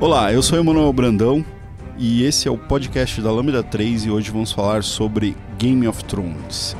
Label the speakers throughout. Speaker 1: Olá, eu sou Emanuel Brandão e esse é o podcast da Lambda 3 e hoje vamos falar sobre Game of Thrones.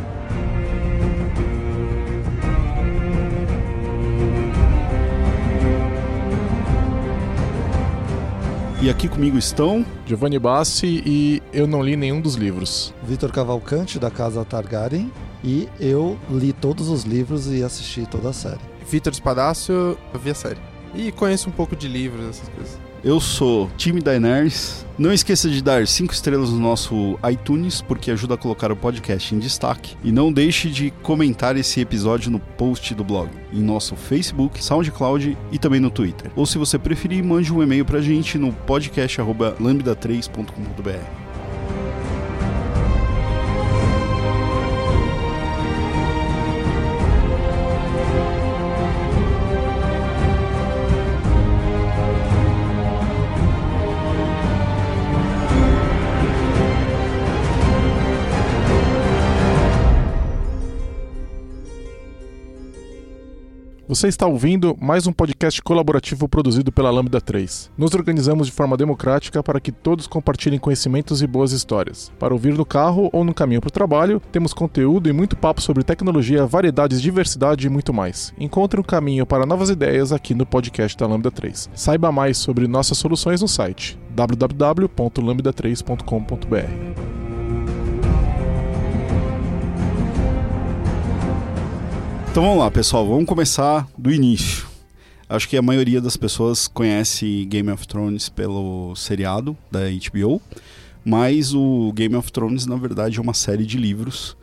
Speaker 1: E aqui comigo estão
Speaker 2: Giovanni Bassi e eu não li nenhum dos livros.
Speaker 3: Vitor Cavalcante, da Casa Targaryen, e eu li todos os livros e assisti toda a série.
Speaker 4: Vitor Espadácio, eu vi a série. E conheço um pouco de livros, essas coisas.
Speaker 1: Eu sou time Daenerys. Não esqueça de dar cinco estrelas no nosso iTunes, porque ajuda a colocar o podcast em destaque. E não deixe de comentar esse episódio no post do blog, em nosso Facebook, SoundCloud e também no Twitter. Ou se você preferir, mande um e-mail pra gente no podcast.lambda3.com.br.
Speaker 2: Você está ouvindo mais um podcast colaborativo produzido pela Lambda 3. Nos organizamos de forma democrática para que todos compartilhem conhecimentos e boas histórias. Para ouvir no carro ou no caminho para o trabalho, temos conteúdo e muito papo sobre tecnologia, variedades, diversidade e muito mais. Encontre um caminho para novas ideias aqui no podcast da Lambda 3. Saiba mais sobre nossas soluções no site www.lambda3.com.br.
Speaker 1: Então vamos lá, pessoal, vamos começar do início. Acho que a maioria das pessoas conhece Game of Thrones pelo seriado da HBO, mas o Game of Thrones na verdade é uma série de livros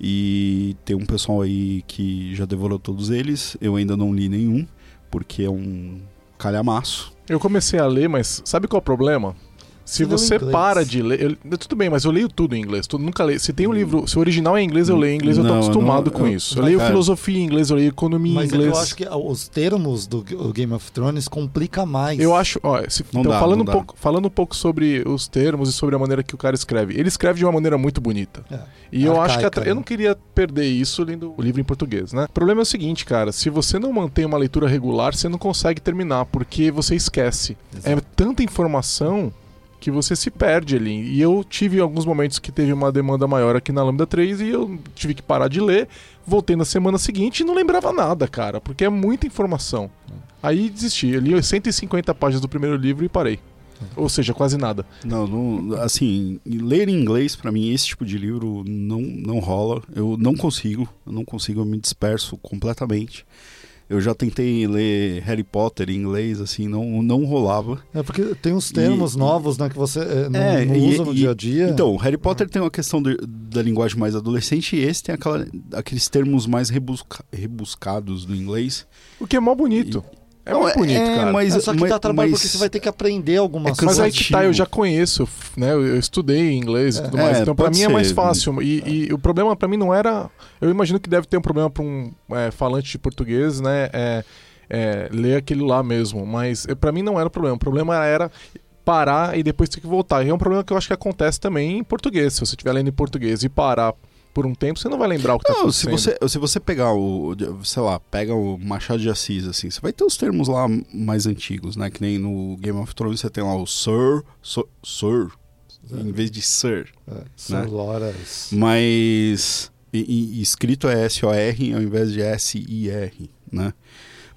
Speaker 1: e tem um pessoal aí que já devorou todos eles. Eu ainda não li nenhum, porque é um calhamaço.
Speaker 2: Eu comecei a ler, mas sabe qual é o problema? Se
Speaker 3: Você leu em
Speaker 2: você
Speaker 3: inglês.
Speaker 2: para de ler. eu- tudo bem, mas eu leio tudo em inglês. tu- nunca leio. Se tem
Speaker 3: Hum.
Speaker 2: um livro. Se o original é em inglês, eu leio em inglês, eu tô
Speaker 1: Não, eu
Speaker 2: acostumado
Speaker 1: não-
Speaker 2: com
Speaker 1: eu- é.
Speaker 2: isso. Eu leio
Speaker 1: Cara.
Speaker 2: filosofia em inglês, eu leio economia em
Speaker 3: Mas
Speaker 2: inglês.
Speaker 3: eu acho que os termos do G- o Game of Thrones complica mais.
Speaker 2: Eu acho- ó, se-
Speaker 1: Não
Speaker 2: então,
Speaker 1: dá,
Speaker 2: falando,
Speaker 1: não
Speaker 2: um
Speaker 1: dá.
Speaker 2: pouco, falando um pouco sobre os termos e sobre a maneira que o cara escreve. Ele escreve de uma maneira muito bonita.
Speaker 3: É,
Speaker 2: E eu acho que
Speaker 3: arcaica,
Speaker 2: atra-
Speaker 3: né?
Speaker 2: eu não queria perder isso lendo o livro em português, né? O problema é o seguinte, cara, se você não mantém uma leitura regular, você não consegue terminar, porque você esquece. É tanta informação que você se perde ali. E eu tive alguns momentos que teve uma demanda maior aqui na Lambda 3 e eu tive que parar de ler, voltei na semana seguinte e não lembrava nada, cara, porque é muita informação. Aí desisti, eu li 150 páginas do primeiro livro e parei.
Speaker 3: Hum.
Speaker 2: Ou seja, quase nada.
Speaker 1: Não, não- assim, ler em inglês pra mim esse tipo de livro não não rola. Eu não consigo, eu não consigo, eu me disperso completamente. Eu já tentei ler Harry Potter em inglês, assim, não não rolava.
Speaker 3: É porque tem uns termos
Speaker 1: E-
Speaker 3: novos, né, que você eh, não,
Speaker 1: É,
Speaker 3: não
Speaker 1: e-
Speaker 3: usa no
Speaker 1: e-
Speaker 3: dia a dia.
Speaker 1: Então, Harry Potter tem uma questão do- da linguagem mais adolescente e esse tem aquela- aqueles termos mais rebusca- rebuscados do inglês.
Speaker 2: O que é mó bonito. É muito bonito, cara.
Speaker 1: Mas,
Speaker 3: é, só que
Speaker 1: mas-
Speaker 3: dá trabalho
Speaker 1: mas-
Speaker 3: porque você vai ter que aprender algumas
Speaker 1: É que-
Speaker 2: Mas
Speaker 3: coisas.
Speaker 2: aí que tá, eu já conheço, f- né? Eu eu estudei inglês e tudo mais.
Speaker 1: É,
Speaker 2: então, pra
Speaker 1: pode
Speaker 2: mim é mais
Speaker 1: ser.
Speaker 2: fácil. E, e o problema pra mim não era. Eu imagino que deve ter um problema pra um é, falante de português, né? é, é, ler aquilo lá mesmo. Mas eu- pra mim não era o problema. O problema era parar e depois ter que voltar. E é um problema que eu acho que acontece também em português. Se você estiver lendo em português e parar por um tempo, você não vai lembrar o que tá
Speaker 1: Não, se
Speaker 2: acontecendo.
Speaker 1: você, se você pegar o, sei lá, pega o Machado de Assis, assim, você vai ter os termos lá mais antigos, né? Que nem no Game of Thrones você tem lá o Sir, Sir, sir em vez de Sir.
Speaker 3: né? É,
Speaker 1: né?
Speaker 3: São Loras.
Speaker 1: Mas e- e- e escrito é S-O-R ao invés de S-I-R, né?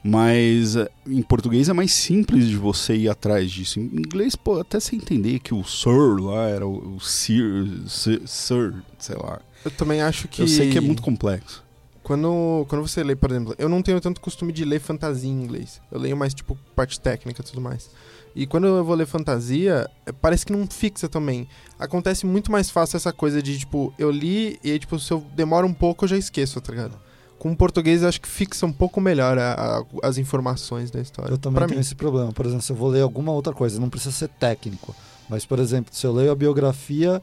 Speaker 1: Mas eh, em português é mais simples de você ir atrás disso. Em inglês, pô, até você entender que o sir lá era o, o sir, sir, sir, sei lá.
Speaker 4: Eu também acho que.
Speaker 1: Eu sei que é muito complexo.
Speaker 4: Quando, quando você lê, por exemplo, eu não tenho tanto costume de ler fantasia em inglês. Eu leio mais, tipo, parte técnica e tudo mais. E quando eu vou ler fantasia, eh, parece que não fixa também. Acontece muito mais fácil essa coisa de, tipo, eu li e aí, tipo, se eu demoro um pouco, eu já esqueço, tá ligado? Com o português, eu acho que fixa um pouco melhor a- a- as informações da história.
Speaker 3: Eu também
Speaker 4: pra
Speaker 3: tenho
Speaker 4: mim.
Speaker 3: esse problema. Por exemplo, se eu vou ler alguma outra coisa, não precisa ser técnico. Mas, por exemplo, se eu leio a biografia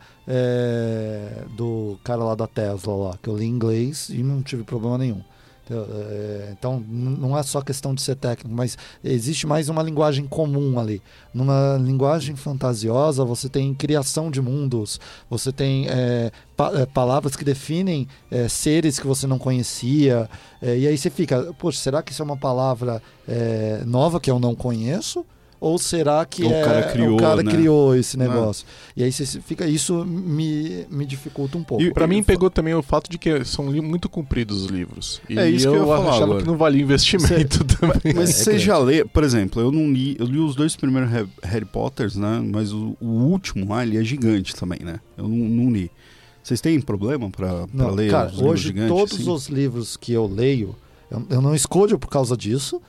Speaker 3: eh, do cara lá da Tesla, lá, que eu li em inglês e não tive problema nenhum. Então, eh, então, n- não é só questão de ser técnico, mas existe mais uma linguagem comum ali. Numa linguagem fantasiosa, você tem criação de mundos, você tem eh, pa- eh, palavras que definem eh, seres que você não conhecia. é, eh, e aí você fica, poxa, será que isso é uma palavra é, nova que eu não conheço? ou será que
Speaker 1: O
Speaker 3: é,
Speaker 1: cara criou,
Speaker 3: o cara
Speaker 1: né?
Speaker 3: criou esse
Speaker 4: Né?
Speaker 3: negócio? E aí você se- fica isso me, me dificulta um pouco.
Speaker 1: E-
Speaker 2: Pra mim pegou também o fato de que são li- muito compridos os livros. E
Speaker 1: É isso que
Speaker 2: eu,
Speaker 1: eu ia falar
Speaker 2: achava
Speaker 1: agora.
Speaker 2: que não valia investimento também.
Speaker 1: Mas
Speaker 3: É, é
Speaker 1: você
Speaker 3: grande.
Speaker 1: já lê, por exemplo, eu não li, eu li os dois primeiros Harry, Harry Potters, né? Mas o, o último lá, ele é gigante também, né? Eu não, não li. Vocês têm problema pra, pra
Speaker 3: Não,
Speaker 1: ler
Speaker 3: cara,
Speaker 1: os livros
Speaker 3: hoje
Speaker 1: gigantes?
Speaker 3: todos
Speaker 1: assim?
Speaker 3: os livros que eu leio, eu, eu não escolho por causa disso,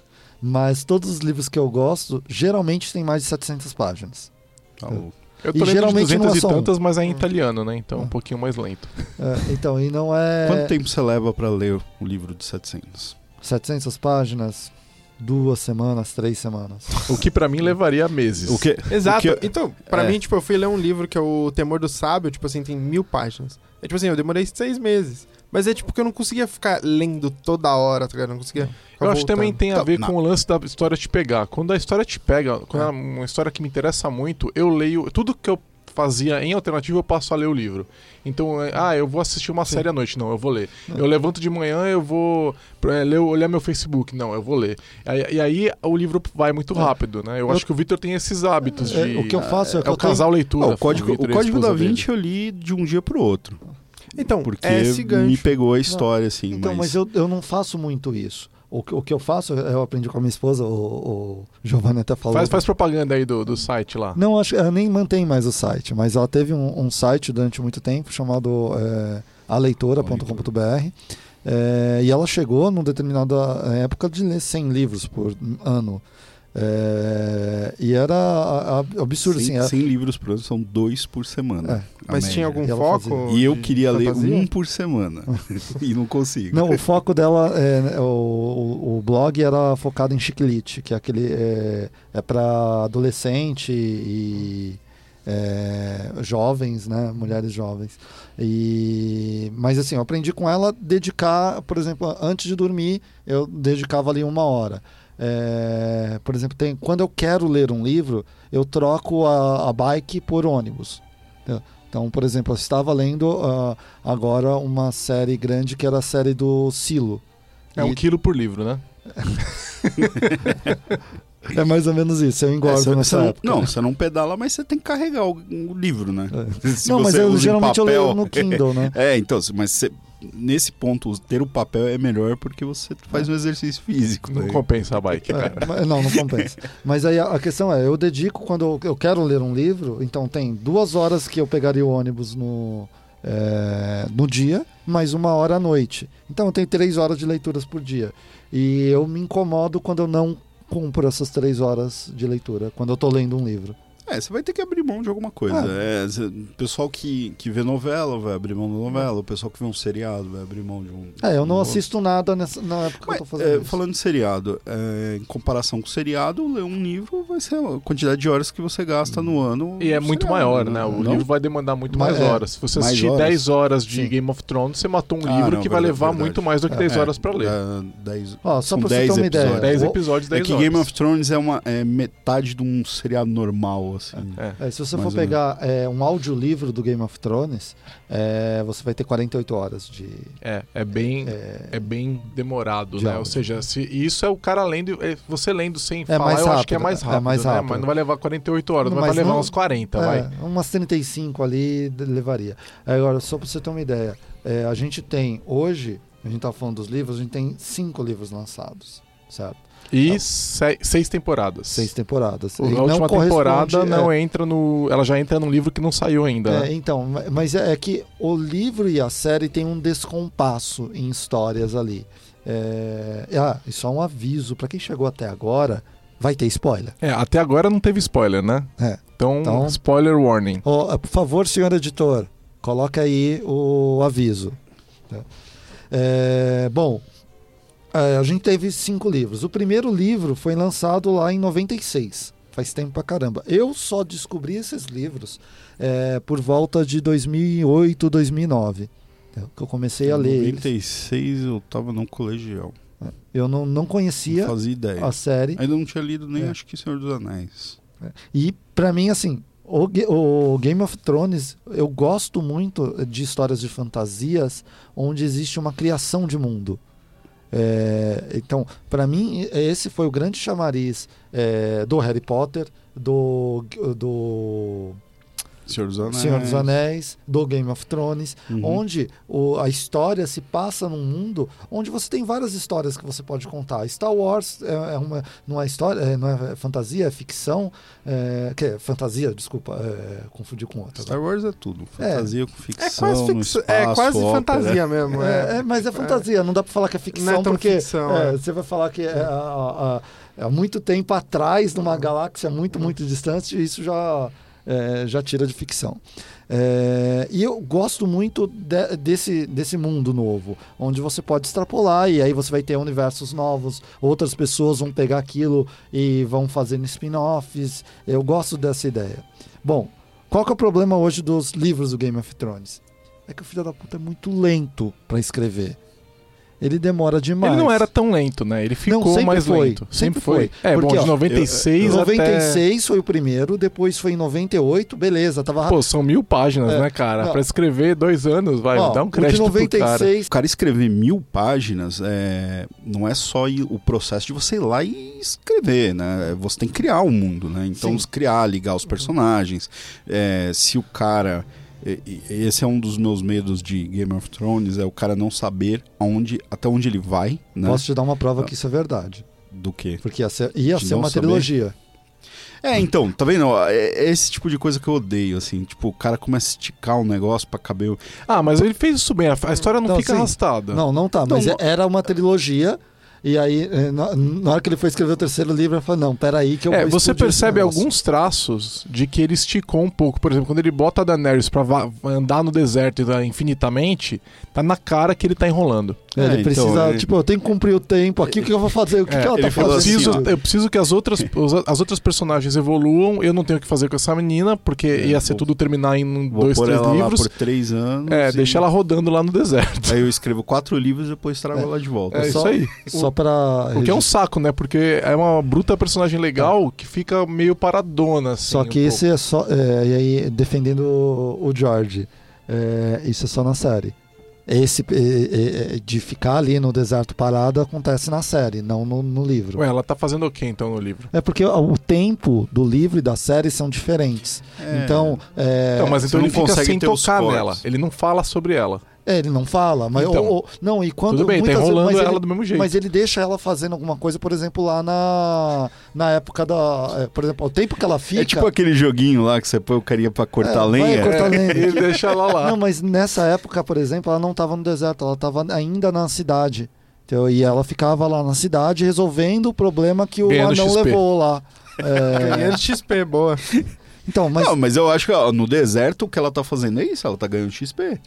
Speaker 3: mas todos os livros que eu gosto geralmente tem mais de 700 páginas.
Speaker 1: Tá louco.
Speaker 2: Eu
Speaker 3: E
Speaker 2: tô lendo de
Speaker 3: geralmente
Speaker 2: 200
Speaker 3: não
Speaker 2: e
Speaker 3: são.
Speaker 2: tantas, mas é em italiano, né? Então é um
Speaker 3: Ah.
Speaker 2: pouquinho mais lento.
Speaker 3: É, então, e não é
Speaker 1: Quanto tempo você leva pra ler o livro de 700?
Speaker 3: 700 páginas, duas semanas, três semanas.
Speaker 2: O que pra mim levaria meses.
Speaker 1: O que,
Speaker 4: Exato.
Speaker 1: O que-
Speaker 4: Então, pra
Speaker 1: é.
Speaker 4: mim, tipo, eu fui ler um livro que é o Temor do Sábio, tipo assim, tem mil páginas. É tipo assim, eu demorei seis meses. Mas é tipo que eu não conseguia ficar lendo toda hora, tá ligado? Eu Não conseguia. ficar
Speaker 2: Eu acho que
Speaker 4: voltando.
Speaker 2: também tem a
Speaker 1: Então,
Speaker 2: ver
Speaker 1: na-
Speaker 2: com o lance da história te pegar. Quando a história te pega, quando
Speaker 4: É.
Speaker 2: é uma história que me interessa muito, eu leio. Tudo que eu fazia em alternativa, eu passo a ler o livro. Então, é, ah, eu vou assistir uma série à noite. Não, eu vou ler. Eu levanto de manhã, eu vou é, ler, olhar meu Facebook. Não, eu vou ler. Aí- E, aí o livro vai muito rápido, né? Eu,
Speaker 3: Eu-
Speaker 2: acho que o Vitor tem esses hábitos
Speaker 3: É,
Speaker 2: de.
Speaker 3: o que eu faço é,
Speaker 2: É
Speaker 3: que
Speaker 2: o
Speaker 3: eu tenho-
Speaker 2: casal leitura.
Speaker 1: Ah, o Código,
Speaker 2: Vitor
Speaker 1: o
Speaker 2: e a
Speaker 1: Código
Speaker 2: esposa
Speaker 1: da
Speaker 2: dele.
Speaker 1: Vinci eu li de um dia pro outro.
Speaker 4: Então,
Speaker 1: Porque
Speaker 4: é esse gancho.
Speaker 1: me pegou a história, assim.
Speaker 3: Então, mas,
Speaker 1: mas
Speaker 3: eu, eu não faço muito isso. O, que- o que eu faço, eu aprendi com a minha esposa, o, o Giovanni até falou.
Speaker 2: Faz, faz propaganda aí do, do site lá.
Speaker 3: Não, acho que ela nem mantém mais o site, mas ela teve um, um site durante muito tempo chamado é, aleitora.com.br. é, e ela chegou numa determinada eh, época de ler 100 livros por ano. É, e era a- a- absurdo, assim. É,
Speaker 1: cem-
Speaker 3: era-
Speaker 1: cem livros por ano são dois por semana. a
Speaker 4: Mas
Speaker 1: média.
Speaker 4: tinha algum
Speaker 3: E ela
Speaker 4: foco?
Speaker 3: fazia.
Speaker 1: E eu
Speaker 4: de
Speaker 1: queria ler
Speaker 4: fantasia?
Speaker 1: um por semana. e não consigo.
Speaker 3: Não, o foco dela, é, o, o- o blog era focado em chiclete, que é aquele. É, é para adolescente e. é, jovens, né? Mulheres jovens. E, mas assim, eu aprendi com ela dedicar, por exemplo, antes de dormir, eu dedicava ali uma hora. É, por exemplo, tem, quando eu quero ler um livro, eu troco a, a bike por ônibus. Entendeu? Então, por exemplo, eu estava lendo ah, agora uma série grande que era a série do Silo.
Speaker 2: É um
Speaker 3: E-
Speaker 2: quilo por livro, né?
Speaker 3: É mais ou menos isso, eu
Speaker 1: É,
Speaker 3: engordo
Speaker 1: você- você
Speaker 3: nessa
Speaker 1: não-
Speaker 3: época. né?
Speaker 1: Não, você não pedala, mas você tem que carregar o, o livro, né? Se
Speaker 3: É. Não, mas
Speaker 1: você
Speaker 3: eu,
Speaker 1: usa em
Speaker 3: geralmente eu leio
Speaker 1: papel-
Speaker 3: no Kindle, né?
Speaker 1: É, então, mas você- nesse ponto, ter o papel é melhor porque você faz um exercício físico.
Speaker 2: Não
Speaker 1: né?
Speaker 2: compensa a bike,
Speaker 3: É,
Speaker 2: cara.
Speaker 3: mas- não, não compensa. Mas aí a, a questão é, eu dedico quando eu, eu quero ler um livro, então tem duas horas que eu pegaria o ônibus no, é, no dia, mais uma hora à noite. Então eu tenho três horas de leituras por dia. E eu me incomodo quando eu não cumpro essas três horas de leitura, quando eu tô lendo um livro.
Speaker 1: É, você vai ter que abrir mão de alguma coisa.
Speaker 3: Ah.
Speaker 1: É, cê- o pessoal que, que vê novela vai abrir mão da novela, o pessoal que vê um seriado vai abrir mão de um.
Speaker 3: É, eu não
Speaker 1: um outro.
Speaker 3: assisto nada nessa, na época
Speaker 1: Mas,
Speaker 3: que eu tô fazendo
Speaker 1: é,
Speaker 3: isso.
Speaker 1: falando de seriado, é, em comparação com seriado, ler um livro vai ser a quantidade de horas que você gasta
Speaker 3: Hum.
Speaker 1: no ano.
Speaker 2: E é
Speaker 1: no
Speaker 2: muito
Speaker 1: seriado,
Speaker 2: maior, né? O
Speaker 1: um Não?
Speaker 2: livro vai demandar muito
Speaker 3: Mas
Speaker 2: mais
Speaker 3: é,
Speaker 2: horas. Se você
Speaker 1: mais
Speaker 2: assistir
Speaker 1: horas.
Speaker 2: 10 horas de
Speaker 1: Sim.
Speaker 2: Game of Thrones, você matou um
Speaker 1: Ah,
Speaker 2: livro
Speaker 1: não,
Speaker 2: que vai
Speaker 1: verdade,
Speaker 2: levar
Speaker 1: verdade.
Speaker 2: muito mais do que 10
Speaker 1: É,
Speaker 2: horas pra ler.
Speaker 1: dá dez-
Speaker 3: Ó, só
Speaker 1: são
Speaker 3: pra você
Speaker 1: 10
Speaker 3: ter uma ideia.
Speaker 1: episódios.
Speaker 2: 10
Speaker 3: o-
Speaker 2: episódios,
Speaker 1: É
Speaker 2: 10
Speaker 1: que
Speaker 2: horas.
Speaker 1: Game of Thrones é, uma, é metade de um seriado normal, assim.
Speaker 2: É.
Speaker 3: É, se você
Speaker 1: Mais ou
Speaker 3: for pegar é, um audiolivro do Game of Thrones, é, você vai ter 48 horas de.
Speaker 2: É, é bem,
Speaker 3: É,
Speaker 2: é bem demorado,
Speaker 3: De
Speaker 2: né?
Speaker 3: áudio.
Speaker 2: Ou seja, se e isso é o cara lendo, é, você lendo sem falar,
Speaker 3: mais
Speaker 2: eu acho que é
Speaker 3: rápido,
Speaker 2: mais
Speaker 3: é
Speaker 2: rápido,
Speaker 3: mais
Speaker 2: né?
Speaker 3: rápido.
Speaker 2: Mas não vai levar 48 horas,
Speaker 3: Não,
Speaker 2: vai
Speaker 3: mas
Speaker 2: levar
Speaker 3: não-
Speaker 2: uns 40,
Speaker 3: é,
Speaker 2: vai.
Speaker 3: umas 35 ali de- levaria. Agora, só pra você ter uma ideia, é, a gente tem hoje, a gente tá falando dos livros, a gente tem cinco livros lançados, certo?
Speaker 2: E
Speaker 3: Não.
Speaker 2: se- seis temporadas.
Speaker 3: Seis temporadas.
Speaker 2: O-
Speaker 3: E
Speaker 2: a
Speaker 3: não
Speaker 2: última
Speaker 3: corresponde-
Speaker 2: temporada
Speaker 3: é,
Speaker 2: não entra no. Ela já entra num livro que não saiu ainda. né?
Speaker 3: É, então, ma- mas é é que o livro e a série tem um descompasso em histórias ali. É... Ah, e só um aviso, pra quem chegou até agora, vai ter spoiler.
Speaker 2: É, até agora não teve spoiler, né?
Speaker 3: É.
Speaker 2: Então,
Speaker 3: Então-
Speaker 2: spoiler warning.
Speaker 3: Ó, por favor, senhor editor, coloca aí o aviso. Tá? É, bom, é, a gente teve cinco livros. O primeiro livro foi lançado lá em 96. Faz tempo pra caramba. Eu só descobri esses livros é, por volta de 2008, 2009. tá? Que eu comecei a ler.
Speaker 1: Em
Speaker 3: eles.
Speaker 1: 96 eu tava no colegial.
Speaker 3: Eu não, não
Speaker 1: Não
Speaker 3: conhecia
Speaker 1: fazia ideia.
Speaker 3: a série.
Speaker 1: Ainda não tinha lido nem
Speaker 3: É.
Speaker 1: acho que Senhor dos Anéis.
Speaker 3: E pra mim, assim, o, Ga- o Game of Thrones, eu gosto muito de histórias de fantasias onde existe uma criação de mundo. É, então, para mim, esse foi o grande chamariz é, do Harry Potter, do, do
Speaker 1: Senhor dos Anéis.
Speaker 3: Senhor dos Anéis, do Game of Thrones,
Speaker 1: Uhum.
Speaker 3: onde o- a história se passa num mundo onde você tem várias histórias que você pode contar. Star Wars é, é uma, não é história, é- não é fantasia, é ficção, é, que é fantasia, desculpa, é, confundi com outra.
Speaker 1: Star Wars é tudo. Fantasia com ficção.
Speaker 4: É quase,
Speaker 1: no
Speaker 4: fix... é
Speaker 1: espaço,
Speaker 4: quase
Speaker 1: ópera.
Speaker 4: fantasia mesmo.
Speaker 3: É,
Speaker 4: É,
Speaker 3: é, mas é fantasia, não dá pra falar que é ficção,
Speaker 4: Não é tão
Speaker 3: porque
Speaker 4: ficção,
Speaker 3: é,
Speaker 4: é.
Speaker 3: você vai falar que é, a- a- há muito tempo atrás, numa galáxia muito, muito distante, isso já, é, já tira de ficção. É, e eu gosto muito de- desse, desse mundo novo, onde você pode extrapolar e aí você vai ter universos novos, outras pessoas vão pegar aquilo e vão fazendo spin-offs. Eu gosto dessa ideia. Bom, qual que é o problema hoje dos livros do Game of Thrones? É que o filho da puta é muito lento pra escrever. Ele demora demais.
Speaker 2: Ele não era tão lento, né? Ele ficou
Speaker 3: sempre
Speaker 2: mais
Speaker 3: foi.
Speaker 2: lento.
Speaker 3: Sempre foi.
Speaker 2: É,
Speaker 3: Porque,
Speaker 2: bom,
Speaker 3: ó,
Speaker 2: de 96 até...
Speaker 3: 96 foi o primeiro, depois foi em 98, beleza, tava rápido.
Speaker 2: Pô, são mil páginas,
Speaker 3: ah. É,
Speaker 2: né, cara?
Speaker 3: não.
Speaker 2: Pra escrever dois anos, vai,
Speaker 3: Ó,
Speaker 2: dá um
Speaker 3: o de
Speaker 2: crédito pro cara.
Speaker 3: 96,
Speaker 1: O cara escrever mil páginas é, não é só ir- o processo de você ir lá e escrever, né? Você tem que criar o mundo, né? Então,
Speaker 3: Sim.
Speaker 1: criar, ligar
Speaker 2: Uhum.
Speaker 1: os personagens. É, se o cara. e- e- Esse é um dos meus medos de Game of Thrones, é o cara não saber aonde, até onde ele vai, né?
Speaker 3: Posso te dar uma prova que isso é verdade.
Speaker 1: Do que.
Speaker 3: Porque ia ser, ia
Speaker 1: De
Speaker 3: ser
Speaker 1: não
Speaker 3: uma
Speaker 1: saber.
Speaker 3: trilogia.
Speaker 1: É, então, tá vendo? Ó, É é esse tipo de coisa que eu odeio, assim. Tipo, o cara começa a esticar um negócio pra caber.
Speaker 2: Ah, mas ele fez isso bem. A a história não,
Speaker 3: Não,
Speaker 2: fica
Speaker 3: sim.
Speaker 2: arrastada.
Speaker 3: Não, não tá, mas
Speaker 2: Então,
Speaker 1: Não,
Speaker 3: é- era uma trilogia. E aí, eh, na, na hora que ele foi escrever o terceiro livro, ele falou: Não, peraí, que eu
Speaker 2: É,
Speaker 3: vou
Speaker 2: você
Speaker 3: Então, explodir esse
Speaker 2: percebe
Speaker 3: negócio."
Speaker 2: alguns traços de que ele esticou um pouco. Por exemplo, quando ele bota a Daenerys pra va- andar no deserto e andar infinitamente, tá na cara que ele tá enrolando.
Speaker 3: É,
Speaker 1: É,
Speaker 3: ele
Speaker 1: então,
Speaker 3: precisa,
Speaker 1: ele-
Speaker 3: tipo, eu tenho que cumprir o tempo aqui, o que eu vou fazer? O que,
Speaker 2: É,
Speaker 3: que ela
Speaker 1: ele
Speaker 3: tá
Speaker 1: falou
Speaker 2: Eu
Speaker 3: fazendo?
Speaker 1: assim,
Speaker 2: preciso,
Speaker 1: ó.
Speaker 2: eu preciso que as outras, os- as outras personagens evoluam. Eu não tenho o que fazer com essa menina, porque
Speaker 1: É,
Speaker 2: ia ser
Speaker 1: vou-
Speaker 2: tudo terminar em um,
Speaker 1: Vou
Speaker 2: dois,
Speaker 1: pôr
Speaker 2: três
Speaker 1: ela
Speaker 2: livros.
Speaker 1: lá por três anos.
Speaker 2: É,
Speaker 1: e-
Speaker 2: deixa ela rodando lá no deserto.
Speaker 1: Aí eu escrevo quatro livros e depois trago
Speaker 3: É.
Speaker 1: ela de volta. Assim,
Speaker 2: É
Speaker 3: só-
Speaker 2: isso aí.
Speaker 3: Só pra.
Speaker 2: O que é um
Speaker 3: registrar.
Speaker 2: saco, né? Porque é uma bruta personagem
Speaker 1: Tá.
Speaker 2: legal que fica meio paradona, assim.
Speaker 3: Só que
Speaker 2: um
Speaker 3: esse é só. é, e aí, defendendo o, o George, é, isso é só na série. Esse é, é, é, de ficar ali no deserto parado acontece na série, não no, no livro.
Speaker 2: pouco. Ué, ela tá fazendo o que então no livro?
Speaker 3: É porque o tempo do livro e da série são diferentes.
Speaker 1: É.
Speaker 3: Então, é,
Speaker 2: Então, mas então
Speaker 1: você
Speaker 2: ele
Speaker 1: não
Speaker 2: fica
Speaker 1: consegue
Speaker 2: sem
Speaker 1: ter os
Speaker 2: tocar
Speaker 1: cortes.
Speaker 2: nela. Ele não fala sobre ela.
Speaker 3: é, ele não fala, mas
Speaker 2: Então.
Speaker 3: ou- ou- não e quando
Speaker 2: Tudo bem, tá
Speaker 3: muitas vezes-
Speaker 2: enrolando
Speaker 3: mas
Speaker 2: ela
Speaker 3: ele-
Speaker 2: do mesmo jeito.
Speaker 3: Mas ele deixa ela fazendo alguma coisa, por exemplo, lá na, na época da. é, por exemplo, o tempo que ela fica.
Speaker 1: É tipo aquele joguinho lá que você põe o carinha pra
Speaker 3: É,
Speaker 1: cortar
Speaker 3: vai
Speaker 1: lenha.
Speaker 3: cortar lenha.
Speaker 2: ele deixa ela lá.
Speaker 3: Não, mas nessa época, por exemplo, ela não estava no deserto, ela estava ainda na cidade. Então, e ela ficava lá na cidade resolvendo o problema que o
Speaker 2: Ganhando
Speaker 3: anão
Speaker 2: XP.
Speaker 3: levou lá. É,
Speaker 4: Ganhando XP, boa.
Speaker 3: então, mas,
Speaker 1: Não, mas eu acho que ó, no deserto o que ela tá fazendo é isso, ela tá ganhando XP.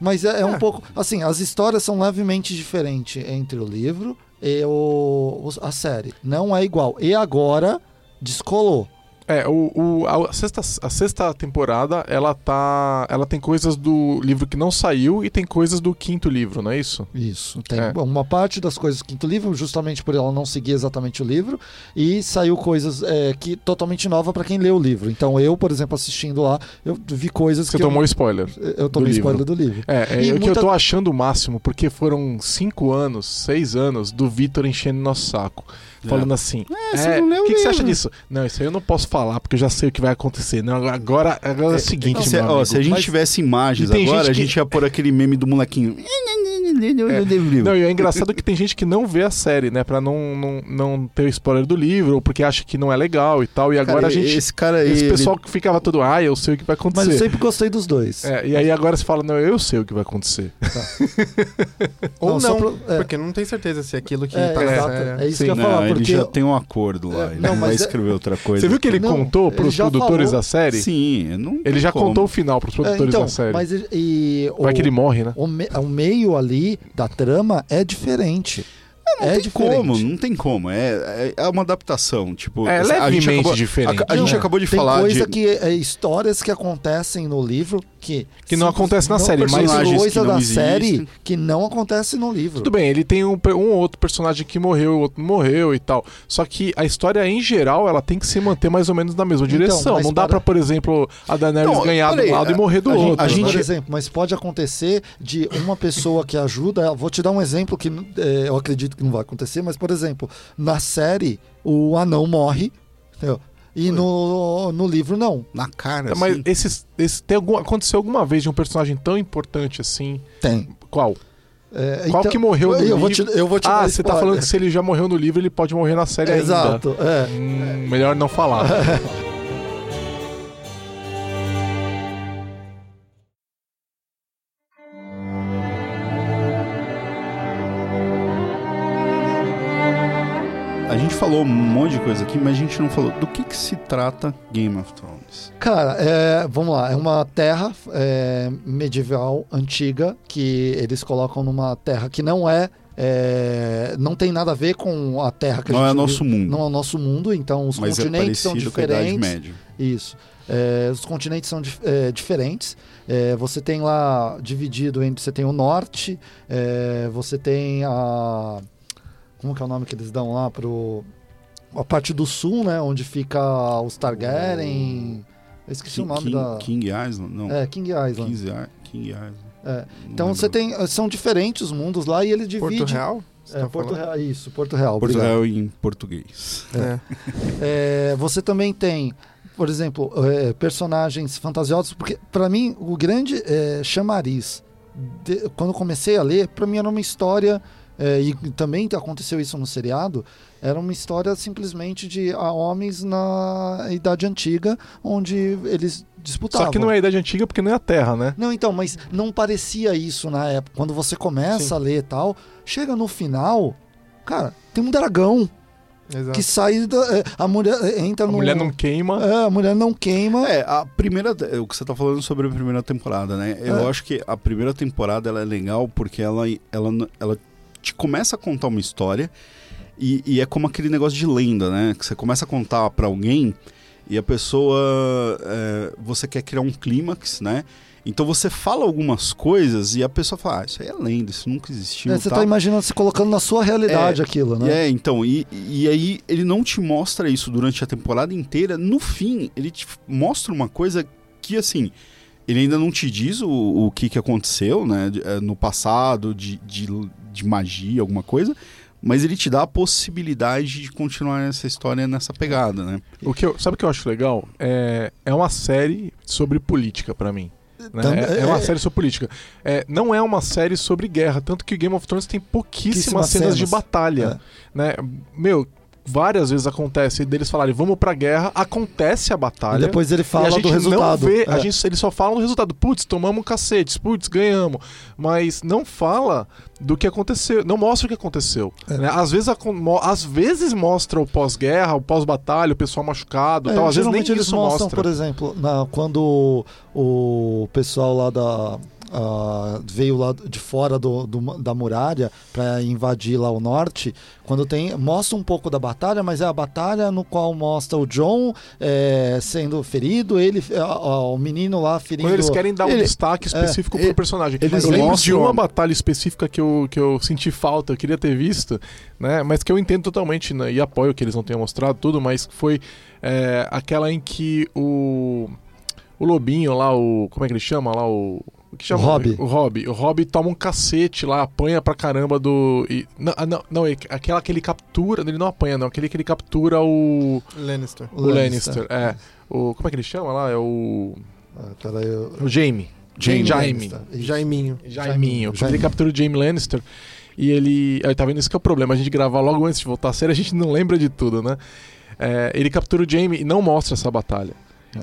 Speaker 3: mas é, é um
Speaker 4: É.
Speaker 3: pouco. Assim, as histórias são levemente diferentes entre o livro e o, os- a série. Não é igual. E agora descolou.
Speaker 2: É, o, o- a, sexta, a sexta temporada, ela tá. Ela tem coisas do livro que não saiu e tem coisas do quinto livro, não é isso?
Speaker 3: Isso. Tem
Speaker 2: É.
Speaker 3: uma parte das coisas do quinto livro, justamente por ela não seguir exatamente o livro, e saiu coisas é, que totalmente nova para quem lê o livro. Então eu, por exemplo, assistindo lá, eu vi coisas
Speaker 2: Você
Speaker 3: que
Speaker 2: tomou spoiler.
Speaker 3: eu, eu tomei
Speaker 2: do
Speaker 3: spoiler do livro.
Speaker 2: É, é
Speaker 3: E
Speaker 2: o que eu
Speaker 3: muita-
Speaker 2: tô achando o máximo, porque foram cinco anos, seis anos do Vitor enchendo nosso saco. Falando assim. É,
Speaker 1: você não leu
Speaker 2: o que,
Speaker 1: o
Speaker 2: que você acha
Speaker 1: livro."
Speaker 2: disso? Não, isso aí eu não posso falar, porque eu já sei o que vai acontecer. Não, agora, agora é o seguinte,
Speaker 1: então, se,
Speaker 2: meu
Speaker 1: ó,
Speaker 2: amigo.
Speaker 1: se a gente
Speaker 2: Mas-
Speaker 1: tivesse imagens
Speaker 2: E tem
Speaker 1: agora,
Speaker 2: gente
Speaker 1: a
Speaker 2: que-
Speaker 1: gente ia pôr aquele meme do molequinho.
Speaker 2: Não, e é engraçado que tem gente que não vê a série, né? Pra não, não, não ter o spoiler do livro, ou porque acha que não é legal e tal. E agora
Speaker 1: Cara,
Speaker 2: a gente. Esse,
Speaker 1: Esse cara aí. ele-
Speaker 2: pessoal que ficava todo, ah, eu sei o que vai
Speaker 3: Mas eu
Speaker 2: acontecer.
Speaker 3: sempre gostei dos dois.
Speaker 2: É, e aí agora você fala, não, eu sei o que vai acontecer.
Speaker 4: Ou
Speaker 3: só
Speaker 4: não,
Speaker 3: pro- é,
Speaker 4: porque não tem certeza se é aquilo que
Speaker 3: é,
Speaker 4: tá
Speaker 3: exato,
Speaker 4: na
Speaker 3: é
Speaker 4: série.
Speaker 3: isso
Speaker 1: Sim,
Speaker 3: que eu ia
Speaker 1: não,
Speaker 3: falar,
Speaker 1: ele
Speaker 3: porque
Speaker 1: já tem um acordo lá. Ele
Speaker 3: não,
Speaker 1: não, vai
Speaker 3: mas é-
Speaker 1: escrever outra coisa.
Speaker 2: Você viu que ele
Speaker 3: Não,
Speaker 2: contou
Speaker 3: ele
Speaker 2: pros
Speaker 3: já
Speaker 2: produtores
Speaker 3: falou.
Speaker 2: da série?
Speaker 1: Sim, eu não
Speaker 2: Ele
Speaker 1: tem
Speaker 2: já
Speaker 1: como.
Speaker 2: contou o final pros
Speaker 3: É,
Speaker 2: produtores
Speaker 3: então,
Speaker 2: da série.
Speaker 3: mas e, e
Speaker 2: Vai que ele morre, né?
Speaker 3: o, me- o meio ali da trama é diferente.
Speaker 1: Não
Speaker 3: é
Speaker 1: tem
Speaker 3: diferente.
Speaker 1: como, não tem como. É, é, é uma adaptação. Tipo,
Speaker 2: É
Speaker 1: a gente
Speaker 2: levemente
Speaker 1: acabou,
Speaker 2: diferente.
Speaker 1: A, a gente
Speaker 3: Não,
Speaker 1: acabou de
Speaker 3: tem
Speaker 1: falar
Speaker 3: coisa
Speaker 1: de.
Speaker 3: que é histórias que acontecem no livro que
Speaker 2: Que não
Speaker 3: simples-
Speaker 2: acontece na série, mas-
Speaker 3: tem
Speaker 1: Personagens
Speaker 3: coisa
Speaker 1: que não
Speaker 3: da
Speaker 1: existem.
Speaker 3: série que não acontece no livro.
Speaker 2: Tudo bem, ele tem um, pe- um outro personagem que morreu, o outro não morreu e tal. Só que a história, em geral, ela tem que se manter mais ou menos na mesma
Speaker 3: Então,
Speaker 2: direção.
Speaker 3: mas
Speaker 2: Não dá pra,
Speaker 3: para-
Speaker 2: por exemplo, a Daenerys
Speaker 1: Não,
Speaker 2: ganhar de
Speaker 1: peraí,
Speaker 2: um lado e
Speaker 1: a-
Speaker 2: morrer do
Speaker 1: a gente-
Speaker 2: outro.
Speaker 1: a
Speaker 2: né?
Speaker 1: gente-
Speaker 3: Por exemplo, mas pode acontecer de uma pessoa que ajuda. ela- Vou te dar um exemplo que eh, eu acredito que não vai acontecer, mas, por exemplo, na série o anão morre entendeu? e no, no livro não.
Speaker 1: Na cara,
Speaker 2: Tá, Mas
Speaker 1: assim.
Speaker 2: esses, esse, tem algum, aconteceu alguma vez de um personagem tão importante assim?
Speaker 3: Tem.
Speaker 2: Qual?
Speaker 3: É,
Speaker 2: Qual que morreu no
Speaker 3: eu, eu vou te,
Speaker 2: livro?
Speaker 3: eu vou te
Speaker 2: Ah,
Speaker 3: dar
Speaker 2: você tá
Speaker 3: spoiler.
Speaker 2: falando que se ele já morreu no livro, ele pode morrer na série ainda.
Speaker 3: Exato. É.
Speaker 2: Hum, melhor não falar.
Speaker 1: A gente falou um monte de coisa aqui, mas a gente não falou do que, que se trata Game of Thrones.
Speaker 3: Cara, é, vamos lá. É uma terra é, medieval antiga que eles colocam numa terra que não é, é, não tem nada a ver com a terra que a
Speaker 1: Não
Speaker 3: gente
Speaker 1: é
Speaker 3: vive.
Speaker 1: nosso mundo.
Speaker 3: não é o nosso mundo, então os
Speaker 1: mas é
Speaker 3: continentes são
Speaker 1: parecido com a Idade
Speaker 3: diferentes.
Speaker 1: Média.
Speaker 3: Isso. É, os continentes são dif- é, diferentes. É, você tem lá dividido entre. Você tem o norte, é, você tem a. Como que é o nome que eles dão lá pro. A parte do sul, né? Onde fica os Targaryen. Eu esqueci é o
Speaker 1: King,
Speaker 3: nome da.
Speaker 1: King Island? Não.
Speaker 3: É, King Island.
Speaker 1: 15 Island. King Island.
Speaker 3: É,
Speaker 1: Não
Speaker 3: Então
Speaker 1: lembro.
Speaker 3: você tem. São diferentes os mundos lá e eles dividem.
Speaker 4: Porto Real? Você
Speaker 3: É,
Speaker 4: tá
Speaker 3: Porto
Speaker 4: falando?
Speaker 3: Real. Isso, Porto Real.
Speaker 1: Porto
Speaker 3: obrigado.
Speaker 1: Real em português.
Speaker 4: É.
Speaker 3: É, você também tem, por exemplo, é, personagens fantasiosos, porque para mim o grande é, chamariz, de- quando eu comecei a ler, para mim era uma história é, e também aconteceu isso no seriado, era uma história simplesmente de ah, homens na idade antiga, onde eles disputavam.
Speaker 2: Só que não é a Idade Antiga porque não é a Terra, né?
Speaker 3: Não, então, mas não parecia isso na época. Quando você começa a ler e tal, chega no final, cara, tem um dragão
Speaker 4: Exato.
Speaker 3: que sai da, é, a mulher é, entra
Speaker 2: A
Speaker 3: no
Speaker 2: mulher não queima.
Speaker 3: é, a mulher não queima.
Speaker 1: É, a primeira. é, O que você tá falando sobre a primeira temporada, né? Eu
Speaker 3: É.
Speaker 1: acho que a primeira temporada ela é legal porque ela, ela, ela te começa a contar uma história e, e é como aquele negócio de lenda, né? Que você começa a contar pra alguém e a pessoa. é, você quer criar um clímax, né? Então você fala algumas coisas e a pessoa fala, ah, isso aí é lenda, isso nunca existiu.
Speaker 3: É, você
Speaker 1: tal.
Speaker 3: tá imaginando se colocando na sua realidade aquilo, né?
Speaker 1: É, então, e, e aí ele não te mostra isso durante a temporada inteira. No fim, ele te mostra uma coisa que, assim, ele ainda não te diz o, o que, que aconteceu, né? de- eh, No passado, de, de, de magia, alguma coisa. Mas ele te dá a possibilidade de continuar essa história nessa pegada, né?
Speaker 2: O que eu, sabe o que eu acho legal? É, é uma série sobre política pra mim. né?
Speaker 3: Tam-
Speaker 2: É, é uma
Speaker 3: é-
Speaker 2: série sobre política. É, não é uma série sobre guerra, tanto que o Game of Thrones tem pouquíssimas
Speaker 3: Pouquíssimas
Speaker 2: cenas, de
Speaker 3: cenas. é.
Speaker 2: batalha. Né? Meu, várias vezes acontece deles falarem vamos pra guerra, acontece a
Speaker 3: E
Speaker 2: batalha.
Speaker 3: depois
Speaker 2: e
Speaker 3: ele
Speaker 2: a
Speaker 3: fala
Speaker 2: gente
Speaker 3: do resultado.
Speaker 2: não vê, a
Speaker 3: É.
Speaker 2: gente, eles só falam do resultado. Putz, tomamos um cacete, putz, ganhamos. Mas não fala do que aconteceu, não mostra o que aconteceu.
Speaker 3: É.
Speaker 2: né? Às, vezes, acon- mo- às vezes mostra o pós-guerra, o pós-batalha, o pessoal machucado
Speaker 3: É,
Speaker 2: tal. Então, Às vezes nem
Speaker 3: geralmente eles
Speaker 2: isso
Speaker 3: mostram,
Speaker 2: mostra.
Speaker 3: por exemplo, na- quando o, o pessoal lá da. ah, veio lá de fora do, do- da muralha pra invadir lá o norte. Quando tem. Mostra um pouco da batalha, mas é a batalha no qual mostra o John eh, sendo ferido, ele, ah, ah, o menino lá ferindo.
Speaker 2: Quando eles querem dar um
Speaker 1: Ele-
Speaker 2: destaque específico pro
Speaker 1: ele-
Speaker 2: personagem.
Speaker 1: eles
Speaker 2: eu lembro de
Speaker 1: mostram-
Speaker 2: uma batalha específica que eu, que eu senti falta, eu queria ter visto, né? Mas que eu entendo totalmente né, e apoio que eles não tenham mostrado tudo, mas foi é, aquela em que o. O Lobinho lá, o. Como é que ele chama lá? O. O que chama?
Speaker 3: O Hobby.
Speaker 2: O Hobby. O Hobby toma um cacete lá, apanha pra caramba do. e- não, ah, não, não, é aquela que ele captura. Ele não apanha, não. Aquele que ele captura o.
Speaker 4: Lannister.
Speaker 2: O Lannister. É. O, como é que ele chama lá? É o.
Speaker 3: Ah, peraí, eu-
Speaker 2: O Jamie.
Speaker 1: Jaime.
Speaker 2: Jaime.
Speaker 4: Jaiminho.
Speaker 2: Jaiminho. Quando
Speaker 3: Jaiminho.
Speaker 2: ele captura o Jamie Lannister. E ele. Aí tá vendo isso que é o problema. A gente gravar logo antes de voltar a série, a gente não lembra de tudo, né? É, ele captura o Jamie e não mostra essa batalha.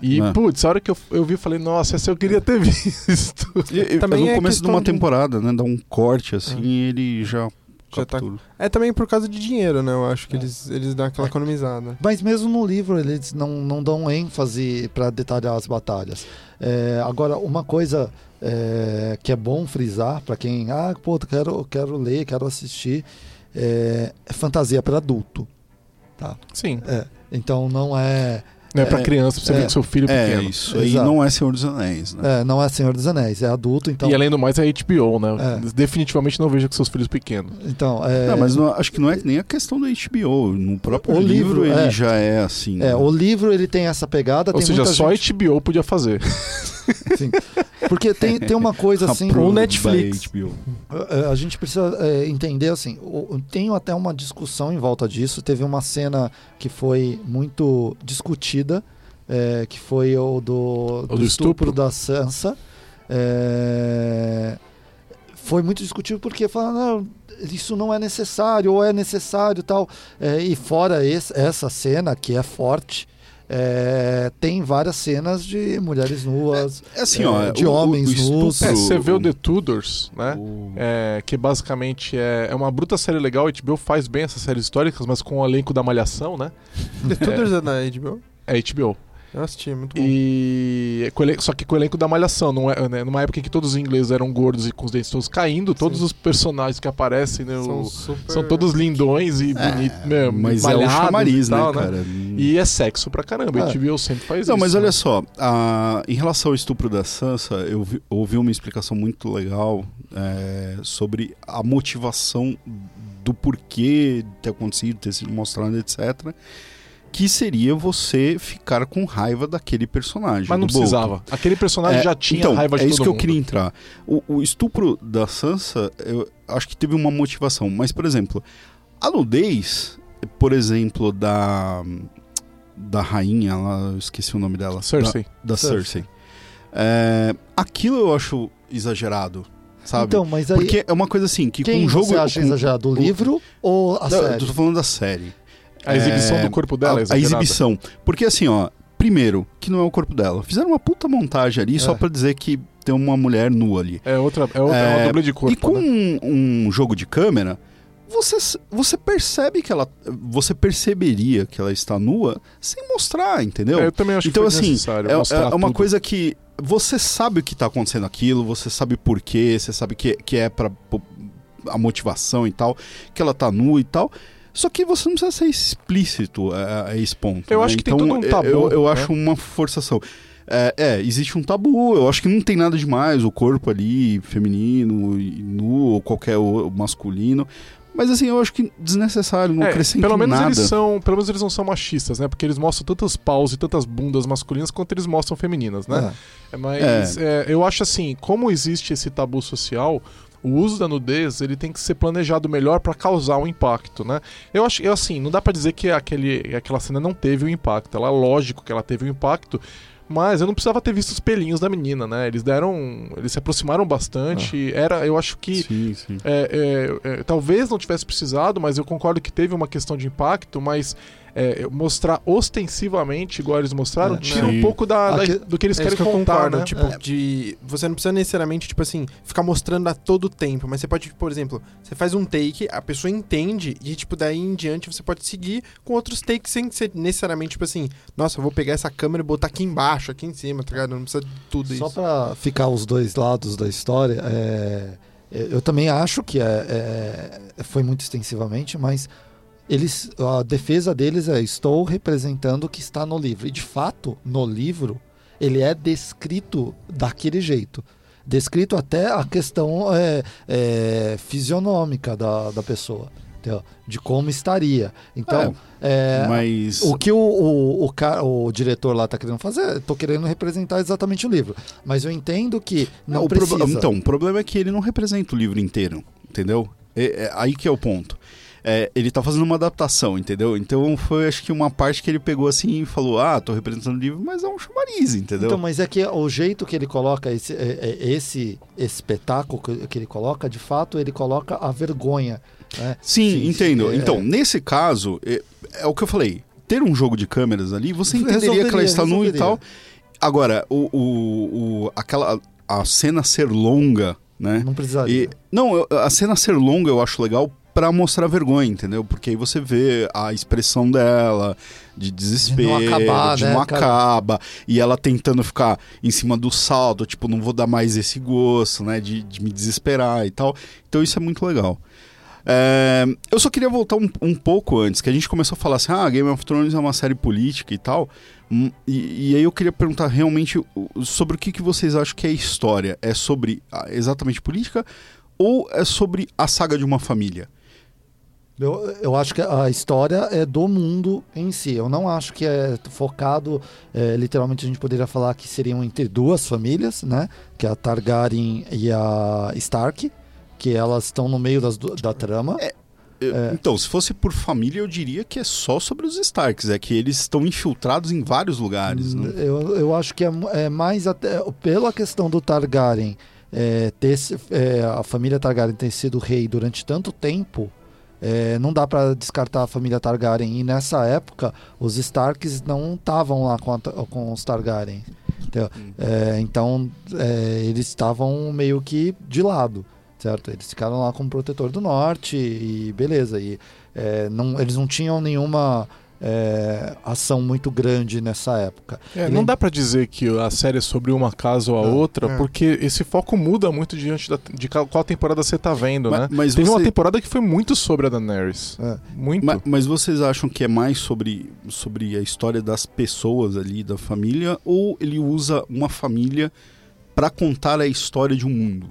Speaker 2: E,
Speaker 1: É.
Speaker 2: putz, a hora que eu, eu vi, eu falei, nossa, essa eu queria ter visto.
Speaker 1: E, e-
Speaker 4: Também
Speaker 1: no
Speaker 4: é
Speaker 1: começo de uma
Speaker 4: questão de-
Speaker 1: temporada, né? Dá um corte assim e ele já.
Speaker 4: Já tá-
Speaker 1: captura.
Speaker 4: É também por causa de dinheiro, né? Eu acho que
Speaker 3: É.
Speaker 4: eles, eles dão aquela economizada.
Speaker 3: Mas mesmo no livro eles não, não dão ênfase para detalhar as batalhas. É, agora, uma coisa é, que é bom frisar para quem, ah, pô, quero, quero ler, quero assistir, é, é fantasia para adulto.
Speaker 2: Sim.
Speaker 3: É. Então não é,
Speaker 2: Não é pra
Speaker 1: É,
Speaker 2: criança, pra você
Speaker 3: é,
Speaker 2: ver com seu filho
Speaker 1: É,
Speaker 2: pequeno.
Speaker 1: isso aí
Speaker 3: Exato.
Speaker 1: não é Senhor dos Anéis, né?
Speaker 3: é, não é Senhor dos Anéis, é adulto, então.
Speaker 2: E além do mais, é HBO, né?
Speaker 3: É.
Speaker 2: Definitivamente não veja com seus filhos pequenos.
Speaker 3: Então, é,
Speaker 1: Não, mas não- acho que não é nem a questão do HBO. No próprio
Speaker 3: O livro,
Speaker 1: livro, ele
Speaker 3: é.
Speaker 1: já é assim.
Speaker 3: é, o livro ele tem essa
Speaker 2: Ou
Speaker 3: pegada, Então, tem
Speaker 2: seja,
Speaker 3: muita
Speaker 2: só é
Speaker 3: gente-
Speaker 2: HBO podia fazer.
Speaker 3: porque tem, tem uma coisa assim,
Speaker 1: Approved
Speaker 4: ou
Speaker 1: by
Speaker 4: Netflix.
Speaker 1: HBO.
Speaker 3: É, A gente precisa é, entender assim. o- o- Tenho até uma discussão em volta disso. Teve uma cena que foi muito discutida, é, que foi o do,
Speaker 2: do
Speaker 3: estupro.
Speaker 2: estupro.
Speaker 3: da Sansa. É, foi muito discutido porque falaram, "Não, isso não é necessário, ou é necessário tal. É, e fora esse- essa cena, que é forte, é, tem várias cenas de mulheres nuas.
Speaker 1: É assim,
Speaker 3: É,
Speaker 1: ó.
Speaker 3: de
Speaker 1: o- o-
Speaker 3: homens
Speaker 1: o estupro-
Speaker 3: nus.
Speaker 2: É, você vê o
Speaker 1: o-
Speaker 2: The Tudors, né?
Speaker 1: o-
Speaker 2: É, que basicamente é, é uma bruta série legal. A HBO faz bem essas séries históricas, mas com o elenco da Malhação, né?
Speaker 4: The Tudors é da HBO?
Speaker 2: É
Speaker 1: Hum.
Speaker 2: HBO.
Speaker 4: Eu assisti, é muito bom.
Speaker 2: E é com o elen- só que com o elenco da Malhação, não é, né? numa época em que todos os ingleses eram gordos e com os dentes todos caindo, todos
Speaker 4: Sim.
Speaker 2: os personagens que aparecem né, o-
Speaker 4: São
Speaker 2: são,
Speaker 4: super...
Speaker 2: todos lindões e bonitos, mesmo,
Speaker 1: É, Mas é o
Speaker 2: malhados e
Speaker 1: chamariz, né,
Speaker 2: tal,
Speaker 1: cara?
Speaker 2: E é sexo pra caramba. A
Speaker 3: É.
Speaker 2: HBO sempre faz
Speaker 1: Não,
Speaker 2: isso.
Speaker 1: mas
Speaker 2: né?
Speaker 1: olha só, a- em relação ao estupro da Sansa, eu vi- ouvi uma explicação muito legal é, sobre a motivação do porquê ter acontecido, ter sido mostrado, etc. Que seria você ficar com raiva daquele personagem.
Speaker 2: Mas não
Speaker 1: do Bolton.
Speaker 2: precisava. Aquele personagem
Speaker 1: É,
Speaker 2: já tinha
Speaker 1: então,
Speaker 2: raiva de
Speaker 1: é
Speaker 2: todo
Speaker 1: isso que eu
Speaker 2: mundo.
Speaker 1: queria entrar. O, o estupro da Sansa, eu acho que teve uma motivação. Mas, por exemplo, a nudez, por exemplo, da da rainha, lá, eu esqueci o nome dela.
Speaker 2: Cersei.
Speaker 1: Da, da Cersei.
Speaker 3: Cersei.
Speaker 1: É, aquilo eu acho exagerado, sabe?
Speaker 3: Então, mas aí.
Speaker 1: Porque é uma coisa assim, que
Speaker 3: quem
Speaker 1: com um jogo...
Speaker 3: você acha
Speaker 1: com-
Speaker 3: exagerado? O livro ou a
Speaker 1: Não, eu
Speaker 3: série?
Speaker 1: tô falando da série.
Speaker 2: A exibição
Speaker 1: É,
Speaker 2: do corpo dela é
Speaker 1: a, a
Speaker 2: exagerada.
Speaker 1: exibição. Porque assim, ó, primeiro, que não é o corpo dela. Fizeram uma puta montagem ali só
Speaker 3: É.
Speaker 1: pra dizer que tem uma mulher nua ali.
Speaker 2: É outra, é outra é uma
Speaker 1: É,
Speaker 2: dublê de corpo.
Speaker 1: e com
Speaker 2: né?
Speaker 1: um, um jogo de câmera, você, s- você percebe que ela. Você perceberia que ela está nua sem mostrar, entendeu?
Speaker 2: É, eu também acho
Speaker 1: então,
Speaker 2: que foi
Speaker 1: assim,
Speaker 2: necessário
Speaker 1: É,
Speaker 2: mostrar
Speaker 1: é uma
Speaker 2: tudo.
Speaker 1: coisa que você sabe o que está acontecendo aquilo, você sabe por quê, você sabe que, que é para a motivação e tal, que ela tá nua e tal. Só que você não precisa ser explícito a, a esse ponto.
Speaker 2: Eu
Speaker 1: né?
Speaker 2: acho que tem
Speaker 1: então,
Speaker 2: todo um tabu,
Speaker 1: Eu, eu
Speaker 2: né?
Speaker 1: acho uma forçação. É, é, existe um tabu. Eu acho que não tem nada demais. O corpo ali, feminino, e nu, ou qualquer o- masculino. Mas assim, eu acho que desnecessário, não
Speaker 2: É,
Speaker 1: acrescenta
Speaker 2: pelo menos
Speaker 1: nada.
Speaker 2: eles são, pelo menos eles não são machistas, né? Porque eles mostram tantos paus e tantas bundas masculinas quanto eles mostram femininas, né?
Speaker 3: É.
Speaker 2: É, Mas é, eu acho assim, como existe esse tabu social, o uso da nudez ele tem que ser planejado melhor pra causar um impacto, né? Eu acho, eu assim, não dá pra dizer que aquele, aquela cena não teve um impacto. Ela, lógico que ela teve um impacto. Mas eu não precisava ter visto os pelinhos da menina, né? Eles deram. Eles se aproximaram
Speaker 1: Ah.
Speaker 2: bastante. Era, eu acho que.
Speaker 1: Sim, sim.
Speaker 2: É, é, é, talvez não tivesse precisado, mas eu concordo que teve uma questão de impacto, mas é, mostrar ostensivamente, igual eles mostraram,
Speaker 3: É,
Speaker 2: tira
Speaker 1: sim.
Speaker 2: um pouco da- da-
Speaker 3: Aque-
Speaker 2: do que eles
Speaker 4: É isso
Speaker 2: querem
Speaker 4: que eu
Speaker 2: contar,
Speaker 4: concordo,
Speaker 2: né?
Speaker 4: tipo,
Speaker 3: É.
Speaker 4: de... Você não precisa necessariamente, tipo assim, ficar mostrando a todo tempo, mas você pode, tipo, por exemplo, você faz um take, a pessoa entende, e, tipo, daí em diante você pode seguir com outros takes sem ser necessariamente, tipo assim, nossa, eu vou pegar essa câmera e botar aqui embaixo, aqui em cima, tá ligado? Não precisa de tudo
Speaker 3: Só
Speaker 4: isso.
Speaker 3: pra ficar os dois lados da história, é, eu eu também acho que é- é- foi muito extensivamente, mas eles, a defesa deles é: estou representando o que está no livro. E de fato, no livro, ele é descrito daquele jeito. Descrito até a questão é, é, fisionômica da, da pessoa, entendeu? de como estaria. Então, é,
Speaker 1: Mas.
Speaker 3: o que o, o, o, ca- o diretor lá tá querendo fazer, eu tô querendo representar exatamente o livro. Mas eu entendo que não
Speaker 1: o proble-
Speaker 3: precisa.
Speaker 1: Então, o problema é que ele não representa o livro inteiro, entendeu? É, é aí que é o ponto. É, ele tá fazendo uma adaptação, entendeu? Então foi acho que uma parte que ele pegou assim e falou: Ah, tô representando o livro, mas é um chamariz, entendeu?
Speaker 3: Então, mas é que o jeito que ele coloca esse, é- é- esse espetáculo que- que ele coloca, de fato, ele coloca a vergonha. né?
Speaker 1: sim,
Speaker 3: sim,
Speaker 1: entendo.
Speaker 3: é.
Speaker 1: Então, nesse caso, é, é o que eu falei: ter um jogo de câmeras ali, você entenderia que ela
Speaker 3: Resolveria,
Speaker 1: está nua e
Speaker 3: resolveria.
Speaker 1: tal. Agora, o, o, o- aquela, a cena ser longa, né?
Speaker 3: Não precisaria.
Speaker 1: E- não, eu- a cena ser longa eu acho legal pra mostrar vergonha, entendeu? Porque aí você vê a expressão dela, de desespero, de não
Speaker 3: acabar,
Speaker 1: acaba,
Speaker 3: né, cara?
Speaker 1: e ela tentando ficar em cima do saldo, tipo, não vou dar mais esse gosto, né, de, de me desesperar e tal. Então isso é muito legal. É, eu só queria voltar um, um pouco antes, que a gente começou a falar assim, ah, Game of Thrones é uma série política e tal. Hum, E, e aí eu queria perguntar realmente o- sobre o que, que vocês acham que é história. É sobre ah, exatamente política ou é sobre a saga de uma família?
Speaker 3: Eu, eu acho que a história é do mundo em si. Eu não acho que é focado. é, literalmente, a gente poderia falar que seriam entre duas famílias, né? Que é a Targaryen e a Stark, que elas estão no meio das du- da trama.
Speaker 1: Eu-
Speaker 2: É.
Speaker 1: Então, se fosse por família, eu diria que é só sobre os Starks. É que eles estão infiltrados em vários lugares. né? não?
Speaker 3: Eu, eu acho que é, mu- é mais até pela questão do Targaryen é, ter se- é, a família Targaryen ter sido rei durante tanto tempo. é, não dá pra descartar a família Targaryen e nessa época os Starks não estavam lá com, a Ta- com os Targaryen. Entendeu? É, então é, eles estavam meio que de lado, certo? Eles ficaram lá como protetor do norte e beleza. E é, não- eles não tinham nenhuma é, ação muito grande nessa época.
Speaker 2: É, não dá pra dizer que a série é sobre uma casa ou a
Speaker 3: Não,
Speaker 2: outra,
Speaker 4: é.
Speaker 2: porque esse foco muda muito diante da- de ca- qual temporada você tá vendo,
Speaker 1: Ma-
Speaker 2: né?
Speaker 1: mas
Speaker 2: Teve uma
Speaker 1: você-
Speaker 2: temporada que foi muito sobre a Daenerys.
Speaker 3: É.
Speaker 2: Muito.
Speaker 1: Ma- mas vocês acham que é mais sobre, sobre a história das pessoas ali, da família, ou ele usa uma família pra contar a história de um mundo?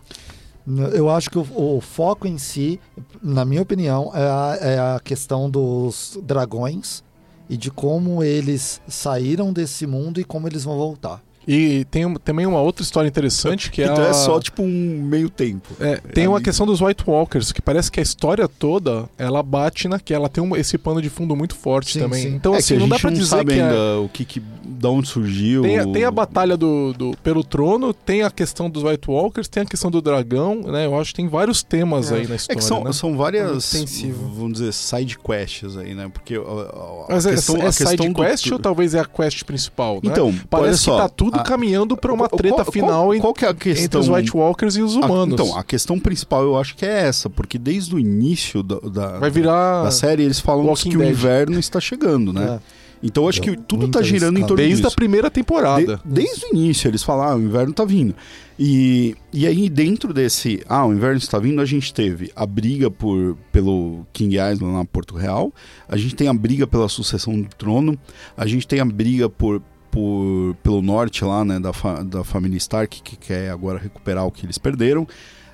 Speaker 3: N- Eu acho que o, o foco em si, na minha opinião, é a, é a questão dos dragões e de como eles saíram desse mundo e como eles vão voltar.
Speaker 2: E tem um- também uma outra história interessante que é
Speaker 1: então
Speaker 2: a...
Speaker 1: é só tipo um meio tempo.
Speaker 2: É, tem uma
Speaker 1: Ali.
Speaker 2: questão dos White Walkers, que parece que a história toda, ela bate naquela. Ela tem um- esse pano de fundo muito forte
Speaker 3: Sim,
Speaker 2: também.
Speaker 3: sim.
Speaker 2: Então,
Speaker 1: É que
Speaker 2: assim,
Speaker 1: a
Speaker 2: não
Speaker 1: gente
Speaker 2: dá pra
Speaker 1: não
Speaker 2: dizer
Speaker 1: sabe
Speaker 2: que é-
Speaker 1: ainda o que, que da onde surgiu.
Speaker 2: Tem, a- tem a batalha do, do- pelo trono, tem a questão dos White Walkers, tem a questão do dragão, né? Eu acho que tem vários temas
Speaker 4: É.
Speaker 2: aí na
Speaker 1: É
Speaker 2: história.
Speaker 1: que são,
Speaker 2: né?
Speaker 1: são
Speaker 4: É muito
Speaker 1: várias,
Speaker 4: extensivo.
Speaker 1: vamos dizer, side quests aí, né? Porque a, a- a
Speaker 2: Mas é,
Speaker 1: questão,
Speaker 2: é
Speaker 1: a questão
Speaker 2: side
Speaker 1: do-
Speaker 2: quest ou talvez é a quest principal, né?
Speaker 1: Então, olha
Speaker 2: parece
Speaker 1: só,
Speaker 2: que tá tudo
Speaker 1: a-
Speaker 2: caminhando pra uma
Speaker 1: Qual-
Speaker 2: treta
Speaker 1: qual-
Speaker 2: final
Speaker 1: Qual,
Speaker 2: en-
Speaker 1: qual que é a questão?
Speaker 2: entre os White Walkers e os
Speaker 1: A-
Speaker 2: humanos.
Speaker 1: então, a questão principal eu acho que é essa, porque desde o início da, da,
Speaker 2: Vai virar
Speaker 1: da série eles falam
Speaker 2: Walking
Speaker 1: que o
Speaker 2: Dead.
Speaker 1: inverno está chegando, né?
Speaker 3: É.
Speaker 1: Então eu acho que
Speaker 3: Então,
Speaker 1: tudo
Speaker 3: muita
Speaker 1: tá girando em
Speaker 3: escala.
Speaker 1: torno
Speaker 2: desde a
Speaker 1: disso.
Speaker 2: primeira temporada.
Speaker 1: De- desde o início eles falam, ah, o inverno tá vindo. E, e aí dentro desse, ah, o inverno está vindo, a gente teve a briga por, pelo King Island lá em Porto Real, a gente tem a briga pela sucessão do trono, a gente tem a briga por, por pelo norte lá, né, da, fa- da família Stark, que quer agora recuperar o que eles perderam.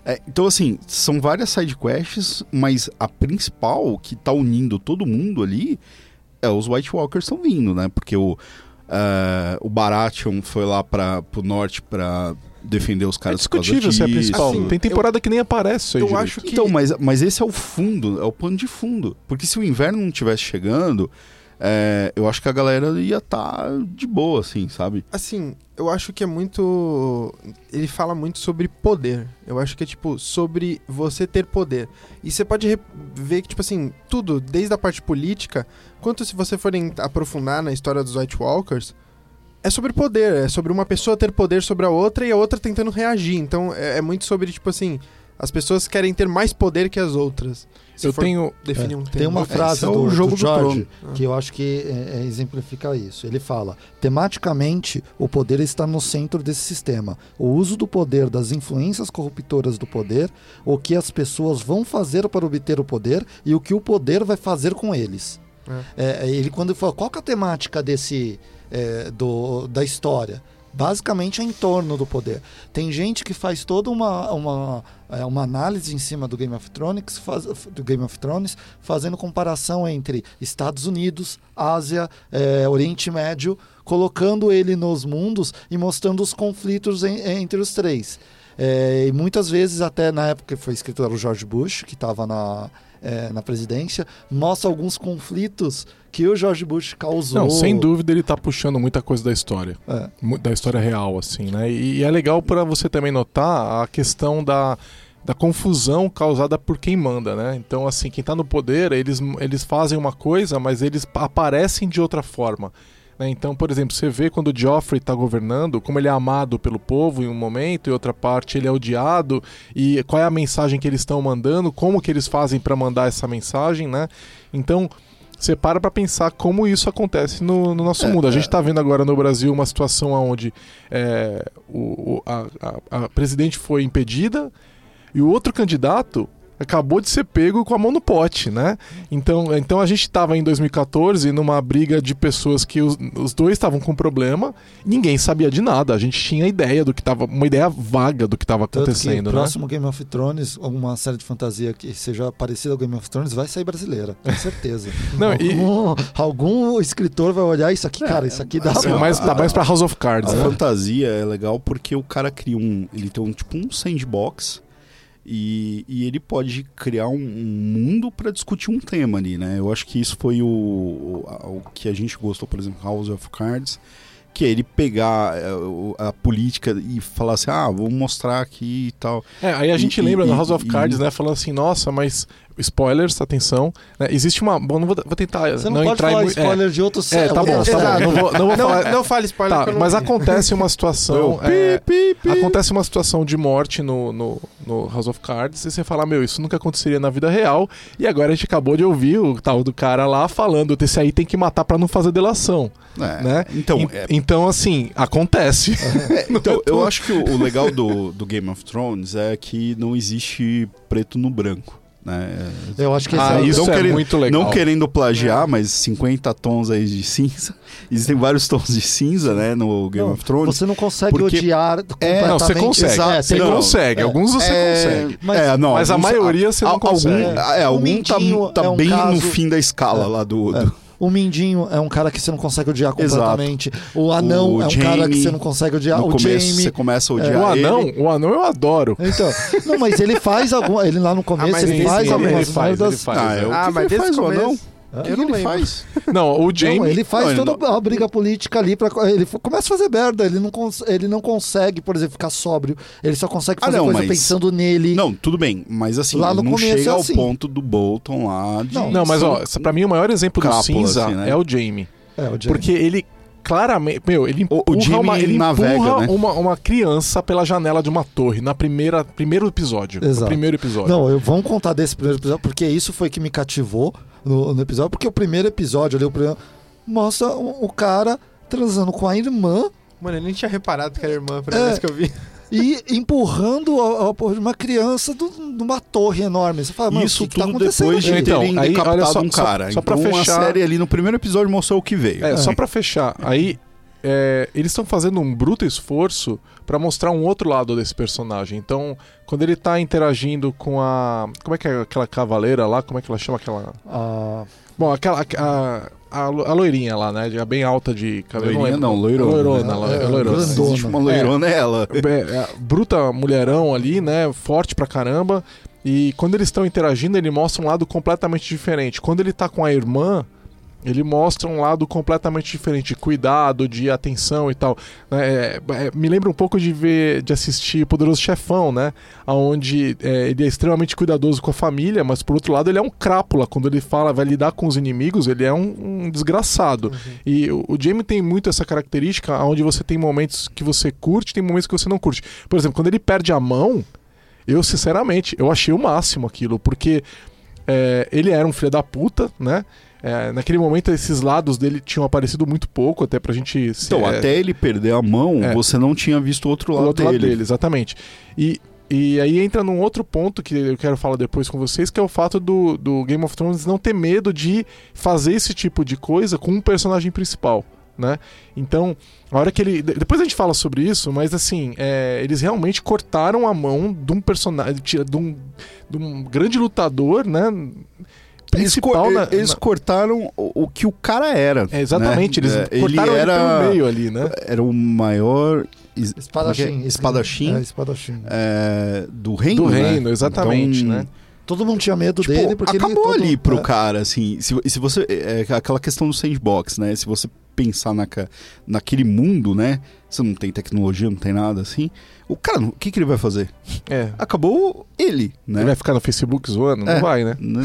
Speaker 1: É, então, assim, são várias sidequests, mas a principal que tá unindo todo mundo ali é os White Walkers estão vindo, né? Porque o, eh, o Baratheon foi lá para pro norte para defender os
Speaker 2: é
Speaker 1: caras por causa
Speaker 2: discutível se é a
Speaker 1: disso.
Speaker 2: principal.
Speaker 4: Assim,
Speaker 2: tem temporada que nem aparece aí.
Speaker 4: eu
Speaker 2: direito.
Speaker 4: acho que
Speaker 1: Então, mas, mas esse é o fundo, é o pano de fundo. Porque se o inverno não tivesse chegando, eh, eu acho que a galera ia estar de boa, assim, sabe?
Speaker 4: Assim, eu acho que é muito. Ele fala muito sobre poder. Eu acho que é tipo sobre você ter poder. E você pode re- ver que, tipo assim, tudo, desde a parte política, quanto se você for em- aprofundar na história dos White Walkers, é sobre poder. É sobre uma pessoa ter poder sobre a outra e a outra tentando reagir. Então é, é muito sobre, tipo assim, as pessoas querem ter mais poder que as outras. Se
Speaker 2: eu
Speaker 4: for
Speaker 2: tenho.
Speaker 4: definir um termo.
Speaker 3: Tem uma
Speaker 1: É,
Speaker 3: frase
Speaker 1: esse é o
Speaker 3: do, do
Speaker 1: jogo do
Speaker 3: George
Speaker 4: trono.
Speaker 3: que eu acho que é, é, exemplifica isso. Ele fala: tematicamente, o poder está no centro desse sistema. O uso do poder, das influências corruptoras do poder, o que as pessoas vão fazer para obter o poder e o que o poder vai fazer com eles. É, ele quando fala qual que é a temática desse é, do, da história basicamente é em torno do poder tem gente que faz toda uma, uma, é, uma análise em cima do Game of Thrones faz- do Game of Thrones fazendo comparação entre Estados Unidos Ásia é, Oriente Médio colocando ele nos mundos e mostrando os conflitos en- entre os três É, e muitas vezes até na época que foi escrito era o George Bush que estava na é, na presidência, mostra alguns conflitos que o George Bush causou.
Speaker 2: Não, sem dúvida ele tá puxando muita coisa da história.
Speaker 3: É.
Speaker 2: Mu- Da história real, assim, né? E, e é legal pra você também notar a questão da, da confusão causada por quem manda, né? Então, assim, quem tá no poder, eles, eles fazem uma coisa, mas eles pa- aparecem de outra forma. né? Então, por exemplo, você vê quando o Joffrey tá governando, como ele é amado pelo povo em um momento, em outra parte ele é odiado, e qual é a mensagem que eles estão mandando, como que eles fazem pra mandar essa mensagem, né? Então, você para pra pensar como isso acontece no, no nosso
Speaker 1: É,
Speaker 2: mundo. A gente tá vendo agora no Brasil uma situação onde é, o, o- a, a- a presidente foi impedida e o outro candidato acabou de ser pego com a mão no pote, né? Então, então a gente estava em 2014 numa briga de pessoas que os, os dois estavam com problema, ninguém sabia de nada, a gente tinha ideia do que estava, uma ideia vaga do que estava
Speaker 3: Tanto
Speaker 2: acontecendo,
Speaker 3: que
Speaker 2: né?
Speaker 3: o próximo Game of Thrones, alguma série de fantasia que seja parecida ao Game of Thrones, vai sair brasileira, com certeza.
Speaker 2: Não, e-
Speaker 3: algum, algum escritor vai olhar isso aqui, cara, isso aqui dá
Speaker 1: assim,
Speaker 2: Tá
Speaker 3: pra-
Speaker 2: mais, tá mais pra House of Cards,
Speaker 1: A
Speaker 2: né?
Speaker 1: fantasia é legal porque o cara cria um. Ele tem um tipo um sandbox e, e ele pode criar um, um mundo pra discutir um tema ali, né? Eu acho que isso foi o, o, a- o que a gente gostou, por exemplo, House of Cards. Que é ele pegar é, o- a política e falar assim, ah, vou mostrar aqui e tal.
Speaker 2: É, aí a
Speaker 1: E-
Speaker 2: gente
Speaker 1: e-
Speaker 2: lembra
Speaker 1: e-
Speaker 2: da House of
Speaker 1: e-
Speaker 2: Cards, né? Falando assim, nossa, mas. Spoilers, atenção. né, Existe uma. Bom, não vou, vou tentar.
Speaker 3: Você não, pode
Speaker 2: entrar em
Speaker 3: falar
Speaker 2: mui- é,
Speaker 3: spoiler de outro
Speaker 2: É, tá bom, tá bom. Não vou, não vou falar.
Speaker 4: Não, não fale spoiler,
Speaker 2: Tá,
Speaker 4: que eu não
Speaker 2: mas
Speaker 4: vi.
Speaker 2: acontece uma situação. é, acontece uma situação de morte no, no, no House of Cards e você fala, meu, isso nunca aconteceria na vida real. E agora a gente acabou de ouvir o tal do cara lá falando, esse aí tem que matar pra não fazer delação.
Speaker 1: É,
Speaker 2: né?
Speaker 1: Então,
Speaker 2: En-
Speaker 1: é,
Speaker 2: então assim, acontece.
Speaker 1: Então, eu acho que o, o legal do, do Game of Thrones é que não existe preto no branco. Né?
Speaker 3: Eu acho que esse
Speaker 2: Ah,
Speaker 3: é o-
Speaker 2: isso
Speaker 1: não
Speaker 2: é
Speaker 1: querendo-
Speaker 2: muito legal.
Speaker 1: Não querendo plagiar,
Speaker 3: É.
Speaker 1: mas 50 tons aí de cinza. Existem vários tons de cinza, né? No Game
Speaker 3: Não,
Speaker 1: of Thrones.
Speaker 3: Você não consegue
Speaker 1: Porque-
Speaker 3: odiar completamente.
Speaker 2: é, não, você consegue.
Speaker 3: Exato,
Speaker 2: Você
Speaker 3: tem
Speaker 1: não,
Speaker 3: alguns-
Speaker 2: consegue.
Speaker 3: é.
Speaker 2: Alguns você consegue.
Speaker 3: Mas-
Speaker 1: é, não,
Speaker 2: Mas a
Speaker 1: alguns-
Speaker 2: maioria você
Speaker 1: a-
Speaker 2: não
Speaker 1: algum,
Speaker 2: consegue.
Speaker 1: É, algum tá,
Speaker 3: Mindinho
Speaker 1: tá
Speaker 3: é um
Speaker 1: bem no
Speaker 3: caso-
Speaker 1: fim da escala
Speaker 3: É.
Speaker 1: lá do.
Speaker 3: É.
Speaker 1: do-
Speaker 3: O Mindinho é um cara que você não consegue odiar
Speaker 1: Exato.
Speaker 3: completamente. O Anão
Speaker 1: O
Speaker 3: é um cara que
Speaker 1: Jaime,
Speaker 3: você não consegue odiar.
Speaker 1: no
Speaker 3: O É.
Speaker 1: começo
Speaker 3: Jamie.
Speaker 1: você começa a odiar
Speaker 2: O anão,
Speaker 1: ele.
Speaker 2: o anão eu adoro.
Speaker 3: Então, não, mas ele faz alguma. Ele lá no começo,
Speaker 4: mas
Speaker 3: ele
Speaker 4: sim,
Speaker 3: faz
Speaker 4: sim,
Speaker 3: algumas
Speaker 2: ele faz, ele
Speaker 3: merdas.
Speaker 2: faz. né?
Speaker 1: Ah, é o
Speaker 4: Ah,
Speaker 1: que
Speaker 4: mas
Speaker 1: que ele faz
Speaker 4: desde o
Speaker 1: o
Speaker 4: começo.
Speaker 1: anão?
Speaker 3: Hã?
Speaker 1: O que
Speaker 4: Eu
Speaker 1: que
Speaker 4: não
Speaker 1: ele
Speaker 4: lembro.
Speaker 1: faz?
Speaker 2: Não,
Speaker 1: Então,
Speaker 2: o Jamie.
Speaker 3: Não, ele faz
Speaker 1: Não, ele
Speaker 3: toda a briga política ali para ele f- começa a fazer merda, ele não cons- ele não consegue, por exemplo, ficar sóbrio, ele só consegue
Speaker 1: Ah,
Speaker 3: fazer
Speaker 1: não,
Speaker 3: coisa
Speaker 1: mas-
Speaker 3: pensando nele.
Speaker 1: Não, tudo bem. Mas assim,
Speaker 3: Lá no
Speaker 1: não
Speaker 3: começo
Speaker 1: chega
Speaker 3: é
Speaker 1: ao
Speaker 3: assim.
Speaker 1: ponto do Bolton lá de. um
Speaker 3: Não,
Speaker 2: Não, mas ó, pra mim o maior exemplo do
Speaker 1: Crápula,
Speaker 2: cinza
Speaker 1: assim, né?
Speaker 2: é o Jamie.
Speaker 3: É, o Jamie.
Speaker 2: Porque ele claramente. Meu, ele
Speaker 1: O- o
Speaker 2: empurra,
Speaker 1: Jamie,
Speaker 2: uma, ele
Speaker 1: ele navega,
Speaker 2: empurra
Speaker 1: né?
Speaker 2: uma, uma criança pela janela de uma torre na primeira primeiro episódio. No
Speaker 3: Exato.
Speaker 2: primeiro episódio.
Speaker 3: Não, eu vamos contar desse primeiro episódio, porque isso foi que me cativou no, no episódio, porque o primeiro episódio ali, o primeiro, mostra o, o cara transando com a irmã
Speaker 4: Mano, eu nem tinha reparado que era irmã a primeira
Speaker 3: É.
Speaker 4: vez que eu vi.
Speaker 3: e empurrando a- a- porra de uma criança do- numa torre enorme. Você fala, mano,
Speaker 1: Isso
Speaker 3: o que que tá
Speaker 1: tudo
Speaker 3: acontecendo
Speaker 1: depois de
Speaker 3: aqui?
Speaker 2: gente? Então,
Speaker 1: terem
Speaker 2: aí, olha
Speaker 1: decapitado
Speaker 2: só-
Speaker 1: um
Speaker 2: só-
Speaker 1: cara.
Speaker 2: só pra
Speaker 1: então a
Speaker 2: fechar-
Speaker 1: série ali no primeiro episódio mostrou o que veio.
Speaker 2: É, só pra fechar. Aí, é, eles estão fazendo um bruto esforço pra mostrar um outro lado desse personagem. Então, quando ele tá interagindo com a. Como é que é aquela cavaleira lá? Como é que ela chama aquela.
Speaker 3: Ah,
Speaker 2: Bom, aquela. A, a, a loirinha lá, né? A bem alta de cabelo.
Speaker 1: Loirinha
Speaker 2: lembro.
Speaker 1: não, loirona. né?
Speaker 2: Loirona,
Speaker 3: É,
Speaker 2: lo- é,
Speaker 3: é,
Speaker 2: loirona.
Speaker 3: grandona.
Speaker 1: Existe uma loirona, é ela.
Speaker 2: É, é, bruta mulherão ali, né? Forte pra caramba. E quando eles estão interagindo, ele mostra um lado completamente diferente. Quando ele tá com a irmã, ele mostra um lado completamente diferente de cuidado, de atenção e tal. né? É, é, me lembra um pouco de ver, de assistir Poderoso Chefão, né? Onde ele é extremamente cuidadoso com a família, mas por outro lado ele é um crápula. Quando ele fala, vai lidar com os inimigos, ele é um, um desgraçado. E o, o Jamie tem muito essa característica, onde você tem momentos que você curte, tem momentos que você não curte. Por exemplo, quando ele perde a mão, eu sinceramente, eu achei o máximo aquilo, porque é, ele era um filho da puta, né? É, naquele momento esses lados dele tinham aparecido muito pouco, até pra gente se-
Speaker 1: Então,
Speaker 2: é,
Speaker 1: até ele perder a mão,
Speaker 2: É.
Speaker 1: você não tinha visto o outro
Speaker 2: o
Speaker 1: lado,
Speaker 2: outro
Speaker 1: dele.
Speaker 2: lado dele, exatamente. E, e aí entra num outro ponto que eu quero falar depois com vocês, que é o fato do, do Game of Thrones não ter medo de fazer esse tipo de coisa com um personagem principal, né? Então, a hora que ele. de- Depois a gente fala sobre isso, mas assim, é, eles realmente cortaram a mão de um personagem, tira- de um, de um grande lutador, né?
Speaker 1: Eles,
Speaker 2: Principal
Speaker 1: cor-
Speaker 2: na-
Speaker 1: eles
Speaker 2: na-
Speaker 1: cortaram o, o que o cara era.
Speaker 2: É, exatamente,
Speaker 1: né?
Speaker 2: eles
Speaker 1: É,
Speaker 2: cortaram
Speaker 1: ele
Speaker 2: ele,
Speaker 1: era,
Speaker 2: pelo meio ali, né?
Speaker 1: era o maior es-
Speaker 3: espadachim.
Speaker 1: Ok, é espadachim.
Speaker 3: É, espadachim.
Speaker 1: é, do reino.
Speaker 2: Do
Speaker 1: né?
Speaker 2: reino, exatamente,
Speaker 1: Então,
Speaker 2: né?
Speaker 3: Todo mundo tinha medo
Speaker 1: Tipo,
Speaker 3: dele porque
Speaker 1: acabou
Speaker 3: ele todo-
Speaker 1: ali pro
Speaker 3: é.
Speaker 1: cara, assim. Se, se você. É aquela questão do sandbox, né? Se você pensar na, ca- naquele mundo, né? Você não tem tecnologia, não tem nada assim. O cara, não- o que, que ele vai fazer?
Speaker 2: É.
Speaker 1: Acabou ele, né?
Speaker 2: Ele vai ficar no Facebook zoando?
Speaker 1: É.
Speaker 2: Não vai, né?
Speaker 1: Né?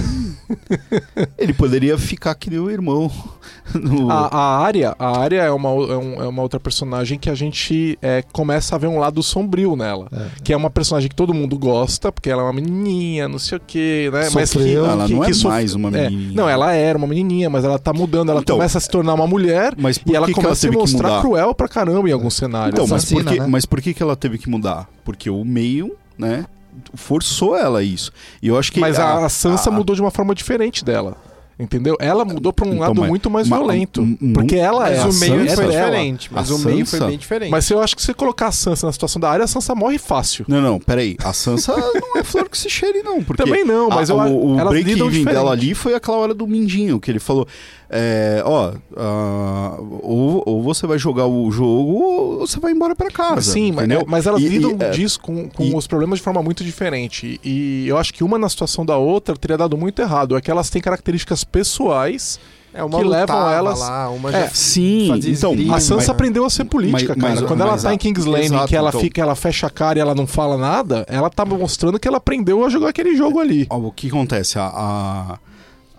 Speaker 1: ele poderia ficar que nem o irmão. No...
Speaker 2: A, a área, a área é uma, o- é um- é uma outra personagem que a gente é, começa a ver um lado sombrio nela.
Speaker 3: É.
Speaker 2: Que é uma personagem que todo mundo gosta, porque ela é uma menininha, não sei o quê, né? Mas que,
Speaker 3: Sofreu.
Speaker 1: ela
Speaker 2: que-
Speaker 1: não
Speaker 2: que
Speaker 1: é
Speaker 2: sof-
Speaker 1: mais uma
Speaker 2: é.
Speaker 1: menina.
Speaker 2: Não, ela era uma menininha, mas ela tá mudando, ela
Speaker 1: Então,
Speaker 2: começa a se tornar uma mulher
Speaker 1: Mas por
Speaker 2: e ela
Speaker 1: que, que ela
Speaker 2: começa a se
Speaker 1: teve que
Speaker 2: mostrar
Speaker 1: mudar?
Speaker 2: cruel pra caramba em alguns cenários. né?
Speaker 1: Então, mas
Speaker 3: Assassina,
Speaker 1: por, que,
Speaker 3: né?
Speaker 1: mas por que, que ela teve que mudar? Porque o meio, né? forçou ela a isso. E eu acho que.
Speaker 2: Mas a, a Sansa mudou de uma forma diferente dela. Entendeu? Ela mudou pra um
Speaker 1: Então,
Speaker 2: lado
Speaker 1: mas-
Speaker 2: muito mais
Speaker 1: mas-
Speaker 2: violento.
Speaker 1: m- m-
Speaker 2: Porque ela é
Speaker 4: Mas
Speaker 2: a
Speaker 4: o meio
Speaker 2: Sansa.
Speaker 4: foi
Speaker 2: dela.
Speaker 4: diferente. Mas
Speaker 1: A
Speaker 4: o meio foi
Speaker 1: Sansa-
Speaker 4: bem diferente.
Speaker 2: Mas eu acho que se você colocar a Sansa na situação da área, a Sansa morre fácil.
Speaker 1: Não, não, peraí. A Sansa não é flor que se cheire, não. Porque
Speaker 2: Também não, mas
Speaker 1: a,
Speaker 2: eu,
Speaker 1: Ah, o, o
Speaker 2: elas lidam
Speaker 1: break-even
Speaker 2: diferente.
Speaker 1: dela ali foi aquela hora do Mindinho, que ele falou: é, ó, ah, ou, ou você vai jogar o jogo ou você vai embora pra casa.
Speaker 2: Sim, mas,
Speaker 1: entendeu?
Speaker 2: mas elas
Speaker 1: E- e,
Speaker 2: lidam
Speaker 1: é,
Speaker 2: disso com, com
Speaker 1: e-
Speaker 2: os problemas de forma muito diferente. E eu acho que uma na situação da outra teria dado muito errado. É que elas têm características pessoais.
Speaker 4: é, uma
Speaker 2: que levam
Speaker 4: lutava
Speaker 2: elas-
Speaker 4: lá, uma
Speaker 2: É,
Speaker 4: já
Speaker 1: Sim,
Speaker 4: Fazia
Speaker 1: então.
Speaker 4: esgrima.
Speaker 2: A
Speaker 1: mas-
Speaker 2: Sansa
Speaker 4: mas-
Speaker 2: aprendeu a ser política,
Speaker 1: mas-
Speaker 2: cara.
Speaker 1: mas-
Speaker 2: Quando ela
Speaker 1: mas-
Speaker 2: tá em King's Landing,
Speaker 1: exato,
Speaker 2: que ela
Speaker 1: então.
Speaker 2: fica, ela fecha a cara e ela não fala nada, ela tá mostrando que ela aprendeu a jogar aquele jogo ali.
Speaker 1: Ó, o que acontece? A, a,